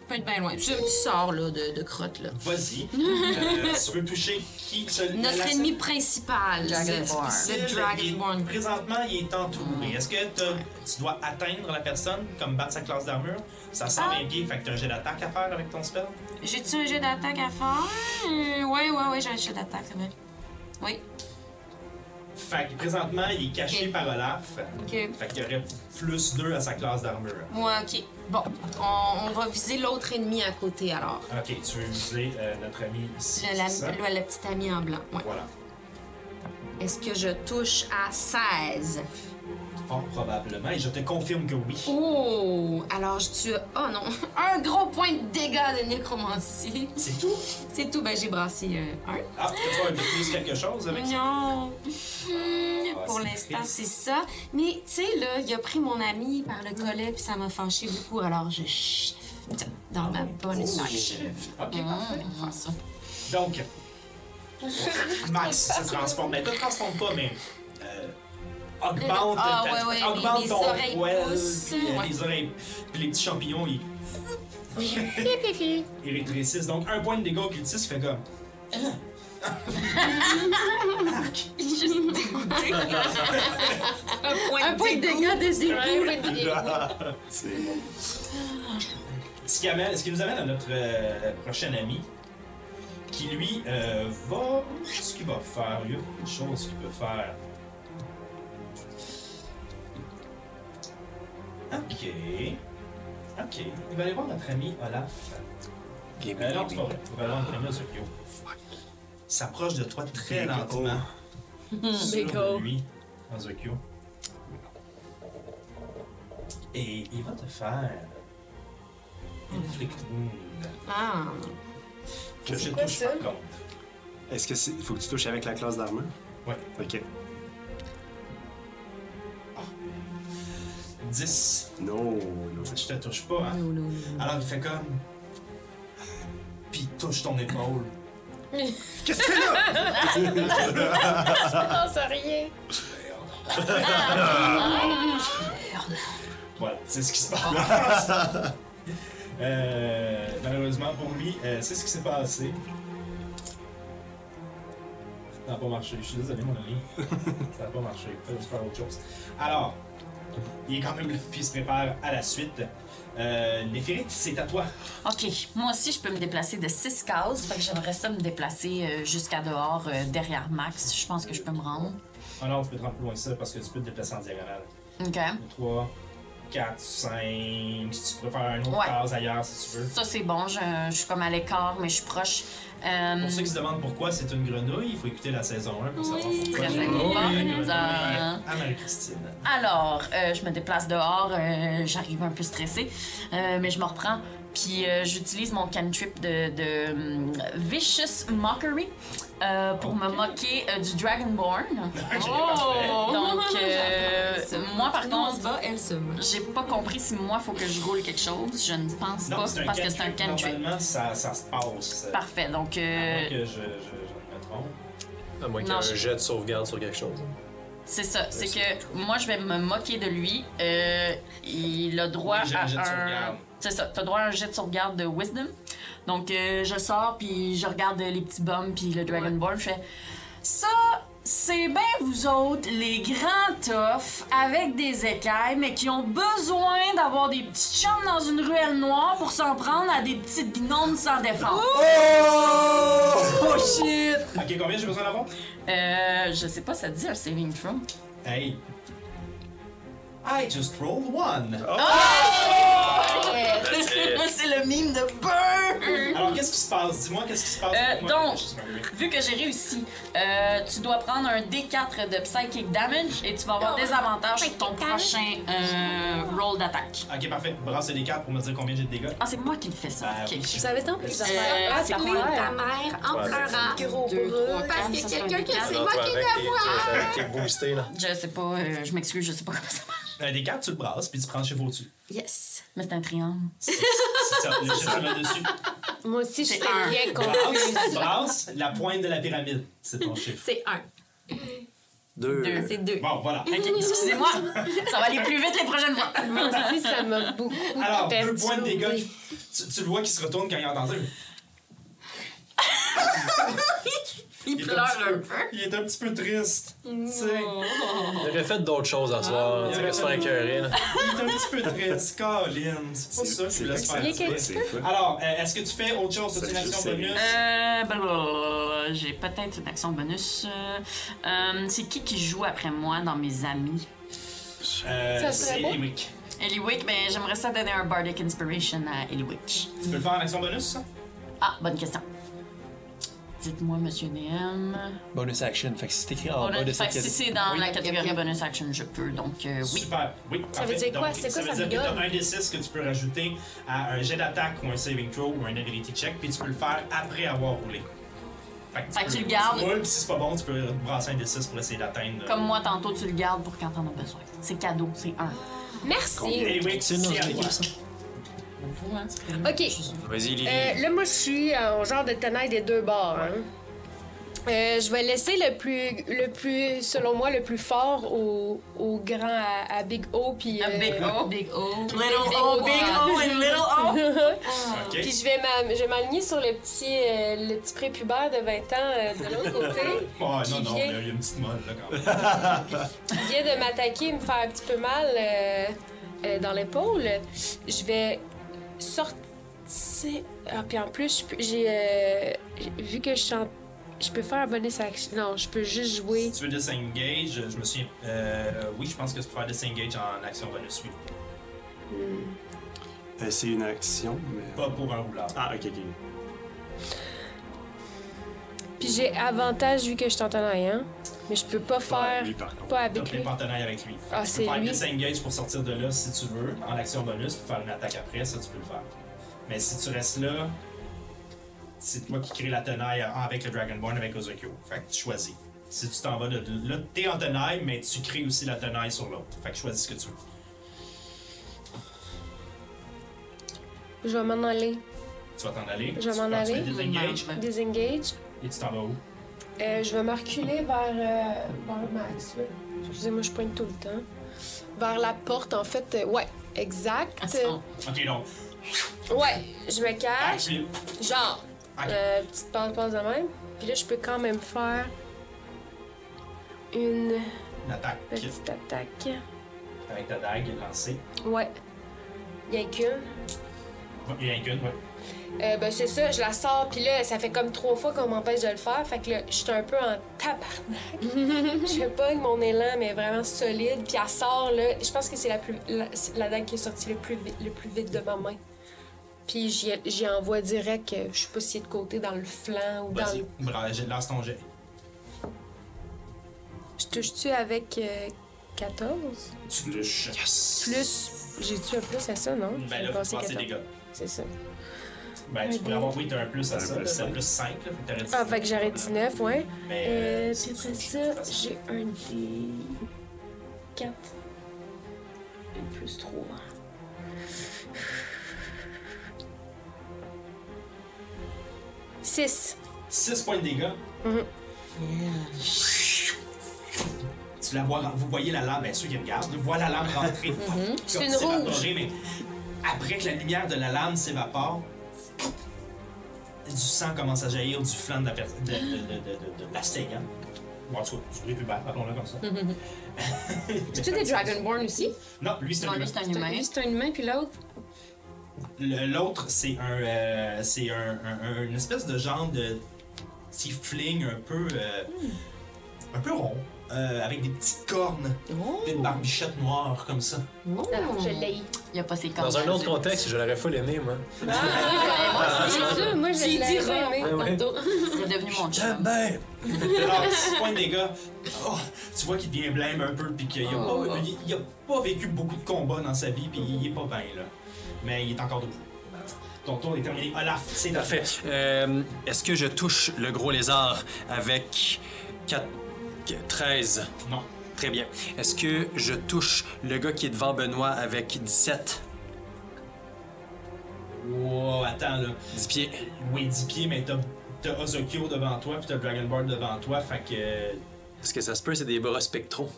[SPEAKER 5] Peut être bien loin. Puis là, tu sors là, de, de crotte. là.
[SPEAKER 1] Vas-y. Euh, tu veux toucher qui? Ce-
[SPEAKER 5] Notre
[SPEAKER 1] la-
[SPEAKER 5] ennemi principal,
[SPEAKER 8] Dragonborn.
[SPEAKER 5] c'est le
[SPEAKER 1] Il-
[SPEAKER 5] Dragonborn. Ah.
[SPEAKER 1] Présentement, il est entouré. Est-ce que t'as- tu dois atteindre la personne, comme battre sa classe d'armure? Ça sent
[SPEAKER 5] Ah.
[SPEAKER 1] bien pieds, fait que t'as un jet d'attaque à faire avec ton spell.
[SPEAKER 5] J'ai-tu un jet d'attaque à faire? Euh, Ouais, ouais, ouais, j'ai un jet d'attaque, c'est vrai. Oui.
[SPEAKER 1] Fait que présentement, il est caché
[SPEAKER 5] Ok.
[SPEAKER 1] par Olaf.
[SPEAKER 5] Ok.
[SPEAKER 1] Fait qu'il y aurait plus 2 à sa classe d'armure.
[SPEAKER 5] Ouais, ok. Bon, on, on va viser l'autre ennemi à côté alors.
[SPEAKER 1] Ok, tu veux viser euh, notre ami ici.
[SPEAKER 5] Le, la,
[SPEAKER 1] c'est ça?
[SPEAKER 5] le- le petit ami en blanc. Ouais.
[SPEAKER 1] Voilà.
[SPEAKER 5] Est-ce que je touche à 16?
[SPEAKER 1] Fort probablement, et je te confirme que oui.
[SPEAKER 5] Oh! Alors, je tue. Oh non! Un gros point de dégâts de nécromancie.
[SPEAKER 1] C'est tout?
[SPEAKER 5] C'est tout, ben j'ai brassé euh, un.
[SPEAKER 1] Ah, tu pas un peu plus quelque chose avec ça?
[SPEAKER 5] Non. Hmm,
[SPEAKER 1] Ah,
[SPEAKER 5] Pour
[SPEAKER 1] c'est
[SPEAKER 5] l'instant,
[SPEAKER 1] triste.
[SPEAKER 5] c'est ça. Mais tu sais, là, il a pris mon ami par le collet, puis ça m'a fâché beaucoup, alors je shift dans
[SPEAKER 1] Ah,
[SPEAKER 5] ma bonne action.
[SPEAKER 1] Oh, Ok,
[SPEAKER 5] Mm-hmm.
[SPEAKER 1] parfait.
[SPEAKER 8] Ah, ça.
[SPEAKER 1] Donc, Max ça se transforme. Mais ne te transforme pas, mais euh, augmente,
[SPEAKER 5] Ah,
[SPEAKER 1] ta-
[SPEAKER 5] ouais, ouais,
[SPEAKER 1] augmente
[SPEAKER 5] les- les
[SPEAKER 1] ton
[SPEAKER 5] oreilles
[SPEAKER 1] poil,
[SPEAKER 5] poussent,
[SPEAKER 1] puis, euh,
[SPEAKER 5] ouais.
[SPEAKER 1] les oreilles, puis les petits champignons, ils Électriciste. Donc, un point de dégâts occultiste fait comme.
[SPEAKER 5] Un point de dégâts de
[SPEAKER 2] C'est bon.
[SPEAKER 1] Ce qui, amène- ce qui nous amène à notre euh, prochain ami, qui lui euh, va. Qu'est-ce qu'il va faire Il y a beaucoup de choses qu'il peut faire. Ok. Ok. Il va aller voir notre ami Olaf.
[SPEAKER 3] Game,
[SPEAKER 1] Euh, non,
[SPEAKER 3] game,
[SPEAKER 1] c'est pas vrai. Il va aller voir notre ami Ozokyo. Il s'approche de toi très
[SPEAKER 2] Big O.
[SPEAKER 1] lentement. Sur
[SPEAKER 6] Big O.
[SPEAKER 1] lui, Ozokyo. Et il va te faire. Inflict Wound.
[SPEAKER 5] Ah.
[SPEAKER 1] Que je
[SPEAKER 6] quoi
[SPEAKER 1] touche
[SPEAKER 6] ça?
[SPEAKER 1] par contre.
[SPEAKER 2] Est-ce que c'est. Faut que tu touches avec la classe d'armure?
[SPEAKER 1] Ouais.
[SPEAKER 2] Ok.
[SPEAKER 1] 10.
[SPEAKER 2] Non, non.
[SPEAKER 1] Je te touche pas, hein? Alors il fait comme. Puis il touche ton épaule.
[SPEAKER 2] Qu'est-ce que c'est là?
[SPEAKER 6] Non, ça rien.
[SPEAKER 1] Voilà, c'est ce qui se passe. Euh, malheureusement pour lui, euh, c'est ce qui s'est passé. Ça n'a pas marché. Je suis désolé, mon ami. Ça n'a pas marché. Faut se faire autre chose. Alors, il est quand même là, puis il se prépare à la suite. Euh, Néphérite, c'est à toi.
[SPEAKER 8] OK. Moi aussi, je peux me déplacer de 6 cases. Fait que j'aimerais ça me déplacer euh, jusqu'à dehors, euh, derrière Max. Je pense que je peux me rendre.
[SPEAKER 1] Ah non, tu peux te rendre plus loin que ça parce que tu peux te déplacer en diagonale.
[SPEAKER 8] OK.
[SPEAKER 1] 3, 4, 5. Si tu préfères un autre
[SPEAKER 8] Ouais.
[SPEAKER 1] case ailleurs, si tu veux.
[SPEAKER 8] Ça, c'est bon. Je, je suis comme à l'écart, mais je suis proche. Euh,
[SPEAKER 1] Pour ceux qui se demandent pourquoi c'est une grenouille, il faut écouter la saison 1 pour savoir pourquoi.
[SPEAKER 8] Très
[SPEAKER 1] c'est une
[SPEAKER 8] bien.
[SPEAKER 1] grenouille.
[SPEAKER 8] Ah.
[SPEAKER 1] À Marie-Christine.
[SPEAKER 8] Alors, euh, je me déplace dehors, euh, j'arrive un peu stressée, euh, mais je me reprends. Puis euh, j'utilise mon cantrip de, de, hum, Vicious Mockery euh, pour me moquer euh, du Dragonborn.
[SPEAKER 5] Oh!
[SPEAKER 8] Donc, euh, moi par
[SPEAKER 5] Nous, on se
[SPEAKER 8] contre,
[SPEAKER 5] bat, elle se bat.
[SPEAKER 8] j'ai pas compris si moi faut que je roule quelque chose. Je ne pense
[SPEAKER 1] Non, ben,
[SPEAKER 8] pas
[SPEAKER 1] c'est un
[SPEAKER 8] parce que c'est un cantrip.
[SPEAKER 1] Normalement, ça, ça se passe.
[SPEAKER 8] Parfait. Donc,
[SPEAKER 1] À moins
[SPEAKER 8] euh,
[SPEAKER 1] que je, je, je me trompe.
[SPEAKER 3] À moins qu'il y ait
[SPEAKER 8] Non,
[SPEAKER 3] un
[SPEAKER 8] je-
[SPEAKER 3] jet de sauvegarde sur quelque chose.
[SPEAKER 8] c'est ça. C'est que moi je vais me moquer de lui. Euh, il a droit
[SPEAKER 1] Oui, j'ai
[SPEAKER 8] à
[SPEAKER 1] un jet de
[SPEAKER 8] un.
[SPEAKER 1] sauvegarde.
[SPEAKER 8] C'est ça. T'as droit à un jet de sauvegarde de Wisdom. Donc euh, je sors puis je regarde euh, les petits bums puis le Dragonborn. Je fais ça. C'est bien vous autres, les grands toughs avec des écailles, mais qui ont besoin d'avoir des petites chums dans une ruelle noire pour s'en prendre à des petites gnomes sans défense.
[SPEAKER 1] Ok, combien j'ai besoin d'avoir
[SPEAKER 8] Euh, je sais pas, ça dit un saving throw.
[SPEAKER 1] Hey. I just rolled one.
[SPEAKER 8] C'est le mime de Burr!
[SPEAKER 1] Alors, qu'est-ce qui se passe Dis-moi, qu'est-ce qui se passe
[SPEAKER 8] Euh,
[SPEAKER 1] Dis-moi,
[SPEAKER 8] donc-
[SPEAKER 1] je suis marié.
[SPEAKER 8] Vu que j'ai réussi, euh, tu dois prendre un D4 de psychic damage et tu vas avoir des avantages sur ton prochain euh, roll d'attaque.
[SPEAKER 1] Ok, parfait. Brasse les cartes pour me dire combien j'ai de dégâts.
[SPEAKER 8] Ah, c'est moi qui le fais ça.
[SPEAKER 1] Ah,
[SPEAKER 8] ok.
[SPEAKER 1] oui.
[SPEAKER 6] Vous savez tant que Ah, ça
[SPEAKER 5] Euh,
[SPEAKER 6] va.
[SPEAKER 5] Appeler ta mère en pleurant. Deux, trois,
[SPEAKER 10] Parce
[SPEAKER 5] quatre,
[SPEAKER 10] que
[SPEAKER 5] ça, c'est un
[SPEAKER 10] quelqu'un qui
[SPEAKER 5] dégât.
[SPEAKER 10] a
[SPEAKER 3] Non, toi, avec tes- toi, avec tes boostés, là.
[SPEAKER 8] Je sais pas, euh, je m'excuse, je sais pas comment ça marche.
[SPEAKER 1] Un Euh, des cartes, tu le brasses, puis tu prends le chevaux dessus.
[SPEAKER 5] Yes.
[SPEAKER 8] Mais c'est un triangle.
[SPEAKER 1] C'est c'est ça, le chevaux là-dessus.
[SPEAKER 6] Moi aussi, je suis
[SPEAKER 5] un.
[SPEAKER 6] bien confuse.
[SPEAKER 1] Brasse, brasse, la pointe de la pyramide. C'est ton chiffre.
[SPEAKER 5] C'est un.
[SPEAKER 3] Deux.
[SPEAKER 5] C'est deux.
[SPEAKER 1] Bon, voilà.
[SPEAKER 8] Ok, excusez-moi, ça va aller plus vite les prochaines fois.
[SPEAKER 6] Moi aussi, ça m'a beaucoup
[SPEAKER 1] Alors, deux
[SPEAKER 6] perturbée.
[SPEAKER 1] points de dégâts. Tu, tu le vois qui se retourne quand il entend ça.
[SPEAKER 5] Il
[SPEAKER 1] est un
[SPEAKER 5] pleure
[SPEAKER 1] petit
[SPEAKER 5] un
[SPEAKER 1] peu-
[SPEAKER 5] peu.
[SPEAKER 1] Il est un petit peu triste. tu sais.
[SPEAKER 3] Il aurait fait d'autres choses à
[SPEAKER 1] Ah
[SPEAKER 3] soir, tu sais, que se faire écœurer, là.
[SPEAKER 1] Il est un petit peu triste. Colin, c'est pas ça que je voulais
[SPEAKER 2] c'est-
[SPEAKER 1] faire.
[SPEAKER 6] Il y a
[SPEAKER 1] tu
[SPEAKER 6] quelque
[SPEAKER 1] sais.
[SPEAKER 2] C'est quoi?
[SPEAKER 1] Alors, euh, est-ce que tu fais autre chose?
[SPEAKER 2] Ça,
[SPEAKER 1] C'est une
[SPEAKER 2] je
[SPEAKER 1] action
[SPEAKER 2] sais.
[SPEAKER 1] bonus?
[SPEAKER 8] Euh, blablabla, j'ai peut-être une action bonus. Euh, euh, c'est qui qui joue après moi dans mes amis?
[SPEAKER 1] Euh,
[SPEAKER 6] ça serait
[SPEAKER 1] c'est
[SPEAKER 6] bon.
[SPEAKER 1] Emwick.
[SPEAKER 8] Eliwick, ben j'aimerais ça donner un Bardic Inspiration à Eliwick.
[SPEAKER 1] Tu peux le faire en action bonus, ça?
[SPEAKER 8] Ah, bonne question. Dites-moi, monsieur DM.
[SPEAKER 3] Bonus action. Fait que si t'écris en bas de
[SPEAKER 8] Bonus, fait
[SPEAKER 3] cette
[SPEAKER 8] que si c'est dans
[SPEAKER 3] Oui.
[SPEAKER 8] la catégorie bonus action, je peux, donc euh, oui.
[SPEAKER 1] Super. Oui, parfait.
[SPEAKER 6] veut dire quoi?
[SPEAKER 1] Donc,
[SPEAKER 6] C'est quoi
[SPEAKER 1] ça
[SPEAKER 6] ça
[SPEAKER 1] veut dire que
[SPEAKER 6] rigole?
[SPEAKER 1] t'as un des six que tu peux rajouter à un jet d'attaque ou un saving throw ou un ability check, puis tu peux le faire après avoir roulé.
[SPEAKER 8] Fait que tu
[SPEAKER 1] peux-
[SPEAKER 8] le gardes.
[SPEAKER 1] roules, puis si c'est pas bon, tu peux brasser un des six pour essayer d'atteindre. euh,
[SPEAKER 8] Comme moi, tantôt, tu le gardes pour quand t'en as besoin. C'est cadeau, c'est un.
[SPEAKER 6] Merci.
[SPEAKER 1] Emwick,
[SPEAKER 3] C'est dans
[SPEAKER 1] Eh c'est à
[SPEAKER 3] une
[SPEAKER 1] toi.
[SPEAKER 3] équipe, ça.
[SPEAKER 8] Vous, hein, c'est-
[SPEAKER 6] Ok.
[SPEAKER 3] Vas-y, Lily.
[SPEAKER 6] Euh, là, moi, je suis en genre de tenaille des deux bords. hein. Euh, je vais laisser le plus, le plus, selon moi, le plus fort au, au grand, à, à Big O. Puis,
[SPEAKER 8] Un
[SPEAKER 6] euh,
[SPEAKER 8] Big O. Big O.
[SPEAKER 6] Big O, Big
[SPEAKER 5] Oh,
[SPEAKER 6] O
[SPEAKER 8] and Little O.
[SPEAKER 1] OK.
[SPEAKER 6] Puis je vais m'am- je vais m'aligner sur le petit, euh, le petit prépubère de 20 ans euh, de l'autre côté.
[SPEAKER 1] Oh,
[SPEAKER 6] Qui
[SPEAKER 1] non, non,
[SPEAKER 6] vient-
[SPEAKER 1] il y a une petite molle, là, quand même.
[SPEAKER 6] Il vient de m'attaquer et me faire un petit peu mal euh, euh, dans l'épaule. Je vais sortir. Ah, puis en plus, je peux- j'ai. euh, j'ai- vu que je chante. Je peux faire un bonus action. Non, je peux juste jouer.
[SPEAKER 1] Si tu veux disengage, je me suis. Euh, oui, je pense que tu peux faire disengage en action bonus, oui.
[SPEAKER 2] Euh, c'est une action, mais.
[SPEAKER 1] Pas pour un roulard.
[SPEAKER 2] Ah, ok, ok.
[SPEAKER 6] Puis j'ai avantage vu que je t'entends rien. Mais je peux pas
[SPEAKER 2] Pas à
[SPEAKER 6] faire.
[SPEAKER 2] lui, par contre.
[SPEAKER 6] Pas
[SPEAKER 1] T'as
[SPEAKER 6] avec
[SPEAKER 1] les
[SPEAKER 6] lui.
[SPEAKER 1] partenaires avec lui.
[SPEAKER 6] Ah,
[SPEAKER 1] tu
[SPEAKER 6] c'est
[SPEAKER 1] peux faire
[SPEAKER 6] lui.
[SPEAKER 1] disengage pour sortir de là si tu veux, en action bonus, pour faire une attaque après, ça tu peux le faire. Mais si tu restes là, c'est toi qui crée la tenaille euh, avec le Dragonborn, avec Ozokyo. Fait que tu choisis. Si tu t'en vas de là, t'es en tenaille, mais tu crées aussi la tenaille sur l'autre. Fait que choisis ce que tu veux.
[SPEAKER 6] Je vais m'en aller.
[SPEAKER 1] Tu vas t'en aller.
[SPEAKER 6] Je
[SPEAKER 1] tu
[SPEAKER 6] vais m'en
[SPEAKER 1] vas- tu
[SPEAKER 6] aller.
[SPEAKER 1] fais disengage
[SPEAKER 6] Disengage.
[SPEAKER 1] et tu t'en vas où
[SPEAKER 6] Euh, je vais me reculer vers, euh, vers ma- Excusez-moi, je pointe tout le temps. Vers la porte, en fait. euh, ouais, exact. Euh,
[SPEAKER 8] bon.
[SPEAKER 1] Ok, donc.
[SPEAKER 6] Ouais, je me
[SPEAKER 1] Ah,
[SPEAKER 6] cache.
[SPEAKER 1] flip.
[SPEAKER 6] Genre,
[SPEAKER 1] Ok.
[SPEAKER 6] euh, petite passe-passe de même. Puis là, je peux quand même faire une
[SPEAKER 1] Une attaque
[SPEAKER 6] petite attaque.
[SPEAKER 1] avec ta dague lancée.
[SPEAKER 6] Ouais. Y'a qu'une.
[SPEAKER 1] Il y en a qu'une, ouais.
[SPEAKER 6] Euh, ben, c'est ça, je la sors, puis là, ça fait comme trois fois qu'on m'empêche de le faire. Fait que là, je suis un peu en tabarnak. je pogne mon élan, mais vraiment solide. Puis elle sort, là. Je pense que c'est la, plus- la, c'est la dague qui est sortie le plus, vite, le plus vite de ma main. Puis j'y j'y envoie direct, euh, je sais pas si est de côté, dans le flanc ou dans
[SPEAKER 1] Vas-y,
[SPEAKER 6] le.
[SPEAKER 1] bra- lance ton jet.
[SPEAKER 6] Je touche-tu avec euh, 14?
[SPEAKER 1] Tu touches.
[SPEAKER 6] Plus. J'ai-tu un plus à ça, non?
[SPEAKER 1] Ben
[SPEAKER 6] J'ai
[SPEAKER 1] là, faut
[SPEAKER 6] passé
[SPEAKER 1] passer des
[SPEAKER 6] 14.
[SPEAKER 1] gars.
[SPEAKER 6] C'est ça.
[SPEAKER 1] Ben, tu pourrais avoir, oui, t'as un plus à ça, là, c'est un plus 5, là, fait que t'aurais
[SPEAKER 6] Ah, fait que j'aurais 19, ouais.
[SPEAKER 1] Mais,
[SPEAKER 6] Euh,
[SPEAKER 1] euh,
[SPEAKER 6] puis
[SPEAKER 1] c'est
[SPEAKER 6] après ça, j'ai un D4. Et plus 3. Six.
[SPEAKER 1] 6 points de dégâts.
[SPEAKER 6] Mhm.
[SPEAKER 1] Tu la vois, vous voyez la lame, bien sûr qu'il regarde, vous voyez la lame rentrer. comme
[SPEAKER 6] Mhm. C'est une
[SPEAKER 1] s'évaporer,
[SPEAKER 6] rouge.
[SPEAKER 1] mais après que la lumière de la lame s'évapore, du sang commence à jaillir du flanc de la per- de, de, de, de- de- de l'Astèque, hein. Ou en tout cas, du prépubère, appelons-le comme ça.
[SPEAKER 6] Mhm.
[SPEAKER 5] C'est-tu des Dragonborn aussi?
[SPEAKER 1] Non, lui, c'est
[SPEAKER 8] Non,
[SPEAKER 1] un
[SPEAKER 8] lui,
[SPEAKER 1] humain.
[SPEAKER 8] c'est un humain.
[SPEAKER 5] Lui, c'est un humain, puis l'autre.
[SPEAKER 1] Le- L'autre, c'est un, euh, c'est un, un- un- une espèce de genre de tiefling un peu, euh, un peu rond, euh, avec des petites cornes, puis une barbichette noire comme ça.
[SPEAKER 6] Je l'ai.
[SPEAKER 8] Il a pas ses cornes.
[SPEAKER 3] Dans un autre contexte, je l'aurais full aimé, moi.
[SPEAKER 5] Euh,
[SPEAKER 6] Ah, Jésus, moi, je
[SPEAKER 5] J'ai dit
[SPEAKER 6] l'ai. aimé.
[SPEAKER 3] ouais.
[SPEAKER 5] tantôt.
[SPEAKER 8] C'est devenu mon chum.
[SPEAKER 3] ben!
[SPEAKER 1] Alors, six points de dégâts. Oh, tu vois qu'il devient blême un peu, puis qu'il a, pas- il- il a pas vécu beaucoup de combats dans sa vie, puis il est pas bien là. Mais il est encore debout. Ton tour est terminé. Olaf, c'est ta
[SPEAKER 3] Parfait. Euh, Est-ce que je touche le gros lézard avec 4... 13?
[SPEAKER 1] Non.
[SPEAKER 3] Très bien. Est-ce que je touche le gars qui est devant Benoît avec 17?
[SPEAKER 1] Wow, Oh, attends là.
[SPEAKER 3] 10 pieds.
[SPEAKER 1] Oui, 10 pieds, mais t'as, t'as Ozokyo devant toi, puis t'as Dragonborn devant toi, fait que.
[SPEAKER 3] Est-ce que ça se peut? C'est des bras spectraux.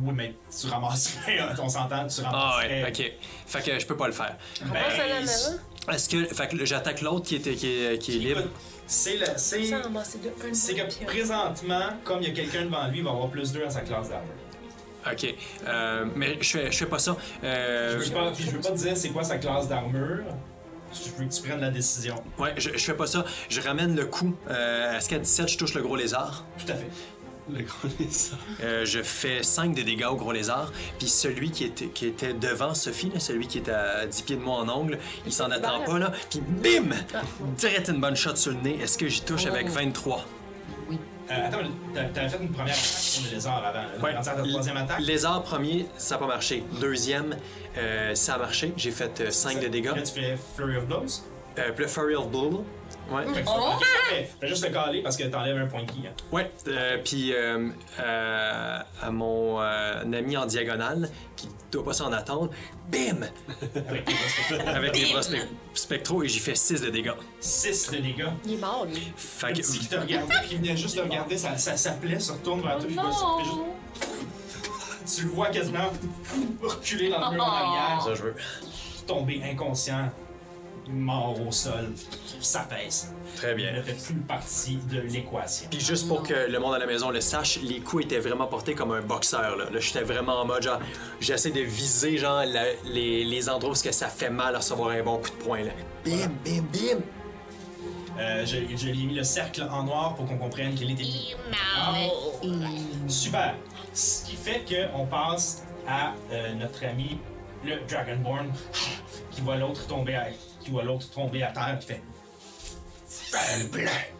[SPEAKER 1] Oui, mais tu ramasserais, hein, on s'entend, tu
[SPEAKER 3] Ah
[SPEAKER 1] ramasserais.
[SPEAKER 3] ouais, ok. Fait que je peux pas le faire.
[SPEAKER 1] Ben,
[SPEAKER 6] Passe à la maman.
[SPEAKER 3] Est-ce que... Fait que j'attaque l'autre qui, était- qui est, qui est libre.
[SPEAKER 1] écoute, c'est le. C'est,
[SPEAKER 6] Ça, on va essayer de un
[SPEAKER 1] c'est que présentement, comme il y a quelqu'un devant lui, il va avoir plus 2 à sa classe d'armure.
[SPEAKER 3] Ok. Euh, mais je fais, je fais pas ça.
[SPEAKER 1] Je
[SPEAKER 3] Euh,
[SPEAKER 1] veux pas, puis je veux pas te dire c'est quoi sa classe d'armure. Je veux que tu prennes la décision.
[SPEAKER 3] ouais, je, je fais pas ça. Je ramène le coup. Euh, Est-ce qu'à 17, je touche le gros lézard?
[SPEAKER 1] Tout à fait.
[SPEAKER 2] Le gros lézard.
[SPEAKER 3] Euh, je fais 5 de dégâts au gros lézard. Puis celui qui était, qui était devant Sophie, là, celui qui est à 10 pieds de moi en ongle, il s'en attend pas, là. Puis bim! Direct une bonne shot sur le nez. Est-ce que j'y touche avec 23?
[SPEAKER 1] Euh, attends, t'a- t'avais fait une première attaque pour le lézard avant. là.
[SPEAKER 3] Ouais.
[SPEAKER 1] Dans ta troisième attaque.
[SPEAKER 3] Lézard premier, ça n'a pas marché. Deuxième, euh, ça a marché. J'ai fait 5 de dégâts.
[SPEAKER 1] Là, tu fais Flurry of Blows.
[SPEAKER 3] Euh, puis le Furry of Bull. Ouais.
[SPEAKER 1] Fait que tu
[SPEAKER 6] Oh!
[SPEAKER 1] vas- Fais- Fais juste le caler parce que t'enlèves un point de ki. hein.
[SPEAKER 3] Ouais. euh, puis euh, euh, à mon euh, ami en diagonale, qui dois pas s'en attendre. Bim! Avec des bras spec- spectraux et j'y fais 6 de dégâts.
[SPEAKER 1] 6 de dégâts.
[SPEAKER 6] Il est mort, lui.
[SPEAKER 3] Fait
[SPEAKER 1] Le
[SPEAKER 3] que.
[SPEAKER 1] petit qui te regarde, qui venait juste te regarder, ça, ça, ça plaît, se retourne vers toi, puis va se- fait juste- Tu le vois quasiment reculer dans le mur en arrière,
[SPEAKER 3] Ça, je veux.
[SPEAKER 1] tomber inconscient, mort au sol, ça pèse.
[SPEAKER 3] Très
[SPEAKER 1] Il ne
[SPEAKER 3] bien.
[SPEAKER 1] fait plus partie de l'équation.
[SPEAKER 3] Puis juste pour que le monde à la maison le sache, les coups étaient vraiment portés comme un boxeur. Là, Là, j'étais vraiment en mode genre, j'essaie de viser genre la- les, les endroits parce que ça fait mal à recevoir un bon coup de poing. Là. Bim, bim, bim.
[SPEAKER 1] Euh, je, je lui ai mis le cercle en noir pour qu'on comprenne qu'il était mort. Super. Ce qui fait qu'on passe à euh, notre ami le Dragonborn qui voit l'autre tomber à qui voit l'autre tomber à terre qui fait Belle plaie.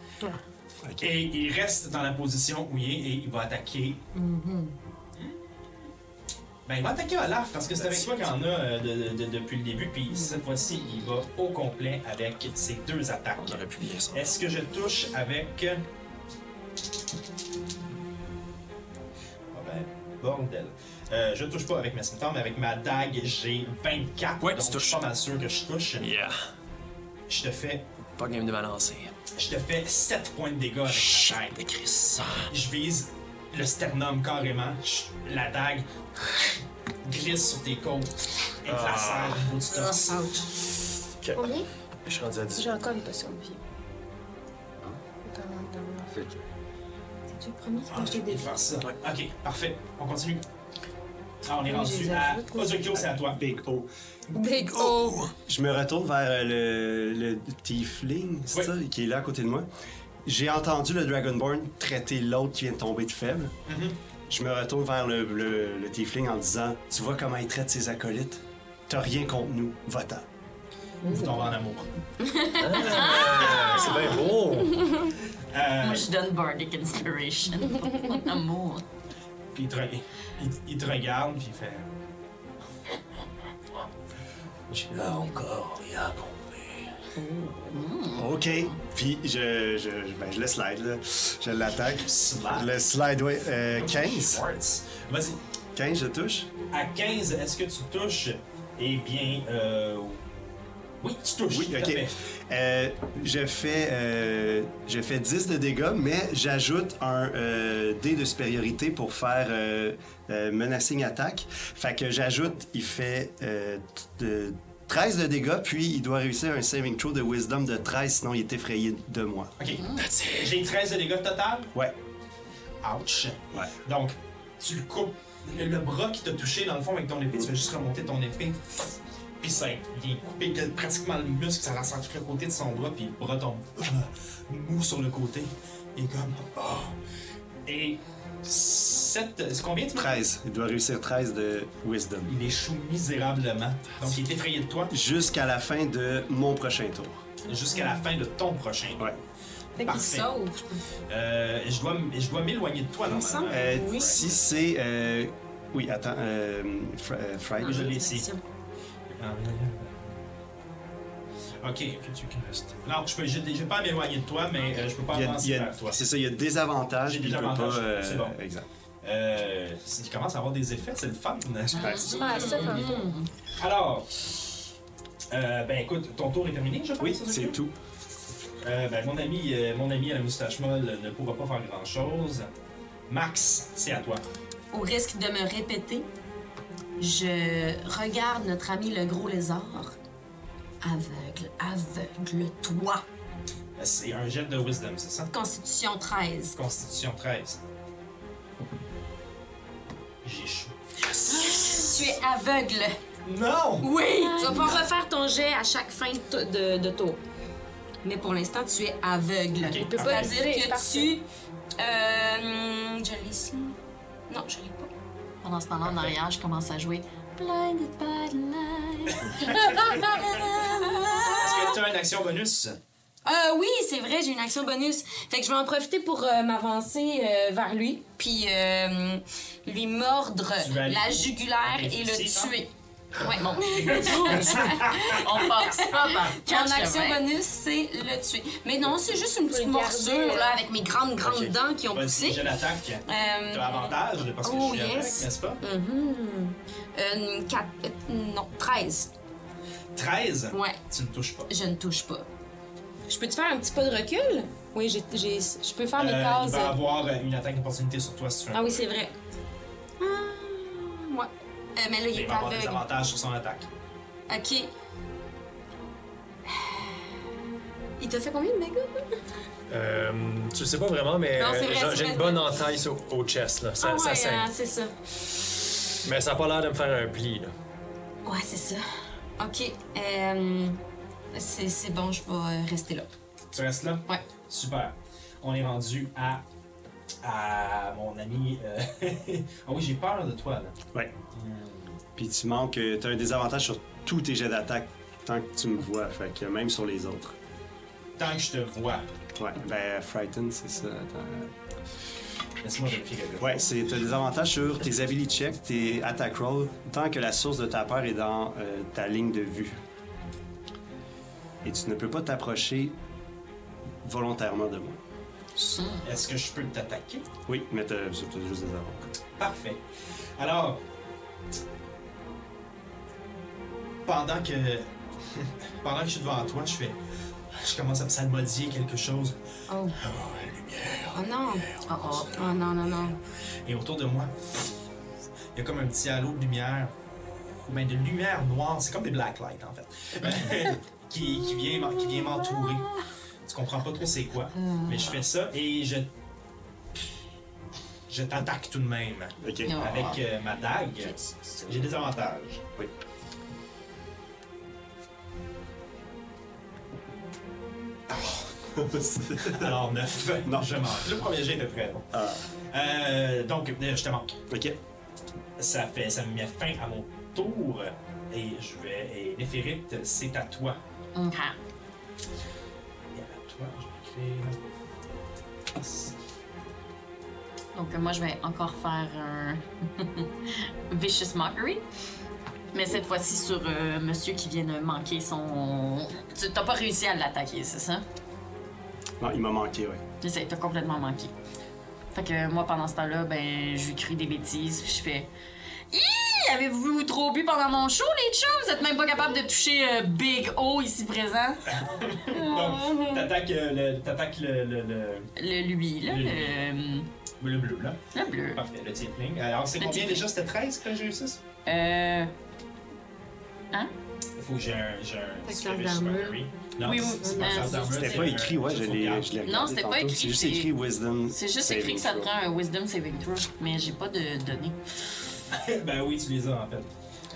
[SPEAKER 1] Et il reste dans la position où il est et il va attaquer. Ben, il va attaquer Olaf parce que c'est avec toi qu'on a euh, de- de- de- depuis le début. Puis cette fois-ci, il va au complet avec ses deux attaques.
[SPEAKER 3] On aurait pu bien ça.
[SPEAKER 1] Est-ce que je touche avec. euh, Ah ben, bordel. Euh, je touche pas avec mes symptômes, mais avec ma dague, j'ai 24.
[SPEAKER 3] Ouais, tu
[SPEAKER 1] donc Je
[SPEAKER 3] touches.
[SPEAKER 1] suis pas mal sûr que je touche.
[SPEAKER 3] Yeah.
[SPEAKER 1] Je te fais,
[SPEAKER 3] Pas game de balancer.
[SPEAKER 1] je te fais 7 points de dégâts avec ma dague.
[SPEAKER 3] Chut, écris ça.
[SPEAKER 1] Je vise le sternum carrément. Chut, La dague glisse sur tes côtes. Et
[SPEAKER 3] Ah.
[SPEAKER 1] te la serre au bout du
[SPEAKER 10] Ah,
[SPEAKER 1] torse.
[SPEAKER 6] Combien
[SPEAKER 3] Je suis rendu à 10.
[SPEAKER 6] J'ai encore une potion de vie.
[SPEAKER 2] Fait que-
[SPEAKER 10] Tu le premier qui
[SPEAKER 1] Ah,
[SPEAKER 10] t'a acheté
[SPEAKER 1] j'ai
[SPEAKER 10] des
[SPEAKER 1] oublié de faire ça. Ok, parfait. On continue. Ah, on est rendu
[SPEAKER 10] les
[SPEAKER 1] à
[SPEAKER 10] ajoute, oui.
[SPEAKER 1] Ozokyo, c'est à toi.
[SPEAKER 2] Big O.
[SPEAKER 6] Big O!
[SPEAKER 2] Je me retourne vers euh, le, le tiefling, c'est
[SPEAKER 1] Oui.
[SPEAKER 2] ça, qui est là à côté de moi. J'ai entendu le Dragonborn traiter l'autre qui vient de tomber de faible.
[SPEAKER 1] Mm-hmm.
[SPEAKER 2] Je me retourne vers le, le- le tiefling en disant Tu vois comment il traite ses acolytes T'as rien contre nous, va-t'en.
[SPEAKER 1] Vous tombez en amour.
[SPEAKER 3] C'est bien beau.
[SPEAKER 1] Ah! Euh,
[SPEAKER 8] Moi, je donne Bardic Inspiration. Mon amour.
[SPEAKER 1] Puis il te, reg- il, il te regarde, puis il fait.
[SPEAKER 9] Tu n'as encore rien compris.
[SPEAKER 2] Ok. Puis je, je, ben, je le slide, là. Je l'attaque.
[SPEAKER 1] Slide.
[SPEAKER 2] Le slide, ouais. Euh, 15.
[SPEAKER 1] Schwartz. Vas-y.
[SPEAKER 2] 15, je touche.
[SPEAKER 1] À 15, est-ce que tu touches Eh bien. Euh... Oui, tu touches.
[SPEAKER 2] Oui,
[SPEAKER 1] tout à
[SPEAKER 2] ok.
[SPEAKER 1] fait.
[SPEAKER 2] Euh, je, fais, euh, je fais 10 de dégâts, mais j'ajoute un euh, dé de supériorité pour faire euh, euh, menacing attack. Fait que j'ajoute, il fait euh, t- de- 13 de dégâts, puis il doit réussir un saving throw de wisdom de 13, sinon il est effrayé de moi.
[SPEAKER 1] Ok. J'ai 13 de dégâts total.
[SPEAKER 2] Ouais.
[SPEAKER 1] Ouch. Donc, tu le coupes. Le, le bras qui t'a touché, dans le fond, avec ton épée, tu fais juste remonter ton épée. Puis ça, il est coupé que- pratiquement le muscle, ça ressent tout le côté de son bras, puis le bras tombe euh, mou sur le côté. Il est comme. Oh. Et. Sept, c'est combien tu m'as
[SPEAKER 2] 13. Il doit réussir 13 de wisdom.
[SPEAKER 1] Il échoue misérablement. Donc, il est effrayé de toi
[SPEAKER 2] Jusqu'à la fin de mon prochain tour.
[SPEAKER 1] jusqu'à la fin de ton prochain.
[SPEAKER 2] Ouais.
[SPEAKER 5] Fait qu'il
[SPEAKER 1] Parfait.
[SPEAKER 5] sauve.
[SPEAKER 1] Euh, je dois, m- je dois m'éloigner de toi, normalement.
[SPEAKER 2] Euh, Si c'est. euh, oui, attends. Euh, fr- euh, Fright.
[SPEAKER 1] Ah, Je l'ai ici.
[SPEAKER 2] Ah,
[SPEAKER 1] Ok. Non, je peux, j'ai- j'ai pas à m'éloigner de toi, mais euh, je peux pas
[SPEAKER 2] Il y a- il y
[SPEAKER 1] avancer
[SPEAKER 2] a-
[SPEAKER 1] vers toi.
[SPEAKER 2] C'est ça, il y a des avantages,
[SPEAKER 1] J'ai
[SPEAKER 2] puis
[SPEAKER 1] des
[SPEAKER 2] il peut pas.
[SPEAKER 1] avantages,
[SPEAKER 2] euh,
[SPEAKER 1] c'est bon.
[SPEAKER 2] Exact.
[SPEAKER 1] Euh, il commence à avoir des effets, c'est le fun.
[SPEAKER 6] Ah, ça, quand même.
[SPEAKER 1] Alors, euh, ben écoute, ton tour est terminé, je pense.
[SPEAKER 2] Oui,
[SPEAKER 1] Suzuki?
[SPEAKER 2] c'est tout.
[SPEAKER 1] Euh, ben, mon ami, euh, mon ami à la moustache molle ne pourra pas faire grand chose. Max, c'est à toi.
[SPEAKER 5] Au risque de me répéter, je regarde notre ami le gros lézard. Aveugle, aveugle, toi.
[SPEAKER 1] C'est un jet de wisdom, c'est ça?
[SPEAKER 5] Constitution 13.
[SPEAKER 1] Constitution 13. J'échoue.
[SPEAKER 5] Tu es aveugle.
[SPEAKER 6] Ah!
[SPEAKER 5] Ah,
[SPEAKER 1] Non!
[SPEAKER 5] Oui! Tu vas pouvoir refaire ton jet à chaque fin de, to- de- de tour. Mais pour l'instant, tu es aveugle.
[SPEAKER 1] Ok,
[SPEAKER 6] peut
[SPEAKER 1] parfait.
[SPEAKER 6] pas
[SPEAKER 5] C'est-à-dire
[SPEAKER 6] C'est
[SPEAKER 5] que
[SPEAKER 6] parfait.
[SPEAKER 5] tu. Euh, je l'ai ici. Non, je l'ai pas.
[SPEAKER 8] Pendant ce temps-là, en arrière, je commence à jouer Blinded by the Light.
[SPEAKER 1] Est-ce que tu as une action bonus?
[SPEAKER 5] Euh, oui, c'est vrai, j'ai une action bonus. Fait que je vais en profiter pour euh, m'avancer euh, vers lui, puis euh, lui mordre
[SPEAKER 1] Tu vas
[SPEAKER 5] la
[SPEAKER 1] aller- hein?
[SPEAKER 5] jugulaire
[SPEAKER 1] Ok,
[SPEAKER 5] et
[SPEAKER 1] ici,
[SPEAKER 5] le
[SPEAKER 1] ça?
[SPEAKER 5] tuer.
[SPEAKER 8] Ouais, bon. On passe pas par
[SPEAKER 5] Mon action
[SPEAKER 8] chemin.
[SPEAKER 5] bonus, c'est le tuer. Mais non, c'est juste une petite
[SPEAKER 6] le garder,
[SPEAKER 5] morsure, là,
[SPEAKER 6] là.
[SPEAKER 5] avec mes grandes, grandes
[SPEAKER 1] Ok.
[SPEAKER 5] dents qui ont
[SPEAKER 1] Vas-y,
[SPEAKER 5] poussé.
[SPEAKER 1] je l'attaque.
[SPEAKER 5] Euh,
[SPEAKER 1] T'as avantage parce que
[SPEAKER 5] oh,
[SPEAKER 1] je suis
[SPEAKER 5] yes.
[SPEAKER 1] avec, n'est-ce pas?
[SPEAKER 5] Mhm. Une quatre- euh, non, 13.
[SPEAKER 1] 13.
[SPEAKER 5] Ouais,
[SPEAKER 1] Tu ne touches pas.
[SPEAKER 5] je ne touche pas.
[SPEAKER 10] Je peux te faire un petit pas de recul? Oui, j'ai, j'ai- je peux faire mes
[SPEAKER 1] Euh, il
[SPEAKER 10] cases.
[SPEAKER 1] va avoir euh, une attaque d'opportunité sur toi si tu veux.
[SPEAKER 10] Ah oui, c'est vrai.
[SPEAKER 5] Ouais. Ah, Euh, mais là, il
[SPEAKER 1] Il
[SPEAKER 5] est
[SPEAKER 1] va avoir des
[SPEAKER 5] aveugle.
[SPEAKER 1] avantages sur son attaque.
[SPEAKER 5] Ok. Il t'a fait combien de dégâts?
[SPEAKER 3] Euh, tu le sais pas vraiment, mais
[SPEAKER 5] Non, c'est vrai,
[SPEAKER 3] j'ai-
[SPEAKER 5] c'est
[SPEAKER 3] j'ai
[SPEAKER 5] vrai.
[SPEAKER 3] une bonne entaille sur- au chest. Là. Ça,
[SPEAKER 10] ah
[SPEAKER 3] ça
[SPEAKER 10] ouais,
[SPEAKER 3] saigne.
[SPEAKER 5] hein,
[SPEAKER 10] euh, c'est ça.
[SPEAKER 3] Mais ça a pas l'air de me faire un pli. Là.
[SPEAKER 5] Ouais, c'est ça. Ok. euh, c'est c'est bon, je vais euh, rester là.
[SPEAKER 1] Tu restes là?
[SPEAKER 5] Ouais.
[SPEAKER 1] Super. On est rendu à. à mon ami. euh, ah oui, j'ai peur de toi, là.
[SPEAKER 2] Ouais. Puis tu manques. euh, T'as un désavantage sur tous tes jets d'attaque tant que tu me vois, fait que même sur les autres.
[SPEAKER 1] Tant que je te vois,
[SPEAKER 2] Ouais, ben, Frighten, c'est ça. Attends.
[SPEAKER 1] laisse-moi vérifier quelque chose.
[SPEAKER 2] Ouais, c'est t'as des avantages sur tes ability checks, tes attack rolls, tant que la source de ta peur est dans euh, ta ligne de vue. Et tu ne peux pas t'approcher volontairement de moi.
[SPEAKER 1] Est-ce que je peux t'attaquer?
[SPEAKER 2] Oui, mais t'as t'as juste des avantages.
[SPEAKER 1] Parfait. Alors, pendant que pendant que je suis devant toi, je fais, je commence à me salmodier quelque chose.
[SPEAKER 5] Oh non! Oh, oh. oh non, non, non.
[SPEAKER 1] Et autour de moi, il y a comme un petit halo de lumière, ou bien de lumière noire, c'est comme des black lights en fait, qui, qui vient, m'en- qui vient m'entourer. Tu comprends pas trop c'est quoi, mais je fais ça et je, je t'attaque tout de même
[SPEAKER 2] Ok.
[SPEAKER 1] avec euh, ma dague. J'ai des avantages.
[SPEAKER 2] Oui.
[SPEAKER 1] Alors, 9.
[SPEAKER 2] Non.
[SPEAKER 1] Je manque. Le premier jet était très bon. Euh, donc, euh, je te manque.
[SPEAKER 2] Ah. ok.
[SPEAKER 1] Ça, fait, ça me met fin à mon tour. Et je vais. Et Néphérite, c'est à toi.
[SPEAKER 8] Ah.
[SPEAKER 1] Et à toi, je vais écrire.
[SPEAKER 8] Donc, euh, moi, je vais encore faire un Vicious Mockery. Mais cette fois-ci sur euh, monsieur qui vient de manquer son. Tu t'as pas réussi à l'attaquer, c'est ça?
[SPEAKER 2] Non, il m'a manqué, ouais.
[SPEAKER 8] Je sais, t'as complètement manqué. Fait que moi, pendant ce temps-là, ben, je lui crie des bêtises, puis je fais. Hi! Avez-vous trop bu pendant mon show, les chums? Vous êtes même pas capable de toucher euh, Big O ici présent? Ah.
[SPEAKER 1] Donc, t'attaques euh, le, t'attaques le, le, le,
[SPEAKER 8] Le lui, là,
[SPEAKER 1] Le lui.
[SPEAKER 8] le,
[SPEAKER 1] le bleu, là.
[SPEAKER 8] le bleu.
[SPEAKER 1] Parfait, le tiefling. Alors, c'est
[SPEAKER 8] Le
[SPEAKER 1] combien
[SPEAKER 8] tiefling.
[SPEAKER 1] déjà C'était 13 que j'ai réussi
[SPEAKER 8] Euh.
[SPEAKER 1] Il faut que j'ai un. J'ai un
[SPEAKER 5] Fait que
[SPEAKER 1] super
[SPEAKER 5] classe
[SPEAKER 1] riche
[SPEAKER 5] d'armure.
[SPEAKER 1] memory. Non,
[SPEAKER 8] Oui, oui,
[SPEAKER 1] c'est- c'est pas
[SPEAKER 8] non,
[SPEAKER 1] classe
[SPEAKER 8] c'est-
[SPEAKER 1] d'armure,
[SPEAKER 2] C'était
[SPEAKER 1] c'est
[SPEAKER 2] pas
[SPEAKER 1] un-
[SPEAKER 2] écrit, ouais, je
[SPEAKER 1] c'est
[SPEAKER 2] l'ai
[SPEAKER 1] sauvegarde.
[SPEAKER 2] je l'ai regardé.
[SPEAKER 8] Non, c'était pas
[SPEAKER 2] tantôt,
[SPEAKER 8] écrit,
[SPEAKER 2] C'est juste
[SPEAKER 8] c'est-
[SPEAKER 2] écrit Wisdom.
[SPEAKER 8] C'est juste écrit que ça te prend un Wisdom Saving Throw, mais j'ai pas de données.
[SPEAKER 1] ben oui, tu les as en fait.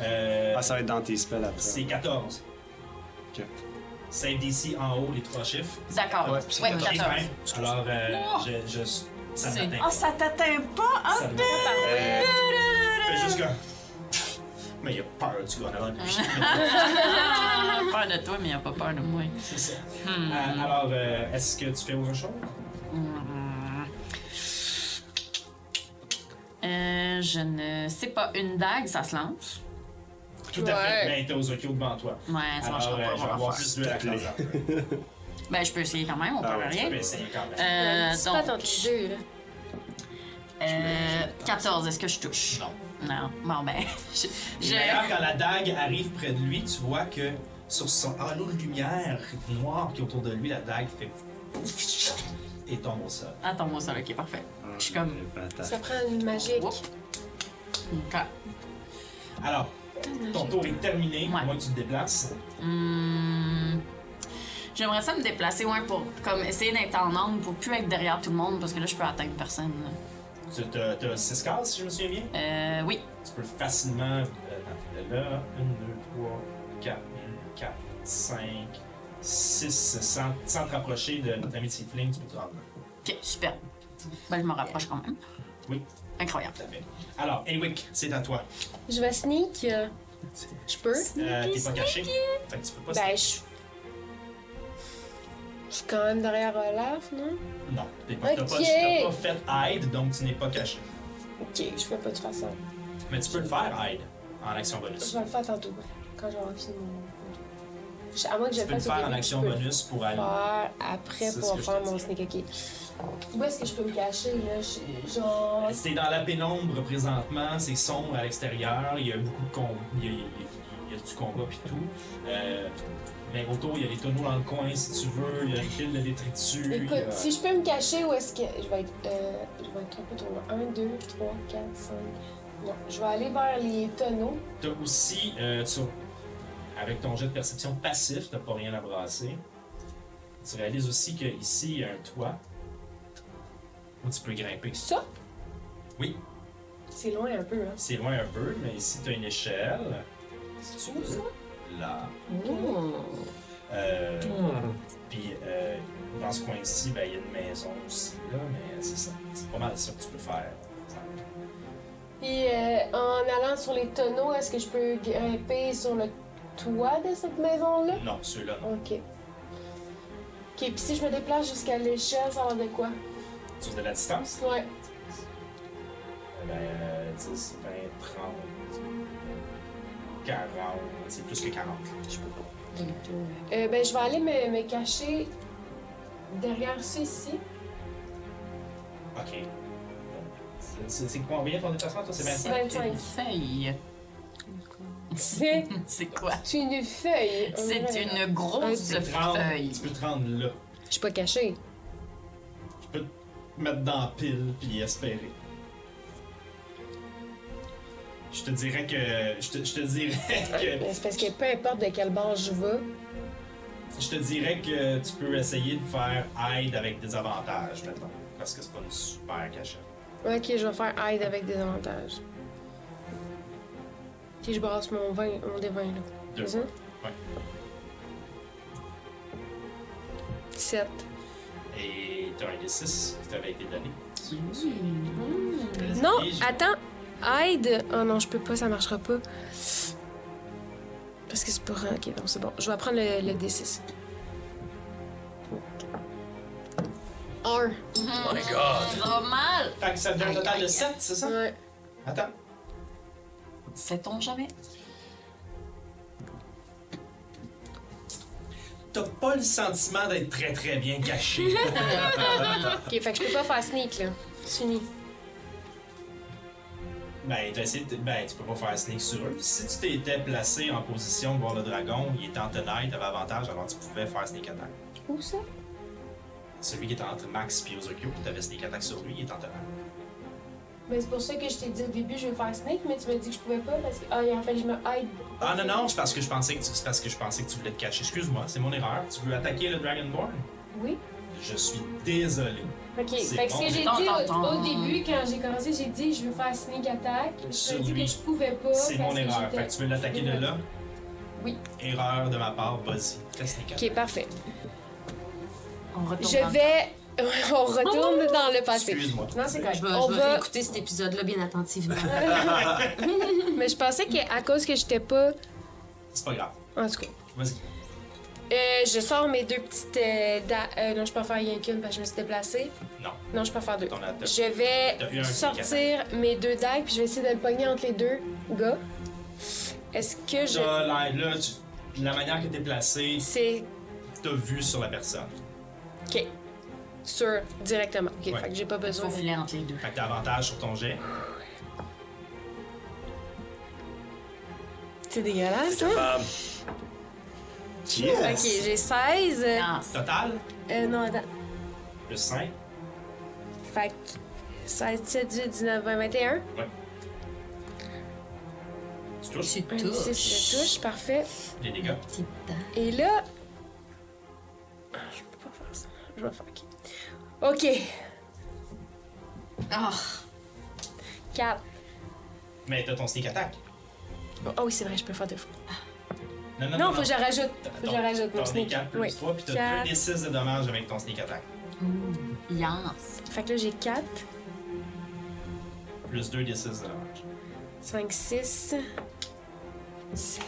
[SPEAKER 1] Euh,
[SPEAKER 2] Ah, ça va être dans tes spells après.
[SPEAKER 1] c'est 14.
[SPEAKER 2] Ok.
[SPEAKER 1] Save DC en haut, les trois chiffres.
[SPEAKER 8] D'accord. Ouais,
[SPEAKER 1] c'est
[SPEAKER 8] 14.
[SPEAKER 1] Alors, euh, je, je, ça
[SPEAKER 8] C'est- Ah,
[SPEAKER 1] m'atteint.
[SPEAKER 4] Oh, ça t'atteint pas, hein?
[SPEAKER 1] Ça m'atteint. Euh, Fais juste comme. Mais il a peur du grenade.
[SPEAKER 8] J'ai peur de toi, mais il a pas peur de moi.
[SPEAKER 1] C'est ça. Euh, alors, euh, est-ce que tu fais autre chose?
[SPEAKER 8] Euh, je ne sais pas, une dague, ça se lance.
[SPEAKER 1] Tout à fait.
[SPEAKER 6] Ouais.
[SPEAKER 1] Ben, t'es aux occhio devant toi.
[SPEAKER 8] Ouais, ça
[SPEAKER 1] Alors,
[SPEAKER 8] marchera
[SPEAKER 1] euh,
[SPEAKER 8] pas,
[SPEAKER 1] je vais
[SPEAKER 8] mon
[SPEAKER 1] avoir
[SPEAKER 8] affaire.
[SPEAKER 1] plus de la classe d'armure.
[SPEAKER 8] Ben, je peux essayer quand même, on perd
[SPEAKER 2] ouais,
[SPEAKER 1] Je
[SPEAKER 8] rien.
[SPEAKER 1] vais essayer quand même.
[SPEAKER 8] Euh,
[SPEAKER 6] C'est pas
[SPEAKER 8] donc,
[SPEAKER 6] entre les deux, là.
[SPEAKER 8] euh, 14, est-ce que je touche?
[SPEAKER 1] Non.
[SPEAKER 8] Non. Bon, ben, je...
[SPEAKER 1] Et
[SPEAKER 8] je-
[SPEAKER 1] D'ailleurs, quand la dague arrive près de lui, tu vois que sur son halo de lumière noire qui est autour de lui, la dague fait et tombe au sol.
[SPEAKER 8] Attends, moi, ça, ok, parfait. Je suis comme...
[SPEAKER 6] Ça prend une magique.
[SPEAKER 8] Oups. Ok.
[SPEAKER 1] Alors, ton tour est terminé,
[SPEAKER 8] Ouais.
[SPEAKER 1] à moins que tu te déplaces.
[SPEAKER 8] Hmm. J'aimerais ça me déplacer, ouais, pour comme essayer d'être en angle, pour plus être derrière tout le monde, parce que là, je peux atteindre personne. là.
[SPEAKER 1] Tu as 6 cases, si je me souviens bien.
[SPEAKER 8] Euh, oui.
[SPEAKER 1] Tu peux facilement. euh, attends, là, 1, 2, 3, 4, 4, 5, 6, sans, sans te rapprocher de notre ami Tiefling, tu peux te rendre. là.
[SPEAKER 8] Ok, super. Ben, je me rapproche quand même.
[SPEAKER 1] Oui.
[SPEAKER 8] Incroyable.
[SPEAKER 1] Tout à fait. Alors, Ewick, c'est à toi.
[SPEAKER 6] Je vais sneak. euh, Je peux?
[SPEAKER 1] Euh, T'es pas caché. Fait que tu peux pas.
[SPEAKER 6] Ben, je. Je suis quand même derrière Olaf, non?
[SPEAKER 1] Non, t'es pas, t'as
[SPEAKER 6] Ok.
[SPEAKER 1] pas, t'as pas fait hide, donc tu n'es pas caché.
[SPEAKER 6] Ok, je peux pas te faire ça.
[SPEAKER 1] Mais tu peux le faire hide. en action bonus.
[SPEAKER 6] Je vais le faire tantôt, quand j'aurai fini mon. Je- À moins que je
[SPEAKER 1] Tu peux le
[SPEAKER 6] fasse au
[SPEAKER 1] faire en
[SPEAKER 6] début,
[SPEAKER 1] action
[SPEAKER 6] je peux le
[SPEAKER 1] bonus pour aller.
[SPEAKER 6] faire après
[SPEAKER 1] C'est ce
[SPEAKER 6] pour
[SPEAKER 1] que je
[SPEAKER 6] faire
[SPEAKER 1] te
[SPEAKER 6] mon sneak attack. Où est-ce que je peux me cacher, là? Je- Genre.
[SPEAKER 1] C'est dans la pénombre présentement, c'est sombre à l'extérieur, il y a beaucoup de combats, il, y a- il y a- il y a du combat puis tout. Euh, mais autour, il y a des tonneaux dans le coin si tu veux, il y a une pile de détritus. il y a-
[SPEAKER 6] Écoute, si je peux me cacher, où est-ce que. Je vais être. euh, je vais être un peu tournant. 1, 2, 3, 4, 5. Non, je vais aller vers les tonneaux.
[SPEAKER 1] T'as aussi, euh, tu- avec ton jet de perception passif, t'as pas rien à brasser. Tu réalises aussi qu'ici, il y a un toit où tu peux grimper.
[SPEAKER 6] Ça?
[SPEAKER 1] Oui.
[SPEAKER 6] C'est loin un peu, hein.
[SPEAKER 1] C'est loin un peu, mais ici, t'as une échelle. Si tu veux, là. Euh, Puis euh, dans ce coin-ci, ben, il y a une maison aussi, là, mais c'est ça. C'est pas mal ça que tu peux faire.
[SPEAKER 6] Puis euh, en allant sur les tonneaux, est-ce que je peux grimper sur le toit de cette maison-là?
[SPEAKER 1] Non, ceux-là, non.
[SPEAKER 6] Ok. Ok, puis si je me déplace jusqu'à l'échelle, ça va de quoi?
[SPEAKER 1] Sur de la distance,
[SPEAKER 6] Ouais.
[SPEAKER 1] euh, ben, euh, 10, 20, 30, 40, c'est plus que 40. Je peux pas.
[SPEAKER 6] Euh, ben, je vais aller me, me cacher derrière ceci.
[SPEAKER 1] Ok. C'est c'est combien ton déplacement, toi? C'est 25?
[SPEAKER 6] 25.
[SPEAKER 8] Feuille.
[SPEAKER 6] C'est
[SPEAKER 8] C'est quoi?
[SPEAKER 6] une feuille.
[SPEAKER 8] C'est
[SPEAKER 6] Ouais.
[SPEAKER 8] une grosse
[SPEAKER 1] Tu peux te rendre-
[SPEAKER 8] feuille.
[SPEAKER 1] Tu peux te rendre là.
[SPEAKER 6] Je suis pas cachée.
[SPEAKER 1] Tu peux te mettre dans la pile puis espérer. Je te dirais que. Je te, je te dirais que.
[SPEAKER 6] Mais C'est parce que peu importe de quel bord je vais,
[SPEAKER 1] Je te dirais que tu peux essayer de faire aide avec des avantages, mettons. Parce que c'est pas une super cachette.
[SPEAKER 6] Ok, je vais faire aide avec des avantages. Ok, je brasse mon vin, mon dévin là.
[SPEAKER 1] Deux.
[SPEAKER 6] Mhm.
[SPEAKER 1] Ouais.
[SPEAKER 6] 7.
[SPEAKER 1] Et t'as un D6 si t'avais été donné.
[SPEAKER 6] Non,
[SPEAKER 1] Et j'ai-
[SPEAKER 6] attends. Aide. Oh non, je peux pas, ça marchera pas. Parce que c'est pour. Ok, non, c'est bon. Je vais prendre le, le D6. Un.
[SPEAKER 8] Oh my god! Trop mal!
[SPEAKER 1] Fait que ça devient un total de 7, c'est ça?
[SPEAKER 6] Ouais.
[SPEAKER 1] Attends.
[SPEAKER 8] Sait-on jamais?
[SPEAKER 1] T'as pas le sentiment d'être très très bien caché.
[SPEAKER 6] Ok, fait que je peux pas faire sneak là. C'est fini.
[SPEAKER 1] Ben, t'as essayé de- ben, tu peux pas faire sneak sur eux. Si tu t'étais placé en position de voir le dragon, il était en tenaille, t'avais avantage, alors tu pouvais faire sneak attack.
[SPEAKER 6] Où ça?
[SPEAKER 1] Celui qui était entre Max et Ozokyo, t'avais sneak attack sur lui, il est en tenaille.
[SPEAKER 6] Ben, c'est pour ça que je t'ai dit au début, je veux faire sneak, mais tu m'as dit que je pouvais pas parce que. Ah, en fait, je me aide.
[SPEAKER 1] Ah non, non, c'est parce que je pensais que tu, c'est parce que je pensais que tu voulais te cacher. Excuse-moi, c'est mon erreur. Tu veux attaquer le Dragonborn?
[SPEAKER 6] Oui.
[SPEAKER 1] Je suis désolé.
[SPEAKER 6] Ok,
[SPEAKER 1] C'est
[SPEAKER 6] fait que
[SPEAKER 1] bon.
[SPEAKER 6] ce que j'ai dit
[SPEAKER 8] Tant,
[SPEAKER 6] au,
[SPEAKER 8] tant, tant.
[SPEAKER 6] au début, quand j'ai commencé, j'ai dit je veux faire sneak attack. Je
[SPEAKER 1] Sur
[SPEAKER 6] t'ai dit
[SPEAKER 1] lui.
[SPEAKER 6] que je pouvais pas.
[SPEAKER 1] C'est
[SPEAKER 6] parce
[SPEAKER 1] mon
[SPEAKER 6] que
[SPEAKER 1] erreur.
[SPEAKER 6] j'étais-
[SPEAKER 1] Fait que tu veux l'attaquer de là?
[SPEAKER 6] Oui.
[SPEAKER 1] Erreur de ma part, vas-y. Fais sneak attack.
[SPEAKER 6] Ok, parfait.
[SPEAKER 8] On retourne.
[SPEAKER 6] Je
[SPEAKER 8] dans-
[SPEAKER 6] vais. On retourne dans le passé.
[SPEAKER 1] Excuse-moi.
[SPEAKER 6] Non, c'est
[SPEAKER 5] Je
[SPEAKER 6] correct.
[SPEAKER 5] vais,
[SPEAKER 6] On
[SPEAKER 5] je vais
[SPEAKER 6] va.
[SPEAKER 5] réécouter cet épisode-là bien attentivement.
[SPEAKER 6] Mais je pensais qu'à cause que j'étais pas.
[SPEAKER 1] C'est pas grave.
[SPEAKER 6] En tout cas.
[SPEAKER 1] Vas-y.
[SPEAKER 6] Euh, je sors mes deux petites. euh, da- euh, non, je peux en faire rien qu'une parce que je me suis déplacée.
[SPEAKER 1] Non.
[SPEAKER 6] Non, je peux en faire deux.
[SPEAKER 1] T'en as- t'as-
[SPEAKER 6] Je vais
[SPEAKER 1] T'as eu un
[SPEAKER 6] sortir mes deux dagues puis je vais essayer de le pogner entre les deux gars. Est-ce que je.
[SPEAKER 1] Là, là, là, tu- la manière que t'es placé,
[SPEAKER 6] C'est
[SPEAKER 1] t'as vu sur la personne.
[SPEAKER 6] OK. Sur directement. OK,
[SPEAKER 1] Ouais.
[SPEAKER 6] fait que j'ai pas
[SPEAKER 8] Faut
[SPEAKER 6] besoin.
[SPEAKER 8] filer entre les deux.
[SPEAKER 1] Fait que t'as avantage sur ton jet.
[SPEAKER 6] C'est dégueulasse, hein? OK,
[SPEAKER 2] Yes!
[SPEAKER 6] j'ai 16. euh,
[SPEAKER 8] Non,
[SPEAKER 1] Total,
[SPEAKER 6] Euh, non, attends.
[SPEAKER 1] le 5.
[SPEAKER 6] Fait que 16, 17, 18, 19, 20, 21.
[SPEAKER 1] Tu touches
[SPEAKER 5] Tu
[SPEAKER 6] Un
[SPEAKER 5] touches.
[SPEAKER 6] 6, je touche, parfait.
[SPEAKER 1] les dégâts.
[SPEAKER 6] Et là... Je peux pas faire ça. Je vais faire... OK. OK.
[SPEAKER 8] Ah.
[SPEAKER 6] 4.
[SPEAKER 1] Mais t'as ton sneak attack.
[SPEAKER 6] Oh oui, c'est vrai, je peux faire deux fois.
[SPEAKER 1] non,
[SPEAKER 6] Non, faut que je rajoute.
[SPEAKER 1] T'as-
[SPEAKER 6] Faut que je
[SPEAKER 1] t'as-
[SPEAKER 6] rajoute mon
[SPEAKER 1] T'en es
[SPEAKER 6] sneak.
[SPEAKER 1] 4 plus
[SPEAKER 6] Oui.
[SPEAKER 1] 3, puis t'as
[SPEAKER 6] Quatre.
[SPEAKER 1] 2 des 6 de dommages avec ton sneak attack.
[SPEAKER 8] yes.
[SPEAKER 6] Fait que là, j'ai 4,
[SPEAKER 1] Plus 2 des 6 de dommages.
[SPEAKER 6] 5, 6, 7.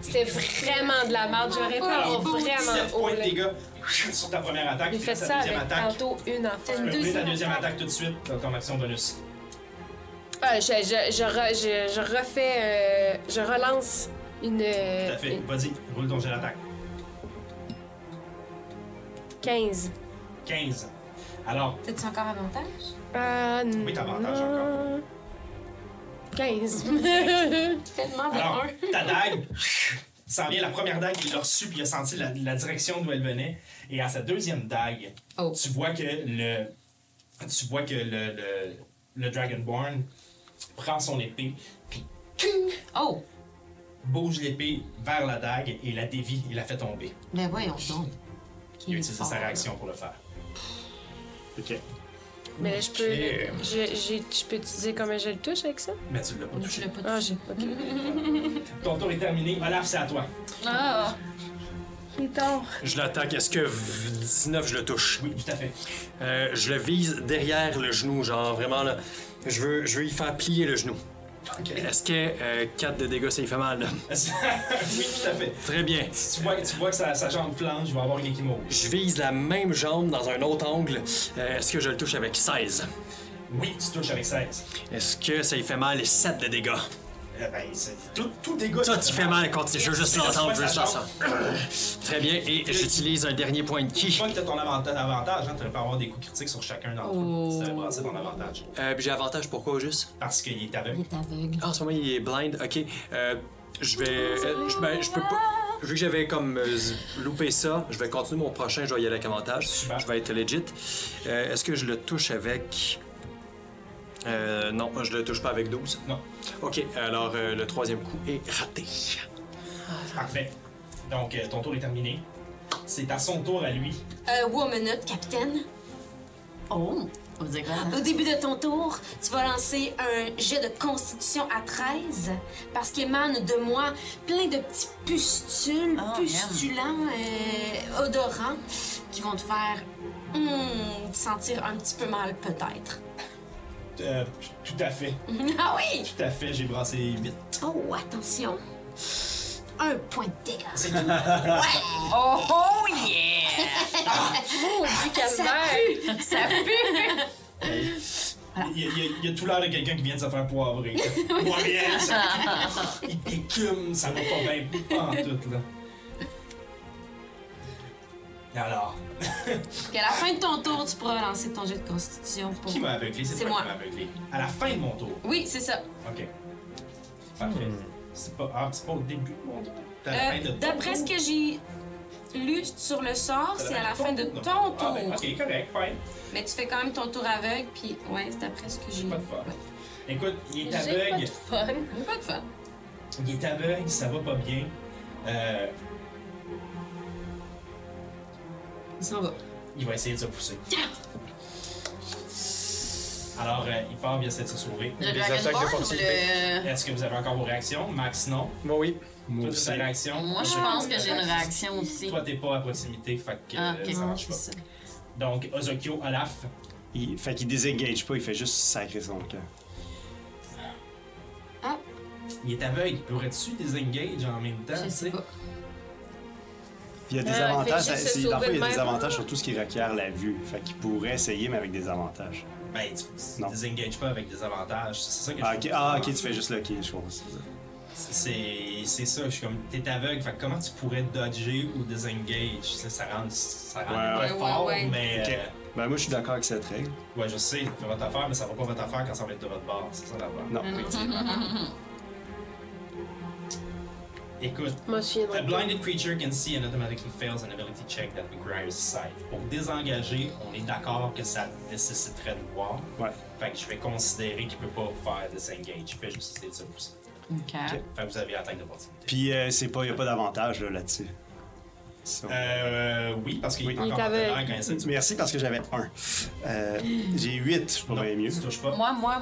[SPEAKER 6] C'était vraiment de la merde. J'aurais pas vraiment
[SPEAKER 1] 7
[SPEAKER 6] haut,
[SPEAKER 1] points de
[SPEAKER 6] là.
[SPEAKER 1] dégâts sur ta première attaque.
[SPEAKER 6] J'ai
[SPEAKER 1] puis
[SPEAKER 6] fait
[SPEAKER 1] ta
[SPEAKER 6] ça
[SPEAKER 1] deuxième
[SPEAKER 6] avec
[SPEAKER 1] attaque.
[SPEAKER 6] tantôt une
[SPEAKER 1] Tu
[SPEAKER 6] affaire.
[SPEAKER 1] peux brûler ta
[SPEAKER 5] deuxième
[SPEAKER 1] deuxième
[SPEAKER 5] attaque.
[SPEAKER 1] attaque tout de suite dans ton action bonus.
[SPEAKER 6] Ah, je, je, je, re- je- je refais. euh, je relance une,
[SPEAKER 1] Tout à fait.
[SPEAKER 6] Euh, une
[SPEAKER 1] Vas-y, roule ton jet d'attaque.
[SPEAKER 6] 15.
[SPEAKER 1] 15. Alors,
[SPEAKER 5] T'as-tu encore avantage?
[SPEAKER 6] Ah,
[SPEAKER 1] Oui, t'as avantage encore.
[SPEAKER 6] 15.
[SPEAKER 5] Tellement de
[SPEAKER 1] alors
[SPEAKER 5] un.
[SPEAKER 1] ta dague s'en vient, la première dague qu'il a reçue, puis il a senti la, la direction d'où elle venait. Et à sa deuxième dague,
[SPEAKER 5] Oh.
[SPEAKER 1] tu vois que le. Tu vois que le, le, le Dragonborn prend son épée, puis
[SPEAKER 5] Oh!
[SPEAKER 1] bouge l'épée vers la dague et la dévie et la fait tomber.
[SPEAKER 5] Ben voyons donc.
[SPEAKER 1] Il a utilisé sa réaction pour le faire.
[SPEAKER 2] Ok.
[SPEAKER 6] Mais là, je peux.
[SPEAKER 1] Ok.
[SPEAKER 6] Je, j'ai- je peux utiliser comment je le touche avec ça?
[SPEAKER 1] Mais tu l'as pas touché.
[SPEAKER 6] Ah, j'ai. Ok.
[SPEAKER 1] Ton tour est terminé. Olaf, c'est à toi.
[SPEAKER 8] Ah!
[SPEAKER 6] Il tombe.
[SPEAKER 3] Je l'attaque. Est-ce que v- 19, je le touche?
[SPEAKER 1] Oui, tout à fait.
[SPEAKER 3] Euh, je le vise derrière le genou, genre vraiment là. Je veux, je veux y faire plier le genou.
[SPEAKER 1] Ok.
[SPEAKER 3] Est-ce que 4 de dégâts, ça y fait mal?
[SPEAKER 1] oui, tout à fait.
[SPEAKER 3] Très bien.
[SPEAKER 1] Tu vois, tu vois que sa, sa jambe flanche, il va avoir quelqu'un qui mourra.
[SPEAKER 3] Je vise la même jambe dans un autre angle. Euh, Est-ce que je le touche avec 16?
[SPEAKER 1] Oui, tu touches avec 16.
[SPEAKER 3] Est-ce que ça y fait mal 7 de dégâts?
[SPEAKER 1] Eh ben, c'est- tout, tout dégât.
[SPEAKER 3] Ça, tu fais mal quand tu je veux juste
[SPEAKER 1] Tu vois
[SPEAKER 3] l'entendre,
[SPEAKER 1] sa
[SPEAKER 3] juste
[SPEAKER 1] jambe.
[SPEAKER 3] ça. Très bien, et j'utilise un dernier point de
[SPEAKER 1] Je
[SPEAKER 3] ki.
[SPEAKER 1] crois que t'as ton avantage, avantage hein, t'aurais pas avoir des coups critiques sur chacun d'entre eux.
[SPEAKER 5] Oh.
[SPEAKER 1] Si t'avais brassé ton avantage.
[SPEAKER 3] Euh, puis J'ai avantage pourquoi juste?
[SPEAKER 1] Parce qu'il est aveugle.
[SPEAKER 5] Il est aveugle.
[SPEAKER 3] Ah, en ce moment, il est blind. Ok. Euh, je vais. euh, je, ben, je peux pas. Vu que j'avais comme euh, z- loupé ça, je vais continuer mon prochain. Je vais y aller avec avantage.
[SPEAKER 1] Super.
[SPEAKER 3] Je vais être legit. Euh, Est-ce que je le touche avec. Euh, non, je le touche pas avec 12.
[SPEAKER 1] Non.
[SPEAKER 3] Ok, alors euh, le troisième coup est raté.
[SPEAKER 1] Parfait. Donc, euh, ton tour est terminé. C'est à son tour à lui.
[SPEAKER 5] Euh, wow, minute, capitaine.
[SPEAKER 8] Oh! On va dire quoi?
[SPEAKER 5] Au début de ton tour, tu vas lancer un jet de constitution à 13 parce qu'émane de moi plein de petits pustules,
[SPEAKER 8] Oh,
[SPEAKER 5] pustulants, euh, odorants qui vont te faire hmm, te sentir un petit peu mal peut-être.
[SPEAKER 1] Euh, tout à fait.
[SPEAKER 5] ah oui!
[SPEAKER 1] Tout à fait, j'ai brassé 8.
[SPEAKER 5] Oh, attention! Un point de dégâts.
[SPEAKER 8] Oh, oh yeah! Ça pue!
[SPEAKER 1] Il y, a- il y a- il y a tout l'air de quelqu'un qui vient de se faire poivrer. là. Moi bien, ça. Il écume, ça va pas bien pas en tout, là. Et Alors,
[SPEAKER 5] Puis à la fin de ton tour, tu pourras lancer ton jet de constitution pour.
[SPEAKER 1] qui m'a aveuglé?
[SPEAKER 5] C'est
[SPEAKER 1] toi
[SPEAKER 5] moi.
[SPEAKER 1] qui m'a aveuglé. À la fin de mon tour.
[SPEAKER 5] Oui, c'est ça.
[SPEAKER 1] Ok. Parfait. C'est pas, ah, c'est pas au début de mon tour. C'est à la fin
[SPEAKER 5] Euh,
[SPEAKER 1] de ton
[SPEAKER 5] D'après
[SPEAKER 1] tour.
[SPEAKER 5] ce que j'ai lu sur le sort, c'est à la fin de ton
[SPEAKER 1] Non.
[SPEAKER 5] tour.
[SPEAKER 1] Ah, ben, ok, correct, fine.
[SPEAKER 5] Mais tu fais quand même ton tour aveugle, puis ouais, c'est d'après ce que j'ai lu.
[SPEAKER 1] Pas de fun. Écoute, il est
[SPEAKER 6] J'ai pas de
[SPEAKER 1] aveugle.
[SPEAKER 6] fun.
[SPEAKER 5] Mais Pas de fun.
[SPEAKER 1] Il est aveugle, ça va pas bien. Euh,
[SPEAKER 5] Il s'en va.
[SPEAKER 1] il va essayer de se pousser. Alors, euh, il part, il essaie de se sauver.
[SPEAKER 8] Le
[SPEAKER 3] Des
[SPEAKER 8] Dragonborn
[SPEAKER 3] attaques
[SPEAKER 8] ou
[SPEAKER 3] d'opportunité.
[SPEAKER 8] le.
[SPEAKER 1] Est-ce que vous avez encore vos réactions? Max, non.
[SPEAKER 3] Bon, oui.
[SPEAKER 1] Toi, tu as ta réaction.
[SPEAKER 8] Moi, je pense que j'ai une réaction aussi.
[SPEAKER 1] Toi, t'es pas à proximité, fait que
[SPEAKER 8] Ah,
[SPEAKER 1] euh,
[SPEAKER 8] ok,
[SPEAKER 1] ça marche
[SPEAKER 8] c'est ça.
[SPEAKER 1] pas. Donc, Ozokyo, Olaf,
[SPEAKER 2] Il, fait qu'il désengage pas, il fait juste sacrer son camp.
[SPEAKER 1] il est aveugle. Pourrais-tu désengage en même temps?
[SPEAKER 5] Je
[SPEAKER 1] tu
[SPEAKER 5] sais
[SPEAKER 1] sais?
[SPEAKER 5] pas.
[SPEAKER 2] Puis il y a des
[SPEAKER 8] Euh,
[SPEAKER 6] Ah, il fait
[SPEAKER 2] avantages,
[SPEAKER 6] juste se
[SPEAKER 2] c'est- dans le fond, il y
[SPEAKER 6] sauver
[SPEAKER 2] a
[SPEAKER 6] de
[SPEAKER 2] des
[SPEAKER 6] même.
[SPEAKER 2] avantages sur tout ce qui requiert la vue. Fait qu'il pourrait essayer, mais avec des avantages.
[SPEAKER 1] Ben, tu, tu
[SPEAKER 2] Non.
[SPEAKER 1] désengages pas avec des avantages. C'est ça que
[SPEAKER 2] Ah
[SPEAKER 1] je
[SPEAKER 2] ok, ah, ok, tu fais juste le ok, je comprends. c'est ça.
[SPEAKER 1] C'est c'est ça, je suis comme, t'es aveugle, fait que comment tu pourrais dodger ou désengage? Ça, ça rend, ça rend
[SPEAKER 2] Ouais,
[SPEAKER 1] pas
[SPEAKER 5] ouais.
[SPEAKER 1] fort,
[SPEAKER 5] Ouais, ouais.
[SPEAKER 1] mais...
[SPEAKER 2] Ok.
[SPEAKER 1] euh,
[SPEAKER 2] Ben moi je suis d'accord avec cette règle.
[SPEAKER 1] ouais, je sais, c'est votre affaire, mais ça va pas votre affaire quand ça va être de votre bord, c'est ça l'affaire.
[SPEAKER 2] Non.
[SPEAKER 1] Écoute,
[SPEAKER 6] Je m'en
[SPEAKER 1] a
[SPEAKER 6] souviendrai. pas.
[SPEAKER 1] blinded creature can see and automatically fails an ability check that requires sight. Pour désengager, on est d'accord que ça nécessiterait de voir,
[SPEAKER 2] Ouais.
[SPEAKER 1] fait que je vais considérer qu'il peut pas faire disengage, il peut juste essayer de se pousser.
[SPEAKER 8] Ok.
[SPEAKER 1] Fait que vous avez attaque d'opportunité.
[SPEAKER 2] Puis euh, c'est pas, y a pas d'avantage là, là-dessus. Ça.
[SPEAKER 1] Euh, oui, parce qu'il est encore en
[SPEAKER 6] aveugle.
[SPEAKER 1] l'air quand il essaie de se
[SPEAKER 2] Merci parce que j'avais un. Euh, J'ai 8, je
[SPEAKER 1] Non,
[SPEAKER 2] pourrais mieux.
[SPEAKER 1] tu touches pas.
[SPEAKER 8] Moi, moi.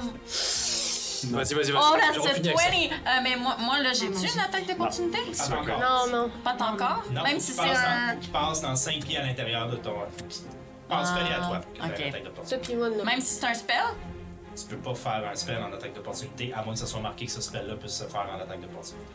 [SPEAKER 2] Non.
[SPEAKER 3] Vas-y, vas-y, vas-y.
[SPEAKER 8] Oh,
[SPEAKER 3] On
[SPEAKER 8] that's a
[SPEAKER 3] finit avec ça.
[SPEAKER 8] 20! Euh, mais moi, moi là, j'ai-tu une attaque d'opportunité?
[SPEAKER 1] Pas encore.
[SPEAKER 6] Non, non.
[SPEAKER 8] Pas encore?
[SPEAKER 1] Non,
[SPEAKER 8] Même
[SPEAKER 1] qui
[SPEAKER 8] si c'est
[SPEAKER 1] passe
[SPEAKER 8] un.
[SPEAKER 1] dans- Qui passe dans 5 pieds à l'intérieur de ton. Qui passe collé à toi.
[SPEAKER 8] Ah,
[SPEAKER 1] avec
[SPEAKER 8] ok.
[SPEAKER 1] l'attaque d'opportunité.
[SPEAKER 6] Ça, puis moi, non.
[SPEAKER 8] Même si c'est un spell?
[SPEAKER 1] Tu peux pas faire un spell en attaque d'opportunité, à moins que ce soit marqué que ce spell-là puisse se faire en attaque d'opportunité.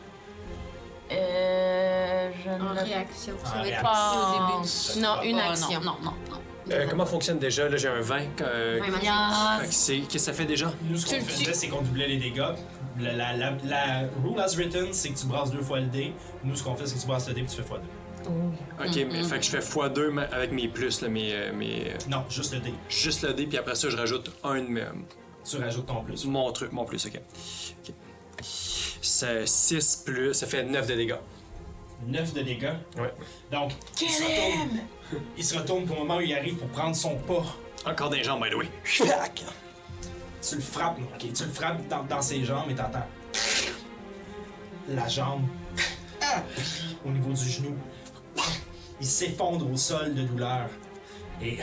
[SPEAKER 8] Euh. Je
[SPEAKER 10] En
[SPEAKER 8] ne
[SPEAKER 10] réaction.
[SPEAKER 1] En
[SPEAKER 10] Ça va être
[SPEAKER 8] Euh,
[SPEAKER 1] réaction.
[SPEAKER 10] pas Ah, au début.
[SPEAKER 8] pense.
[SPEAKER 10] Non, une
[SPEAKER 8] pas. Ah,
[SPEAKER 10] action.
[SPEAKER 8] Oh, Non, non, non. non.
[SPEAKER 3] Euh, comment fonctionne déjà? Là, j'ai un 20. euh,
[SPEAKER 8] Ouais, Ah,
[SPEAKER 3] fait que c'est- Qu'est-ce que ça fait déjà?
[SPEAKER 1] Nous, ce qu'on faisait, c'est qu'on doublait les dégâts. La, la, la, la rule as written, c'est que tu brasses deux fois le dé. Nous, ce qu'on fait, c'est que tu brasses le dé puis tu fais fois deux.
[SPEAKER 3] Ok, mais fait que je fais x2 ma- avec mes plus, là, mes, euh, mes, euh,
[SPEAKER 1] Non, juste le dé.
[SPEAKER 3] juste le dé, puis après ça, je rajoute un de mes. euh,
[SPEAKER 1] Tu rajoutes ton plus.
[SPEAKER 3] Mon truc, mon plus, ok. Ok. C'est 6 plus, ça fait 9 de dégâts.
[SPEAKER 1] 9 de dégâts.
[SPEAKER 3] Ouais.
[SPEAKER 1] Donc, il se, retourne, il se retourne au moment où il arrive pour prendre son pas.
[SPEAKER 3] Encore des jambes, by the way.
[SPEAKER 1] Clac! Tu le frappes, ok, tu le frappes dans, dans ses jambes et t'entends. La jambe. Ah! Au niveau du genou. Il s'effondre au sol de douleur. Et.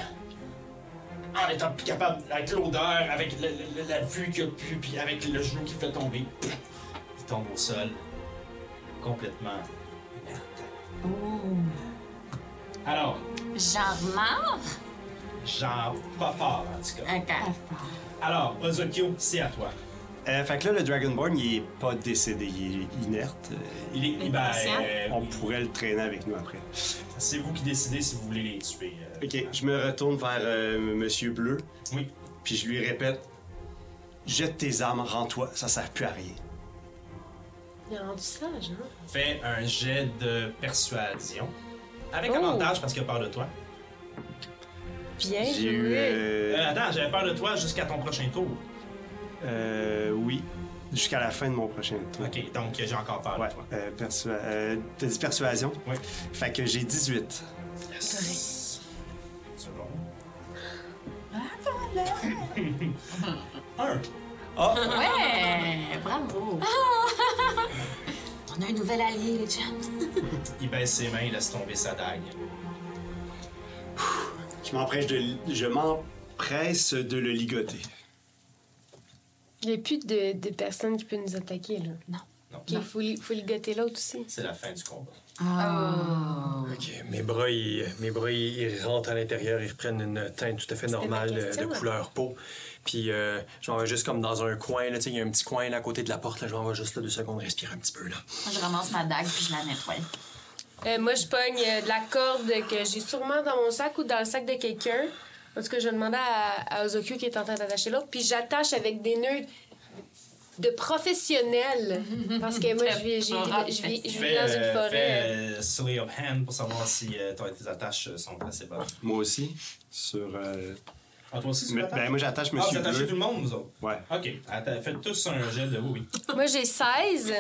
[SPEAKER 1] En étant plus capable, avec l'odeur, avec le- le- le- la vue qu'il a pu, puis avec le genou qui fait tomber, il tombe au sol. Complètement. inerte. Alors,
[SPEAKER 8] Genre mort?
[SPEAKER 1] genre, pas fort en tout cas.
[SPEAKER 8] Ok.
[SPEAKER 1] Alors, Ozokyo, c'est à toi.
[SPEAKER 2] Euh, fait que là, le Dragonborn, il est pas décédé, il est inerte. Euh,
[SPEAKER 1] Il est. ben,
[SPEAKER 8] Patient.
[SPEAKER 1] euh,
[SPEAKER 2] On pourrait le traîner avec nous après.
[SPEAKER 1] c'est vous qui décidez si vous voulez les tuer. euh.
[SPEAKER 2] Ok, je me retourne vers euh, Monsieur Bleu,
[SPEAKER 1] Oui.
[SPEAKER 2] puis je lui répète Jette tes armes, rends-toi, ça sert plus à rien.
[SPEAKER 6] Il a rendu sage, hein?
[SPEAKER 1] Fais un jet de persuasion. Avec
[SPEAKER 8] Oh.
[SPEAKER 1] avantage parce qu'il a peur de toi.
[SPEAKER 10] Bien
[SPEAKER 2] J'ai eu.
[SPEAKER 10] joué.
[SPEAKER 1] Euh,
[SPEAKER 2] Euh,
[SPEAKER 1] attends, j'avais peur de toi jusqu'à ton prochain tour.
[SPEAKER 2] euh, oui, jusqu'à la fin de mon prochain tour.
[SPEAKER 1] Ok, donc euh, j'ai encore peur
[SPEAKER 2] Ouais,
[SPEAKER 1] de toi.
[SPEAKER 2] euh, persua- euh, t'as dit persuasion?
[SPEAKER 1] Oui.
[SPEAKER 2] Fait que j'ai 18.
[SPEAKER 1] Yes. C'est bon. Un. Ah.
[SPEAKER 8] Ouais! Bravo! On a un nouvel allié, les gens.
[SPEAKER 1] Il baisse ses mains, il laisse tomber sa dague.
[SPEAKER 2] Je m'empresse de, l- je m'empresse de le ligoter.
[SPEAKER 6] Il n'y a plus de, de personnes qui peuvent nous attaquer, là.
[SPEAKER 1] Non.
[SPEAKER 6] Il faut, li- faut ligoter l'autre aussi.
[SPEAKER 1] C'est la fin du combat.
[SPEAKER 3] Ok, mes bras, ils, mes bras, ils, ils rentrent à l'intérieur, ils reprennent une teinte tout à fait normale
[SPEAKER 6] ma
[SPEAKER 3] euh, de
[SPEAKER 6] question.
[SPEAKER 3] couleur peau. Puis euh, je m'en vais juste comme dans un coin, là, tu sais, il y a un petit coin là, à côté de la porte, là, je m'en vais juste là deux secondes, respirer un petit peu, là.
[SPEAKER 8] Moi, je ramasse ma dague puis je la nettoie.
[SPEAKER 6] Euh, moi, je pogne euh, de la corde que j'ai sûrement dans mon sac ou dans le sac de quelqu'un. En tout cas, je demandais à, à Ozokyo qui est en train d'attacher l'autre. Puis j'attache avec des nœuds de professionnels. Parce que moi, je vis, j'ai- je vis- je vis
[SPEAKER 1] Fais,
[SPEAKER 6] dans une
[SPEAKER 1] euh,
[SPEAKER 6] forêt.
[SPEAKER 1] fais, euh, Slay of Hand pour savoir si euh, ton- tes attaches euh, sont assez bonnes.
[SPEAKER 2] Moi aussi. Sur. euh,
[SPEAKER 1] Ah, toi aussi, tu
[SPEAKER 2] me-
[SPEAKER 1] l'attaches?
[SPEAKER 2] ben, moi, j'attache
[SPEAKER 1] Ah, vous
[SPEAKER 2] Monsieur
[SPEAKER 1] attachez
[SPEAKER 2] Bleu.
[SPEAKER 1] tout le monde, vous autres?
[SPEAKER 2] Ouais.
[SPEAKER 1] Ok, Attends, faites tous un jet de oui. oui.
[SPEAKER 6] Moi, j'ai 16.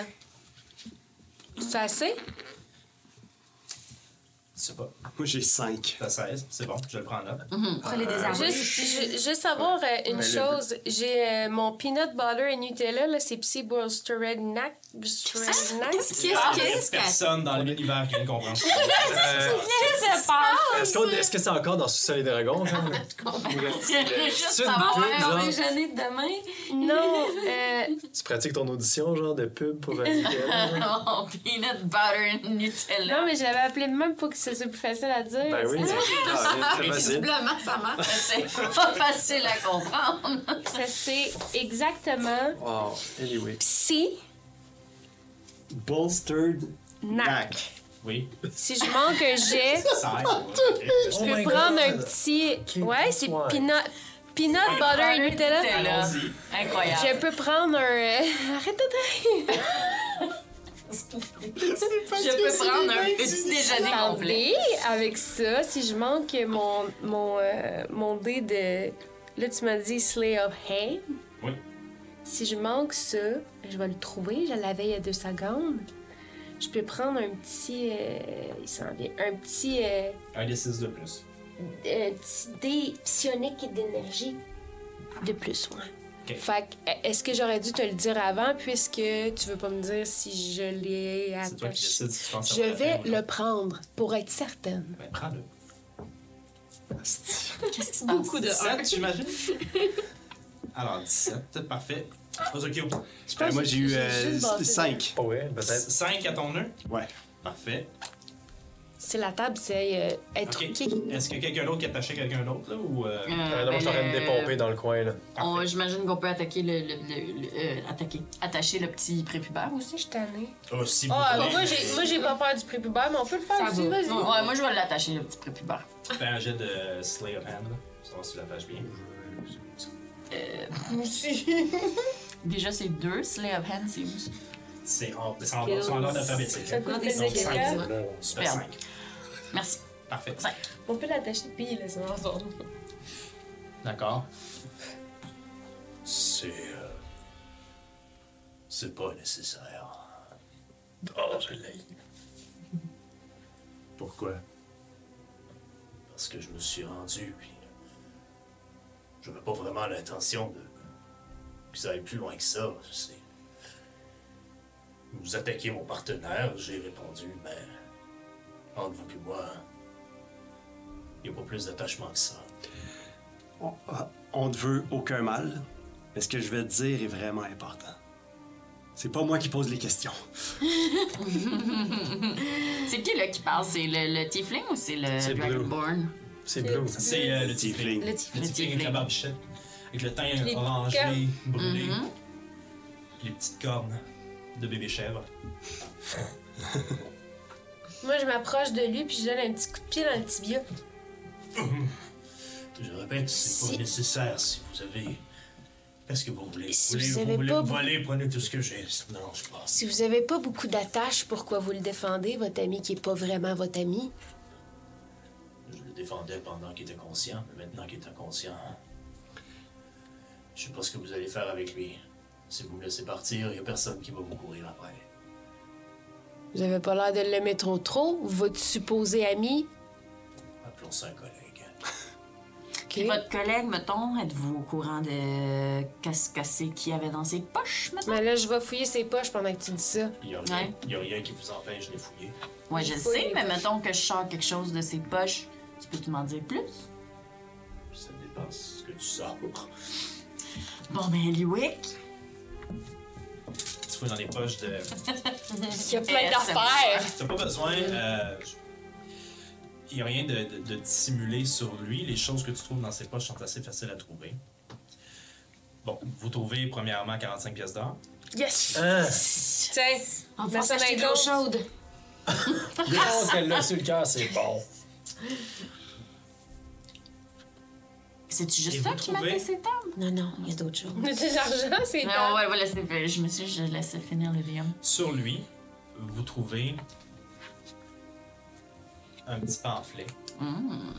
[SPEAKER 6] C'est assez?
[SPEAKER 1] C'est pas.
[SPEAKER 2] Moi, j'ai 5.
[SPEAKER 1] T'as 16, c'est bon, je le prends là.
[SPEAKER 6] Mhm.
[SPEAKER 8] Prenez des armes.
[SPEAKER 6] Juste, ju- juste savoir euh, une chose. J'ai euh, mon peanut butter et Nutella, là, c'est Psy Bolsterednack.
[SPEAKER 8] Euh,
[SPEAKER 6] Qu'est-ce
[SPEAKER 8] ah!
[SPEAKER 1] Qu'est-ce personne dans l'univers qui Euh, a une compréhension.
[SPEAKER 3] Est-ce, qu'on- est-ce que c'est encore dans Sous-Sol et Dragons? genre?
[SPEAKER 8] Juste
[SPEAKER 3] C'est une
[SPEAKER 8] savoir
[SPEAKER 3] pub,
[SPEAKER 8] faire
[SPEAKER 3] genre?
[SPEAKER 8] déjeuner de demain.
[SPEAKER 6] Non, euh,
[SPEAKER 3] Tu pratiques ton audition, genre, de pub pour euh, Nickel, là?
[SPEAKER 8] Oh, peanut butter and Nutella.
[SPEAKER 6] non, mais je l'avais appelé de même pour que ce soit plus facile à dire.
[SPEAKER 3] Ben oui, ah, c'est facile.
[SPEAKER 8] Visiblement, ça marche. C'est pas facile à comprendre.
[SPEAKER 6] Ça, c'est exactement
[SPEAKER 3] Wow, Ah, anyway.
[SPEAKER 6] Psy
[SPEAKER 2] Bolstered
[SPEAKER 6] Nack.
[SPEAKER 1] Oui,
[SPEAKER 6] Si je manque un jet,
[SPEAKER 1] ça aide. ok.
[SPEAKER 6] je peux prendre un petit. Ouais, c'est
[SPEAKER 3] ouais.
[SPEAKER 6] peanut, peanut butter et Nutella.
[SPEAKER 1] Allons-y.
[SPEAKER 8] Incroyable.
[SPEAKER 6] Je peux prendre un. euh, Arrête de rire.
[SPEAKER 8] Je peux prendre un petit déjeuner complet.
[SPEAKER 6] Attendez, avec ça, si je manque mon, mon, euh, mon dé de. Là, tu m'as dit Slay of Hand.
[SPEAKER 1] Oui.
[SPEAKER 6] Si je manque ça, je vais le trouver. Je l'avais il y a deux secondes. Je peux prendre un petit. euh, il s'en vient. Un petit. euh,
[SPEAKER 1] Un des 6 de plus.
[SPEAKER 6] un petit dé psionique et d'énergie de plus, ouais.
[SPEAKER 1] Ok.
[SPEAKER 6] Fait que, euh, est-ce que j'aurais dû te le dire avant, puisque tu veux pas me dire si je l'ai
[SPEAKER 1] C'est toi qui
[SPEAKER 6] attaché?
[SPEAKER 1] décides si tu penses
[SPEAKER 6] Je vais le prendre pour être certaine.
[SPEAKER 1] Ben, prends-le.
[SPEAKER 8] Qu'est-ce qui se passe?
[SPEAKER 1] 17, j'imagine. Alors, 17, parfait. Ozokyo,
[SPEAKER 2] Ben, moi, j'ai eu
[SPEAKER 6] juste brassé
[SPEAKER 2] 5.
[SPEAKER 3] Pas ouais, peut-être.
[SPEAKER 1] 5 à ton nœud.
[SPEAKER 2] Ouais.
[SPEAKER 1] Parfait.
[SPEAKER 6] C'est la table, c'est euh, être
[SPEAKER 1] Ok.
[SPEAKER 6] truquée.
[SPEAKER 1] Est-ce qu'il y a quelqu'un d'autre qui attachait quelqu'un d'autre, là, ou... euh,
[SPEAKER 8] Euh,
[SPEAKER 3] Ah, non, moi, je suis en train
[SPEAKER 8] ben,
[SPEAKER 3] de dépomper dans le coin, là.
[SPEAKER 8] on- J'imagine qu'on peut attaquer le. le- le- le- euh, attaquer. Attacher le petit prépubère
[SPEAKER 6] Moi
[SPEAKER 8] aussi.
[SPEAKER 6] aussi, je suis tannée.
[SPEAKER 1] Ah, si vous
[SPEAKER 6] Ah,
[SPEAKER 1] voulez.
[SPEAKER 6] moi, j'ai- moi, j'ai pas peur du prépubère, mais on peut le faire
[SPEAKER 8] Ça
[SPEAKER 6] aussi,
[SPEAKER 8] va.
[SPEAKER 6] Ah, vas-y.
[SPEAKER 8] Ouais, ouais, moi, je vais l'attacher, le petit prépubère.
[SPEAKER 1] Fais un jet de Slay of Hand, là. Savoir si tu l'attaches bien.
[SPEAKER 8] Déjà, c'est deux. Slay of Hand, c'est où?
[SPEAKER 1] C'est en, c'est en, c'est en ordre alphabétique.
[SPEAKER 6] Ça
[SPEAKER 1] hein.
[SPEAKER 6] coûte
[SPEAKER 1] Donc,
[SPEAKER 6] des
[SPEAKER 1] cinq,
[SPEAKER 6] éclats.
[SPEAKER 1] c'est là, on fait
[SPEAKER 8] Superbe.
[SPEAKER 1] cinq.
[SPEAKER 8] Merci.
[SPEAKER 1] Parfait.
[SPEAKER 8] Cinq.
[SPEAKER 6] On peut l'attacher, puis là, c'est ensemble.
[SPEAKER 1] D'accord.
[SPEAKER 9] C'est. euh, c'est pas nécessaire.
[SPEAKER 3] Oh, je l'ai.
[SPEAKER 9] Pourquoi? Parce que je me suis rendu, puis. Je n'avais pas vraiment l'intention de. que ça aille plus loin que ça. C'est. Vous attaquez mon partenaire, j'ai répondu, mais. entre vous et moi. Il n'y a pas plus d'attachement que ça.
[SPEAKER 2] On, on ne veut aucun mal, mais ce que je vais te dire est vraiment important. C'est pas moi qui pose les questions.
[SPEAKER 8] C'est qui, là, qui parle? C'est le, le Tiefling ou c'est
[SPEAKER 3] C'est
[SPEAKER 8] le Dragonborn?
[SPEAKER 3] C'est bleu.
[SPEAKER 1] C'est euh, le tiefling.
[SPEAKER 2] Tiefling.
[SPEAKER 1] Le tiefling avec la barbichette. Avec le
[SPEAKER 6] Les
[SPEAKER 1] teint orangé,
[SPEAKER 6] cornes. Mm-hmm.
[SPEAKER 1] brûlé. Les petites cornes de bébé chèvre.
[SPEAKER 6] Moi, je m'approche de lui, puis je donne un petit coup de pied dans le tibia.
[SPEAKER 9] Je répète, c'est
[SPEAKER 6] Si-
[SPEAKER 9] pas nécessaire si vous avez. Qu'est-ce que vous voulez?
[SPEAKER 6] Si
[SPEAKER 9] voulez,
[SPEAKER 6] vous savez
[SPEAKER 9] voulez
[SPEAKER 6] pas,
[SPEAKER 9] me
[SPEAKER 6] vous-
[SPEAKER 9] voler, prenez tout ce que j'ai. Ça me dérange pas.
[SPEAKER 6] Si vous avez pas beaucoup d'attache, pourquoi vous le défendez, votre ami qui est pas vraiment votre ami?
[SPEAKER 9] Je le défendais pendant qu'il était conscient, mais maintenant qu'il est inconscient, je sais pas ce que vous allez faire avec lui. Si vous me laissez partir, il y a personne qui va vous courir après.
[SPEAKER 6] Vous avez pas l'air de l'aimer trop trop, votre supposé ami.
[SPEAKER 9] Appelons ça un collègue.
[SPEAKER 6] Ok.
[SPEAKER 8] Puis votre collègue, mettons, êtes-vous au courant de qu'est-ce que c'est qu'il y avait dans ses poches, mettons?
[SPEAKER 6] Mais là, je vais fouiller ses poches pendant que tu dis ça.
[SPEAKER 1] Il n'y a, rien-
[SPEAKER 8] Ouais.
[SPEAKER 1] il y a rien qui vous empêche de les fouiller.
[SPEAKER 8] Ouais, je
[SPEAKER 6] Oui,
[SPEAKER 8] le sais,
[SPEAKER 6] les
[SPEAKER 8] mais
[SPEAKER 6] poches.
[SPEAKER 8] mettons que je sors quelque chose de ses poches. Tu peux-tu m'en dire plus?
[SPEAKER 1] Ça dépend ce que tu sors.
[SPEAKER 8] Bon, ben, Liwick.
[SPEAKER 1] Tu fouilles dans les poches de...
[SPEAKER 6] Il y
[SPEAKER 8] Eh, ça
[SPEAKER 6] a plein
[SPEAKER 8] me
[SPEAKER 6] d'affaires.
[SPEAKER 1] T'as pas besoin... euh, Il n'y a rien de, de, de dissimulé sur lui. Les choses que tu trouves dans ses poches sont assez faciles à trouver. Bon, vous trouvez premièrement 45 pièces d'or.
[SPEAKER 6] Yes!
[SPEAKER 3] Hein?
[SPEAKER 6] Tiens,
[SPEAKER 5] On
[SPEAKER 6] Mais
[SPEAKER 5] va
[SPEAKER 6] ça
[SPEAKER 5] s'acheter de l'eau
[SPEAKER 6] compte.
[SPEAKER 5] chaude.
[SPEAKER 3] Non, qu'elle l'a Ah, sur le cœur, c'est bon.
[SPEAKER 8] C'est-tu
[SPEAKER 1] Et
[SPEAKER 8] juste
[SPEAKER 1] vous
[SPEAKER 8] ça qui m'a
[SPEAKER 1] trouvez?
[SPEAKER 8] fait ses tables?
[SPEAKER 5] Non, non, il y a d'autres choses.
[SPEAKER 6] de l'argent, c'est
[SPEAKER 8] Ouais,
[SPEAKER 6] dans-
[SPEAKER 8] ouais, ouais, laissez- ben, je me suis je laissais finir le DM.
[SPEAKER 1] Sur lui, vous trouvez un petit pamphlet
[SPEAKER 3] Mmh.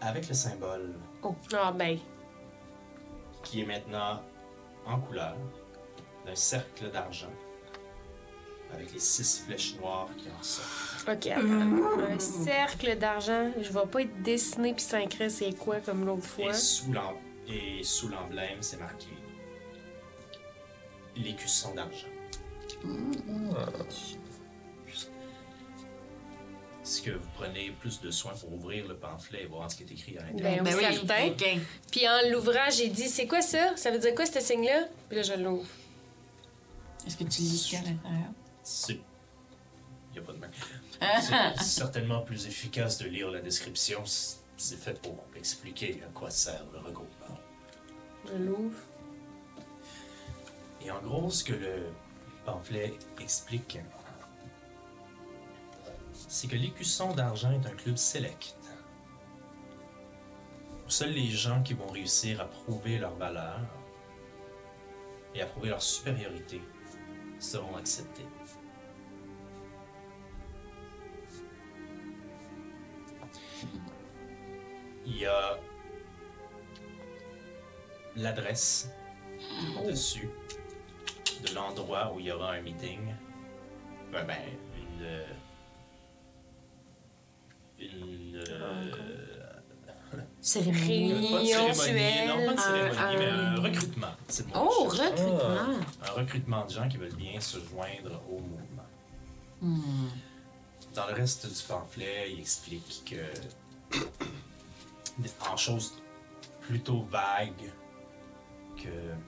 [SPEAKER 1] avec le symbole
[SPEAKER 6] Oh. Ah, ben.
[SPEAKER 1] qui est maintenant en couleur d'un cercle d'argent avec les six flèches noires qui en sortent.
[SPEAKER 6] Ok, attends. Un cercle d'argent. Je vais pas être dessiné puis s'increr c'est quoi comme l'autre fois.
[SPEAKER 1] Et sous l'em- Et sous l'emblème, c'est marqué l'écusson d'argent. Est-ce que vous prenez plus de soin pour ouvrir le pamphlet et voir ce qui est écrit à l'intérieur?
[SPEAKER 6] Ben, oui, certain.
[SPEAKER 8] ok.
[SPEAKER 6] Puis en l'ouvrant, j'ai dit, c'est quoi ça? Ça veut dire quoi, ce signe-là? Puis là, je l'ouvre.
[SPEAKER 8] Est-ce que tu lis ce qu'il y a à l'intérieur?
[SPEAKER 1] C'est. Il a pas de main. C'est certainement plus efficace de lire la description. C- C'est fait pour expliquer à quoi sert le regroupement.
[SPEAKER 6] Je l'ouvre.
[SPEAKER 1] Et en gros, ce que le pamphlet explique, c'est que l'écusson d'argent est un club select. Où seuls les gens qui vont réussir à prouver leur valeur et à prouver leur supériorité seront acceptés. Il y a l'adresse dessus de l'endroit où il y aura un meeting. Ben, ben, une. euh, Une. euh,
[SPEAKER 5] Cérémonie.
[SPEAKER 1] pas de cérémonie, non, pas de
[SPEAKER 5] Mensuel,
[SPEAKER 1] cérémonie, mais
[SPEAKER 5] un-
[SPEAKER 1] un recrutement. c'est le mot
[SPEAKER 5] Oh,
[SPEAKER 1] que je cherche.
[SPEAKER 5] recrutement.
[SPEAKER 1] Un recrutement de gens qui veulent bien se joindre au mouvement. Hmm. Dans le reste du pamphlet, il explique que. en choses plutôt vagues, que. Hmm.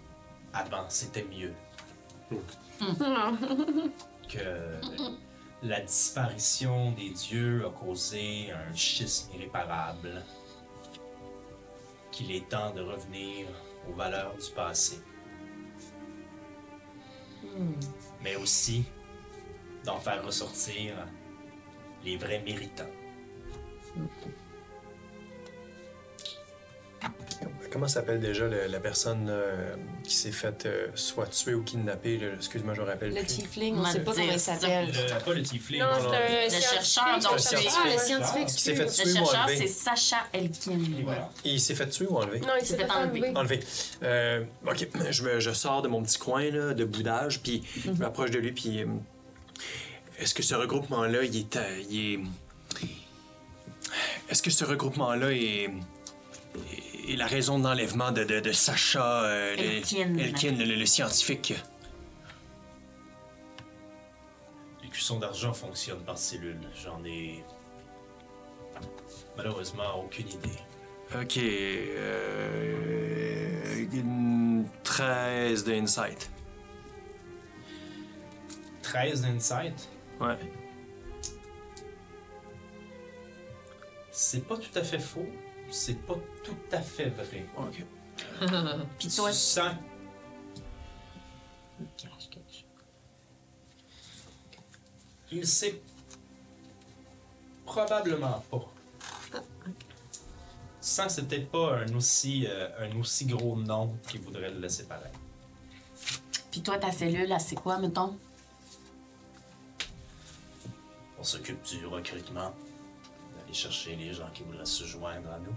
[SPEAKER 1] avant, c'était mieux. que la disparition des dieux a causé un schisme irréparable, qu'il est temps de revenir aux valeurs du passé. Mais aussi d'en faire ressortir les vrais méritants.
[SPEAKER 3] Comment s'appelle déjà le- la personne euh, qui s'est faite euh, soit tuer ou kidnapper? là? Excuse-moi, je me rappelle.
[SPEAKER 10] Le
[SPEAKER 3] plus.
[SPEAKER 10] tiefling, on sait pas comment il s'appelle.
[SPEAKER 1] Le, pas le tiefling,
[SPEAKER 6] Non,
[SPEAKER 1] non, non.
[SPEAKER 6] c'est un
[SPEAKER 8] Le chercheur, donc,
[SPEAKER 3] scientifique.
[SPEAKER 10] Ah, le scientifique,
[SPEAKER 3] Qui s'est fait
[SPEAKER 10] excuse.
[SPEAKER 3] tuer
[SPEAKER 8] Le
[SPEAKER 3] ou
[SPEAKER 8] chercheur, c'est
[SPEAKER 3] enlever?
[SPEAKER 8] Sacha Elkin.
[SPEAKER 1] Voilà.
[SPEAKER 3] Il s'est fait tuer ou enlever?
[SPEAKER 6] Non, il s'est
[SPEAKER 8] C'était
[SPEAKER 6] fait
[SPEAKER 8] enlevé.
[SPEAKER 6] enlever.
[SPEAKER 3] Enlevé. Euh, ok, je, me- je sors de mon petit coin là, de boudage, puis je m'approche de lui, puis euh, est-ce que ce regroupement-là, il est, euh, il est- Est-ce que ce regroupement-là est... est la raison de l'enlèvement de, de- de Sacha euh, le-
[SPEAKER 8] Elkin.
[SPEAKER 3] Elkin, le, le scientifique?
[SPEAKER 1] Les cuissons d'argent fonctionnent par cellule. J'en ai malheureusement aucune idée.
[SPEAKER 3] Ok, euh, une 13 d'insight.
[SPEAKER 1] 13 d'insight,
[SPEAKER 3] Ouais.
[SPEAKER 1] c'est pas tout à fait faux, c'est pas tout à fait vrai.
[SPEAKER 3] Ok.
[SPEAKER 1] Puis toi, tu sens Il sait probablement pas. Tu sens que c'est peut-être pas un aussi, euh, un aussi gros nom qu'il voudrait le laisser paraître.
[SPEAKER 8] Puis toi, ta cellule, elle, c'est quoi, mettons?
[SPEAKER 9] On s'occupe du recrutement, d'aller chercher les gens qui voudraient se joindre à nous.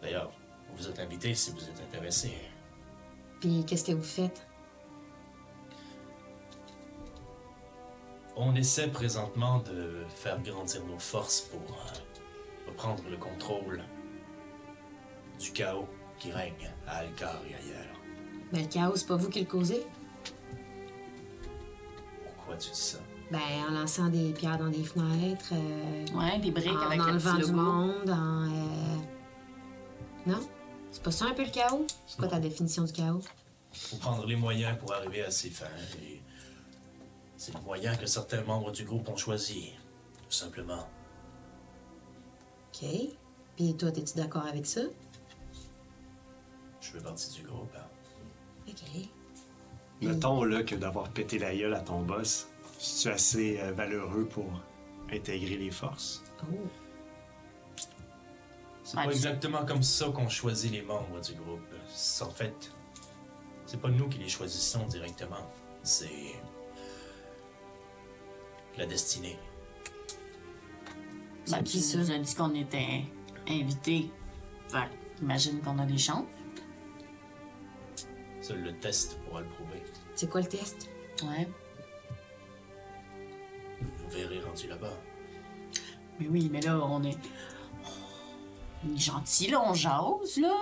[SPEAKER 9] D'ailleurs, vous êtes invités si vous êtes intéressés.
[SPEAKER 10] Puis qu'est-ce que vous faites?
[SPEAKER 1] On essaie présentement de faire grandir nos forces pour euh, reprendre le contrôle du chaos qui règne à Alcar et ailleurs.
[SPEAKER 10] Ben, le chaos, c'est pas vous qui le causez?
[SPEAKER 1] Pourquoi tu dis ça?
[SPEAKER 10] Ben, en lançant des pierres dans des fenêtres, euh,
[SPEAKER 8] Ouais, des briques avec
[SPEAKER 10] en
[SPEAKER 8] le
[SPEAKER 10] enlevant
[SPEAKER 8] petit
[SPEAKER 10] du
[SPEAKER 8] logo.
[SPEAKER 10] monde, en. euh, Non? C'est pas ça un peu le chaos? C'est quoi ta définition du chaos?
[SPEAKER 1] faut prendre les moyens pour arriver à ses fins. Et c'est le moyen que certains membres du groupe ont choisi, tout simplement.
[SPEAKER 10] OK. Puis toi, t'es-tu d'accord avec ça?
[SPEAKER 1] Je fais partie du groupe. hein.
[SPEAKER 10] OK.
[SPEAKER 2] Mettons là que d'avoir pété la gueule à ton boss, es-tu assez euh, valeureux pour intégrer les forces?
[SPEAKER 10] Oh.
[SPEAKER 1] C'est
[SPEAKER 8] Ouais,
[SPEAKER 1] pas
[SPEAKER 8] tu-
[SPEAKER 1] exactement comme ça qu'on choisit les membres du groupe. C'est- En fait, c'est pas nous qui les choisissons directement. C'est la destinée.
[SPEAKER 8] Ben,
[SPEAKER 10] qui,
[SPEAKER 8] tu
[SPEAKER 10] ça?
[SPEAKER 8] nous as dit qu'on était invités. Fait que, imagine qu'on a des chances.
[SPEAKER 1] Seul le test pourra le prouver.
[SPEAKER 10] C'est quoi le test?
[SPEAKER 8] Ouais.
[SPEAKER 1] Vous verrez rendu là-bas.
[SPEAKER 8] Mais oui, mais là, on est. On est gentil, là, on jase, là.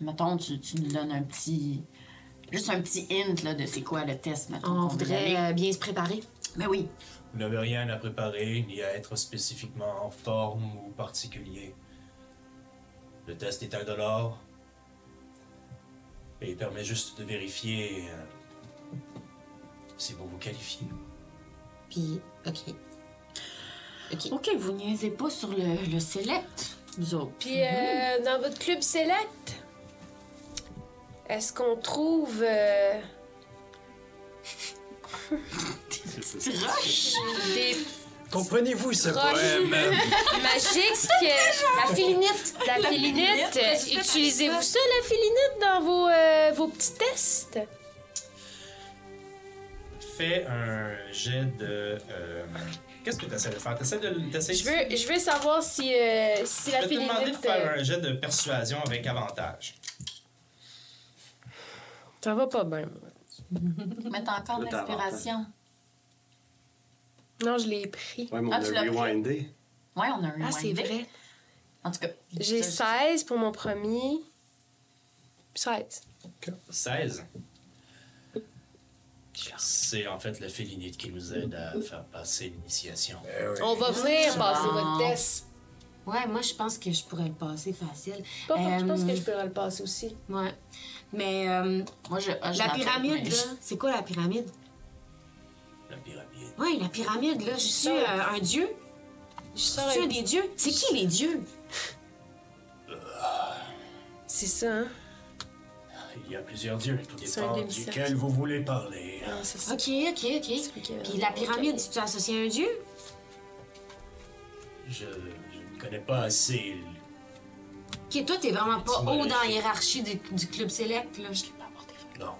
[SPEAKER 8] Mettons, tu, tu nous donnes un petit. Juste un petit hint, là, de c'est quoi le test, mettons.
[SPEAKER 10] On
[SPEAKER 8] qu'on veut y aller.
[SPEAKER 10] voudrait euh, bien se préparer.
[SPEAKER 8] Mais oui.
[SPEAKER 1] Vous n'avez rien à préparer, ni à être spécifiquement en forme ou particulier. Le test est indolore et il permet juste de vérifier euh, si vous vous qualifiez.
[SPEAKER 10] Puis, OK. OK.
[SPEAKER 8] OK, vous niaisez pas sur le, le select, vous autres.
[SPEAKER 6] Puis euh,
[SPEAKER 1] Mhm.
[SPEAKER 6] dans votre club select, est-ce qu'on trouve euh, des
[SPEAKER 3] Comprenez-vous ce
[SPEAKER 6] Roche.
[SPEAKER 3] poème?
[SPEAKER 6] magiques que- la félinite, la félinite, euh, utilisez-vous ça la félinite dans vos euh, vos petits tests
[SPEAKER 1] Fais un jet de. euh, Qu'est-ce que tu essaies de faire T'essaies de. t'essaies-
[SPEAKER 6] Je veux je veux savoir si euh, si la
[SPEAKER 1] Je vais te demander de
[SPEAKER 6] félinite
[SPEAKER 1] faire
[SPEAKER 6] euh,
[SPEAKER 1] un jet de persuasion avec avantage.
[SPEAKER 6] euh, ça va pas bien.
[SPEAKER 8] Mettre encore de
[SPEAKER 2] Là, t'as
[SPEAKER 8] l'inspiration.
[SPEAKER 6] Non, je l'ai pris.
[SPEAKER 2] Ouais, mais on
[SPEAKER 8] Ah,
[SPEAKER 2] a
[SPEAKER 8] tu l'as pris?
[SPEAKER 2] rewindé.
[SPEAKER 8] Ouais, on a un
[SPEAKER 10] Ah,
[SPEAKER 8] one
[SPEAKER 10] c'est
[SPEAKER 8] day.
[SPEAKER 10] vrai.
[SPEAKER 8] En tout cas,
[SPEAKER 6] J'ai
[SPEAKER 8] ça,
[SPEAKER 6] 16 pour mon premier. 16.
[SPEAKER 1] 16. C'est en fait la félinite qui nous aide à faire passer l'initiation.
[SPEAKER 6] On va venir passer votre test.
[SPEAKER 10] Ouais, moi, je pense que je pourrais le passer facile.
[SPEAKER 6] Pas fort, Je pense
[SPEAKER 10] Euh,
[SPEAKER 6] que je pourrais le passer aussi.
[SPEAKER 10] Ouais. Mais euh,
[SPEAKER 8] Moi, je, ah, je
[SPEAKER 10] la
[SPEAKER 8] l'attends,
[SPEAKER 10] pyramide,
[SPEAKER 8] mais
[SPEAKER 10] là,
[SPEAKER 8] je-
[SPEAKER 10] c'est quoi la pyramide?
[SPEAKER 9] La pyramide.
[SPEAKER 10] Oui, la pyramide, là, je suis euh, un dieu. Je suis un des dieux. C'est qui les dieux?
[SPEAKER 6] C'est ça, hein?
[SPEAKER 9] Il y a plusieurs dieux, tout
[SPEAKER 6] C'est un
[SPEAKER 9] dépend
[SPEAKER 6] démissage.
[SPEAKER 9] duquel vous voulez parler.
[SPEAKER 6] Ah, c'est ça.
[SPEAKER 10] OK, OK, OK. Puis la pyramide, tu t'as associé à un dieu?
[SPEAKER 9] Je, je ne connais pas assez. le-
[SPEAKER 10] OK, toi, t'es vraiment pas haut dans la
[SPEAKER 9] Étymologie.
[SPEAKER 10] hiérarchie du, du club select, là.
[SPEAKER 9] Non.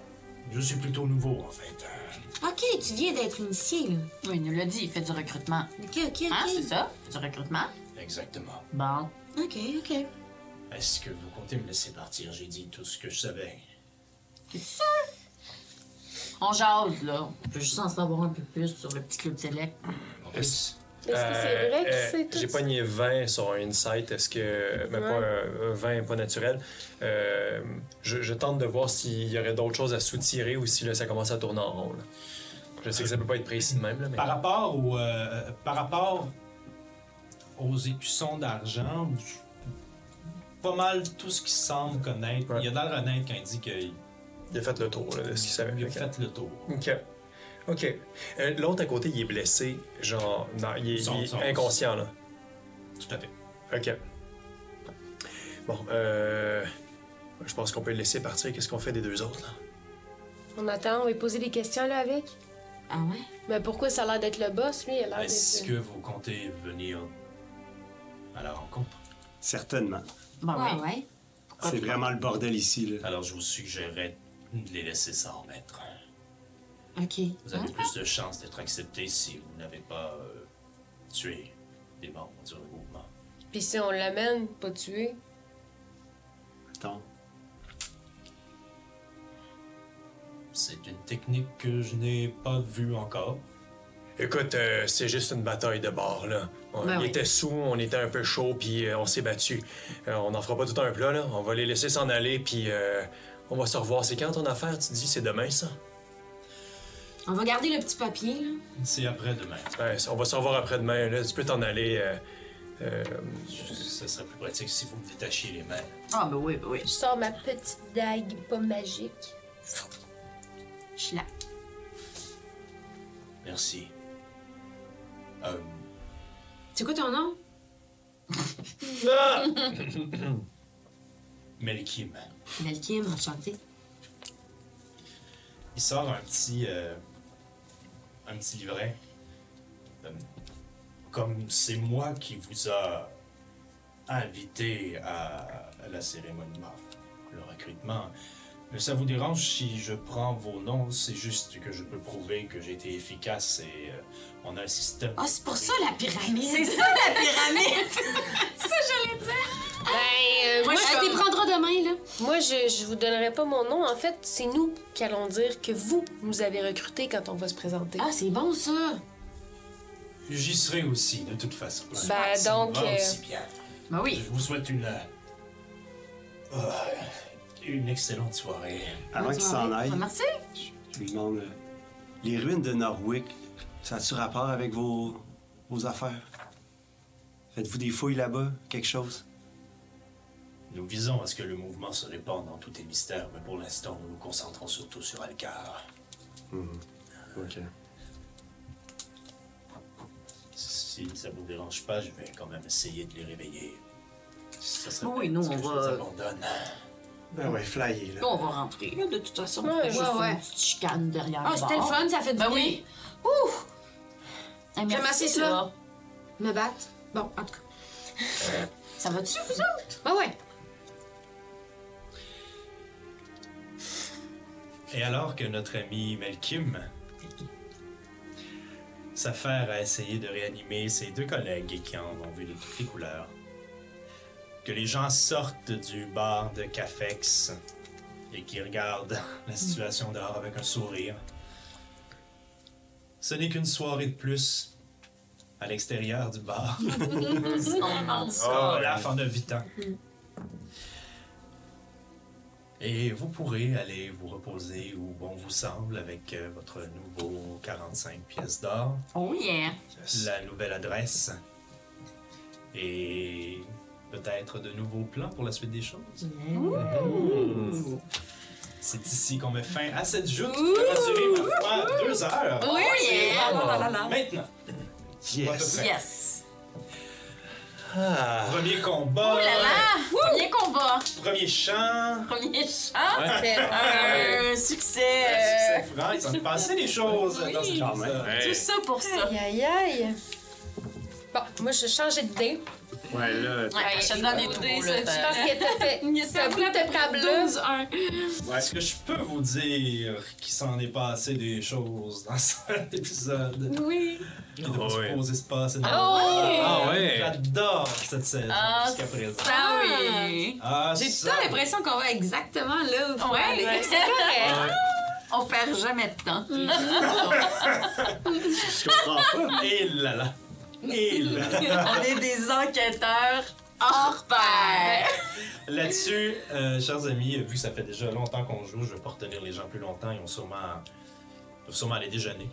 [SPEAKER 9] Je suis plutôt nouveau, en fait.
[SPEAKER 10] OK, tu viens d'être initié, là.
[SPEAKER 8] Oui, il nous l'a dit, il fait du recrutement.
[SPEAKER 10] OK, OK,
[SPEAKER 8] Hein, c'est
[SPEAKER 10] OK.
[SPEAKER 8] ça? Du recrutement?
[SPEAKER 9] Exactement.
[SPEAKER 8] Bon.
[SPEAKER 10] OK, OK.
[SPEAKER 9] Est-ce que vous comptez me laisser partir J'ai dit tout ce que je savais.
[SPEAKER 8] On jase, là. On peut juste en savoir un peu plus sur le petit club select.
[SPEAKER 3] Est-ce
[SPEAKER 6] Est-ce que c'est vrai qu'il sait tout
[SPEAKER 3] Euh, J'ai
[SPEAKER 6] ça?
[SPEAKER 3] pogné 20 sur un insight. Est-ce que. Mais pas euh, 20, pas naturel. Euh, je, je tente de voir s'il y aurait d'autres choses à soutirer ou si là, ça commence à tourner en rond. là. Je sais que ça peut pas être précis de même, là, mais.
[SPEAKER 1] Par rapport, au, euh, par rapport aux écussons d'argent, pas mal tout ce qui semble connaître.
[SPEAKER 3] Ouais.
[SPEAKER 1] Il y a dans le renaître quand il dit qu'il
[SPEAKER 3] Il a fait le tour là, de ce qu'il savait.
[SPEAKER 1] a
[SPEAKER 3] Fait que-
[SPEAKER 1] fait le tour.
[SPEAKER 3] OK. OK. Euh, L'autre à côté, il est blessé. Genre, non, il est,
[SPEAKER 1] Son-
[SPEAKER 3] il est
[SPEAKER 1] son-
[SPEAKER 3] inconscient, là.
[SPEAKER 1] Tout à fait.
[SPEAKER 3] OK. Bon, euh. Je pense qu'on peut le laisser partir. Qu'est-ce qu'on fait des deux autres, là?
[SPEAKER 6] On attend, on va lui poser des questions, là, avec.
[SPEAKER 8] Ah ouais?
[SPEAKER 6] Mais pourquoi ça a l'air d'être le boss, lui? Il a l'air
[SPEAKER 1] Est-ce
[SPEAKER 6] d'être...
[SPEAKER 1] que vous comptez venir à la rencontre?
[SPEAKER 2] Certainement.
[SPEAKER 8] Bon,
[SPEAKER 5] Ah
[SPEAKER 8] oui.
[SPEAKER 5] ouais.
[SPEAKER 2] C'est vraiment le bordel ici, là.
[SPEAKER 9] Alors je vous suggérerais de les laisser s'en remettre.
[SPEAKER 10] OK.
[SPEAKER 9] Vous
[SPEAKER 5] Ah.
[SPEAKER 9] avez plus de chances d'être accepté si vous n'avez pas euh, tué des membres du regroupement.
[SPEAKER 6] Puis si on l'amène, pas tuer.
[SPEAKER 2] Attends.
[SPEAKER 9] C'est une technique que je n'ai pas vue encore.
[SPEAKER 3] Écoute, euh, c'est juste une bataille de bord, là. On
[SPEAKER 10] Ben
[SPEAKER 3] il
[SPEAKER 10] oui.
[SPEAKER 3] était sous, on était un peu chaud, puis euh, on s'est battu. Euh, on n'en fera pas tout un plat, là. On va les laisser s'en aller, puis euh, on va se revoir. C'est quand ton affaire? Tu dis, c'est demain, ça?
[SPEAKER 10] On va garder le petit papier, là.
[SPEAKER 1] C'est après-demain.
[SPEAKER 3] Ouais, on va se revoir après-demain, là. Tu peux t'en aller. euh, euh,
[SPEAKER 9] Ça serait plus pratique si vous me détachiez les mains.
[SPEAKER 8] Ah, ben oui, ben oui.
[SPEAKER 6] Je sors ma petite dague pas magique.
[SPEAKER 8] Schlac.
[SPEAKER 9] Merci. Euh,
[SPEAKER 10] C'est quoi ton nom?
[SPEAKER 9] Melkim.
[SPEAKER 10] Melkim, enchanté.
[SPEAKER 1] Il sort un petit, euh, un petit livret. Euh, Comme c'est moi qui vous a invité à la cérémonie, bah, le recrutement. Mais ça vous dérange si je prends vos noms, c'est juste que je peux prouver que j'ai été efficace et euh, on a un système.
[SPEAKER 10] Ah, c'est pour ça la pyramide.
[SPEAKER 5] C'est ça la pyramide!
[SPEAKER 6] Ben, euh, moi,
[SPEAKER 10] Moi,
[SPEAKER 6] je-
[SPEAKER 10] je t'y prendras demain, là.
[SPEAKER 6] moi, je, je vous donnerai pas mon nom. En fait, c'est nous qui allons dire que vous nous avez recrutés quand on va se présenter.
[SPEAKER 10] Ah, c'est bon, ça.
[SPEAKER 1] J'y serai aussi, de toute façon.
[SPEAKER 6] Ben,
[SPEAKER 1] Ça me
[SPEAKER 6] donc,
[SPEAKER 1] va
[SPEAKER 6] euh,
[SPEAKER 1] aussi bien.
[SPEAKER 8] Ben oui.
[SPEAKER 9] Je vous souhaite une. euh, euh, une excellente soirée.
[SPEAKER 8] Ah,
[SPEAKER 2] Avant qu'il s'en aille,
[SPEAKER 8] Merci.
[SPEAKER 2] je lui demande euh, les ruines de Norwick, ça a-tu rapport avec vos, vos affaires Faites-vous des fouilles là-bas, quelque chose
[SPEAKER 9] Nous visons à ce que le mouvement se répande dans tout mystères, mais pour l'instant, nous nous concentrons surtout sur Alcar.
[SPEAKER 2] Ok.
[SPEAKER 9] Si ça vous dérange pas, je vais quand même essayer de les réveiller. Ça serait
[SPEAKER 8] Oui,
[SPEAKER 9] pas
[SPEAKER 8] nous,
[SPEAKER 9] ce que
[SPEAKER 8] on
[SPEAKER 9] je
[SPEAKER 8] va-
[SPEAKER 9] vous abandonne.
[SPEAKER 2] Ben ouais, flyer, là.
[SPEAKER 8] Bon, on va rentrer, là, de toute façon. on
[SPEAKER 6] Ouais,
[SPEAKER 8] fait juste
[SPEAKER 10] ouais, ouais.
[SPEAKER 8] une petite chicane derrière
[SPEAKER 10] Ah,
[SPEAKER 8] le
[SPEAKER 10] c'était le
[SPEAKER 8] bar.
[SPEAKER 10] fun, ça fait du
[SPEAKER 8] Ben
[SPEAKER 10] bien.
[SPEAKER 8] oui. Eh, merci,
[SPEAKER 10] assez ça.
[SPEAKER 8] là.
[SPEAKER 10] Me battre. Bon, en tout cas.
[SPEAKER 8] Ça va-tu, vous autres?
[SPEAKER 10] Ben ouais.
[SPEAKER 1] Et alors que notre ami Melkim s'affaire à essayer de réanimer ses deux collègues qui en ont vu de toutes les couleurs, que les gens sortent du bar de Cafex et qui regardent la situation dehors avec un sourire. Ce n'est qu'une soirée de plus à l'extérieur du bar.
[SPEAKER 10] Ah.
[SPEAKER 1] à Oh, la fin de 8 ans. Et vous pourrez aller vous reposer où bon vous semble avec euh, votre nouveau 45 pièces d'or,
[SPEAKER 8] Oh, yeah.
[SPEAKER 1] la nouvelle adresse et peut-être de nouveaux plans pour la suite des choses. C'est ici qu'on met fin à cette joute qui va durer, ma foi, deux heures.
[SPEAKER 8] Oui,
[SPEAKER 1] Maintenant,
[SPEAKER 2] Yes.
[SPEAKER 8] Yes!
[SPEAKER 3] Ah.
[SPEAKER 1] premier combat,
[SPEAKER 10] Oh,
[SPEAKER 8] Ah! Premier combat!
[SPEAKER 1] premier chant.
[SPEAKER 8] Premier chat!
[SPEAKER 6] Ah, ben,
[SPEAKER 3] Ouais.
[SPEAKER 4] Un succès.
[SPEAKER 1] C'est franc, il s'en est passé des choses dans cette
[SPEAKER 2] Quand
[SPEAKER 1] chose-là.
[SPEAKER 2] même.
[SPEAKER 8] Tout ça pour ça!
[SPEAKER 6] Aïe, aïe, aïe. Bon, moi, je changeais d'idée.
[SPEAKER 2] Ouais, là.
[SPEAKER 8] Ouais, je te donne des
[SPEAKER 6] Je
[SPEAKER 8] trous, là.
[SPEAKER 6] pense
[SPEAKER 8] t'as-
[SPEAKER 6] que t'as fait. Ça vous te prendre
[SPEAKER 1] Est-ce que je peux vous dire qu'il s'en est passé des choses dans cet épisode?
[SPEAKER 6] Oui.
[SPEAKER 1] Il devrait
[SPEAKER 3] Ah
[SPEAKER 1] se
[SPEAKER 3] ouais.
[SPEAKER 1] poser se passer dans
[SPEAKER 3] Ah ouais.
[SPEAKER 1] J'adore cette scène
[SPEAKER 8] Ah,
[SPEAKER 1] jusqu'à présent.
[SPEAKER 8] ça oui!
[SPEAKER 1] Ah,
[SPEAKER 5] J'ai tout
[SPEAKER 1] ça.
[SPEAKER 5] le temps l'impression qu'on va exactement là où on va aller.
[SPEAKER 8] Ouais, c'est correct! On perd jamais de temps.
[SPEAKER 2] Je comprends pas.
[SPEAKER 1] Et là là. Et là là.
[SPEAKER 8] On est des enquêteurs hors pair!
[SPEAKER 1] Là-dessus, euh, chers amis, vu que ça fait déjà longtemps qu'on joue, je vais pas retenir les gens plus longtemps. Ils ont sûrement, ils doivent sûrement aller déjeuner.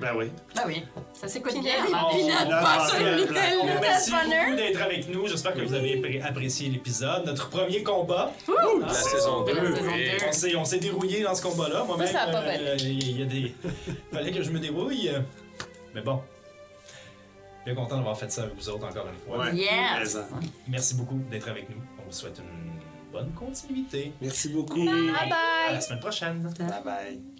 [SPEAKER 2] Ben oui.
[SPEAKER 8] Ben oui, ça s'écoute
[SPEAKER 5] Puis
[SPEAKER 8] bien.
[SPEAKER 5] il y a
[SPEAKER 10] Ah,
[SPEAKER 8] avant.
[SPEAKER 2] Là,
[SPEAKER 1] Passez
[SPEAKER 2] dans-
[SPEAKER 1] On vous Ah, Merci
[SPEAKER 8] bonheur.
[SPEAKER 1] beaucoup d'être avec nous. J'espère que vous avez appré- apprécié l'épisode. Notre premier combat.
[SPEAKER 3] Ouh, La saison 2.
[SPEAKER 8] saison deux.
[SPEAKER 1] On s'est, on s'est dérouillé dans ce combat-là. Moi-même,
[SPEAKER 6] Ça, ça a pas
[SPEAKER 1] euh, il y a des. fallait que je me débrouille. euh, Mais bon. Bien content d'avoir fait ça avec vous autres encore une fois.
[SPEAKER 2] Ouais.
[SPEAKER 8] Yes!
[SPEAKER 2] Présent.
[SPEAKER 1] Merci beaucoup d'être avec nous. On vous souhaite une bonne continuité.
[SPEAKER 2] Merci beaucoup.
[SPEAKER 1] À la semaine prochaine.
[SPEAKER 2] Bye bye.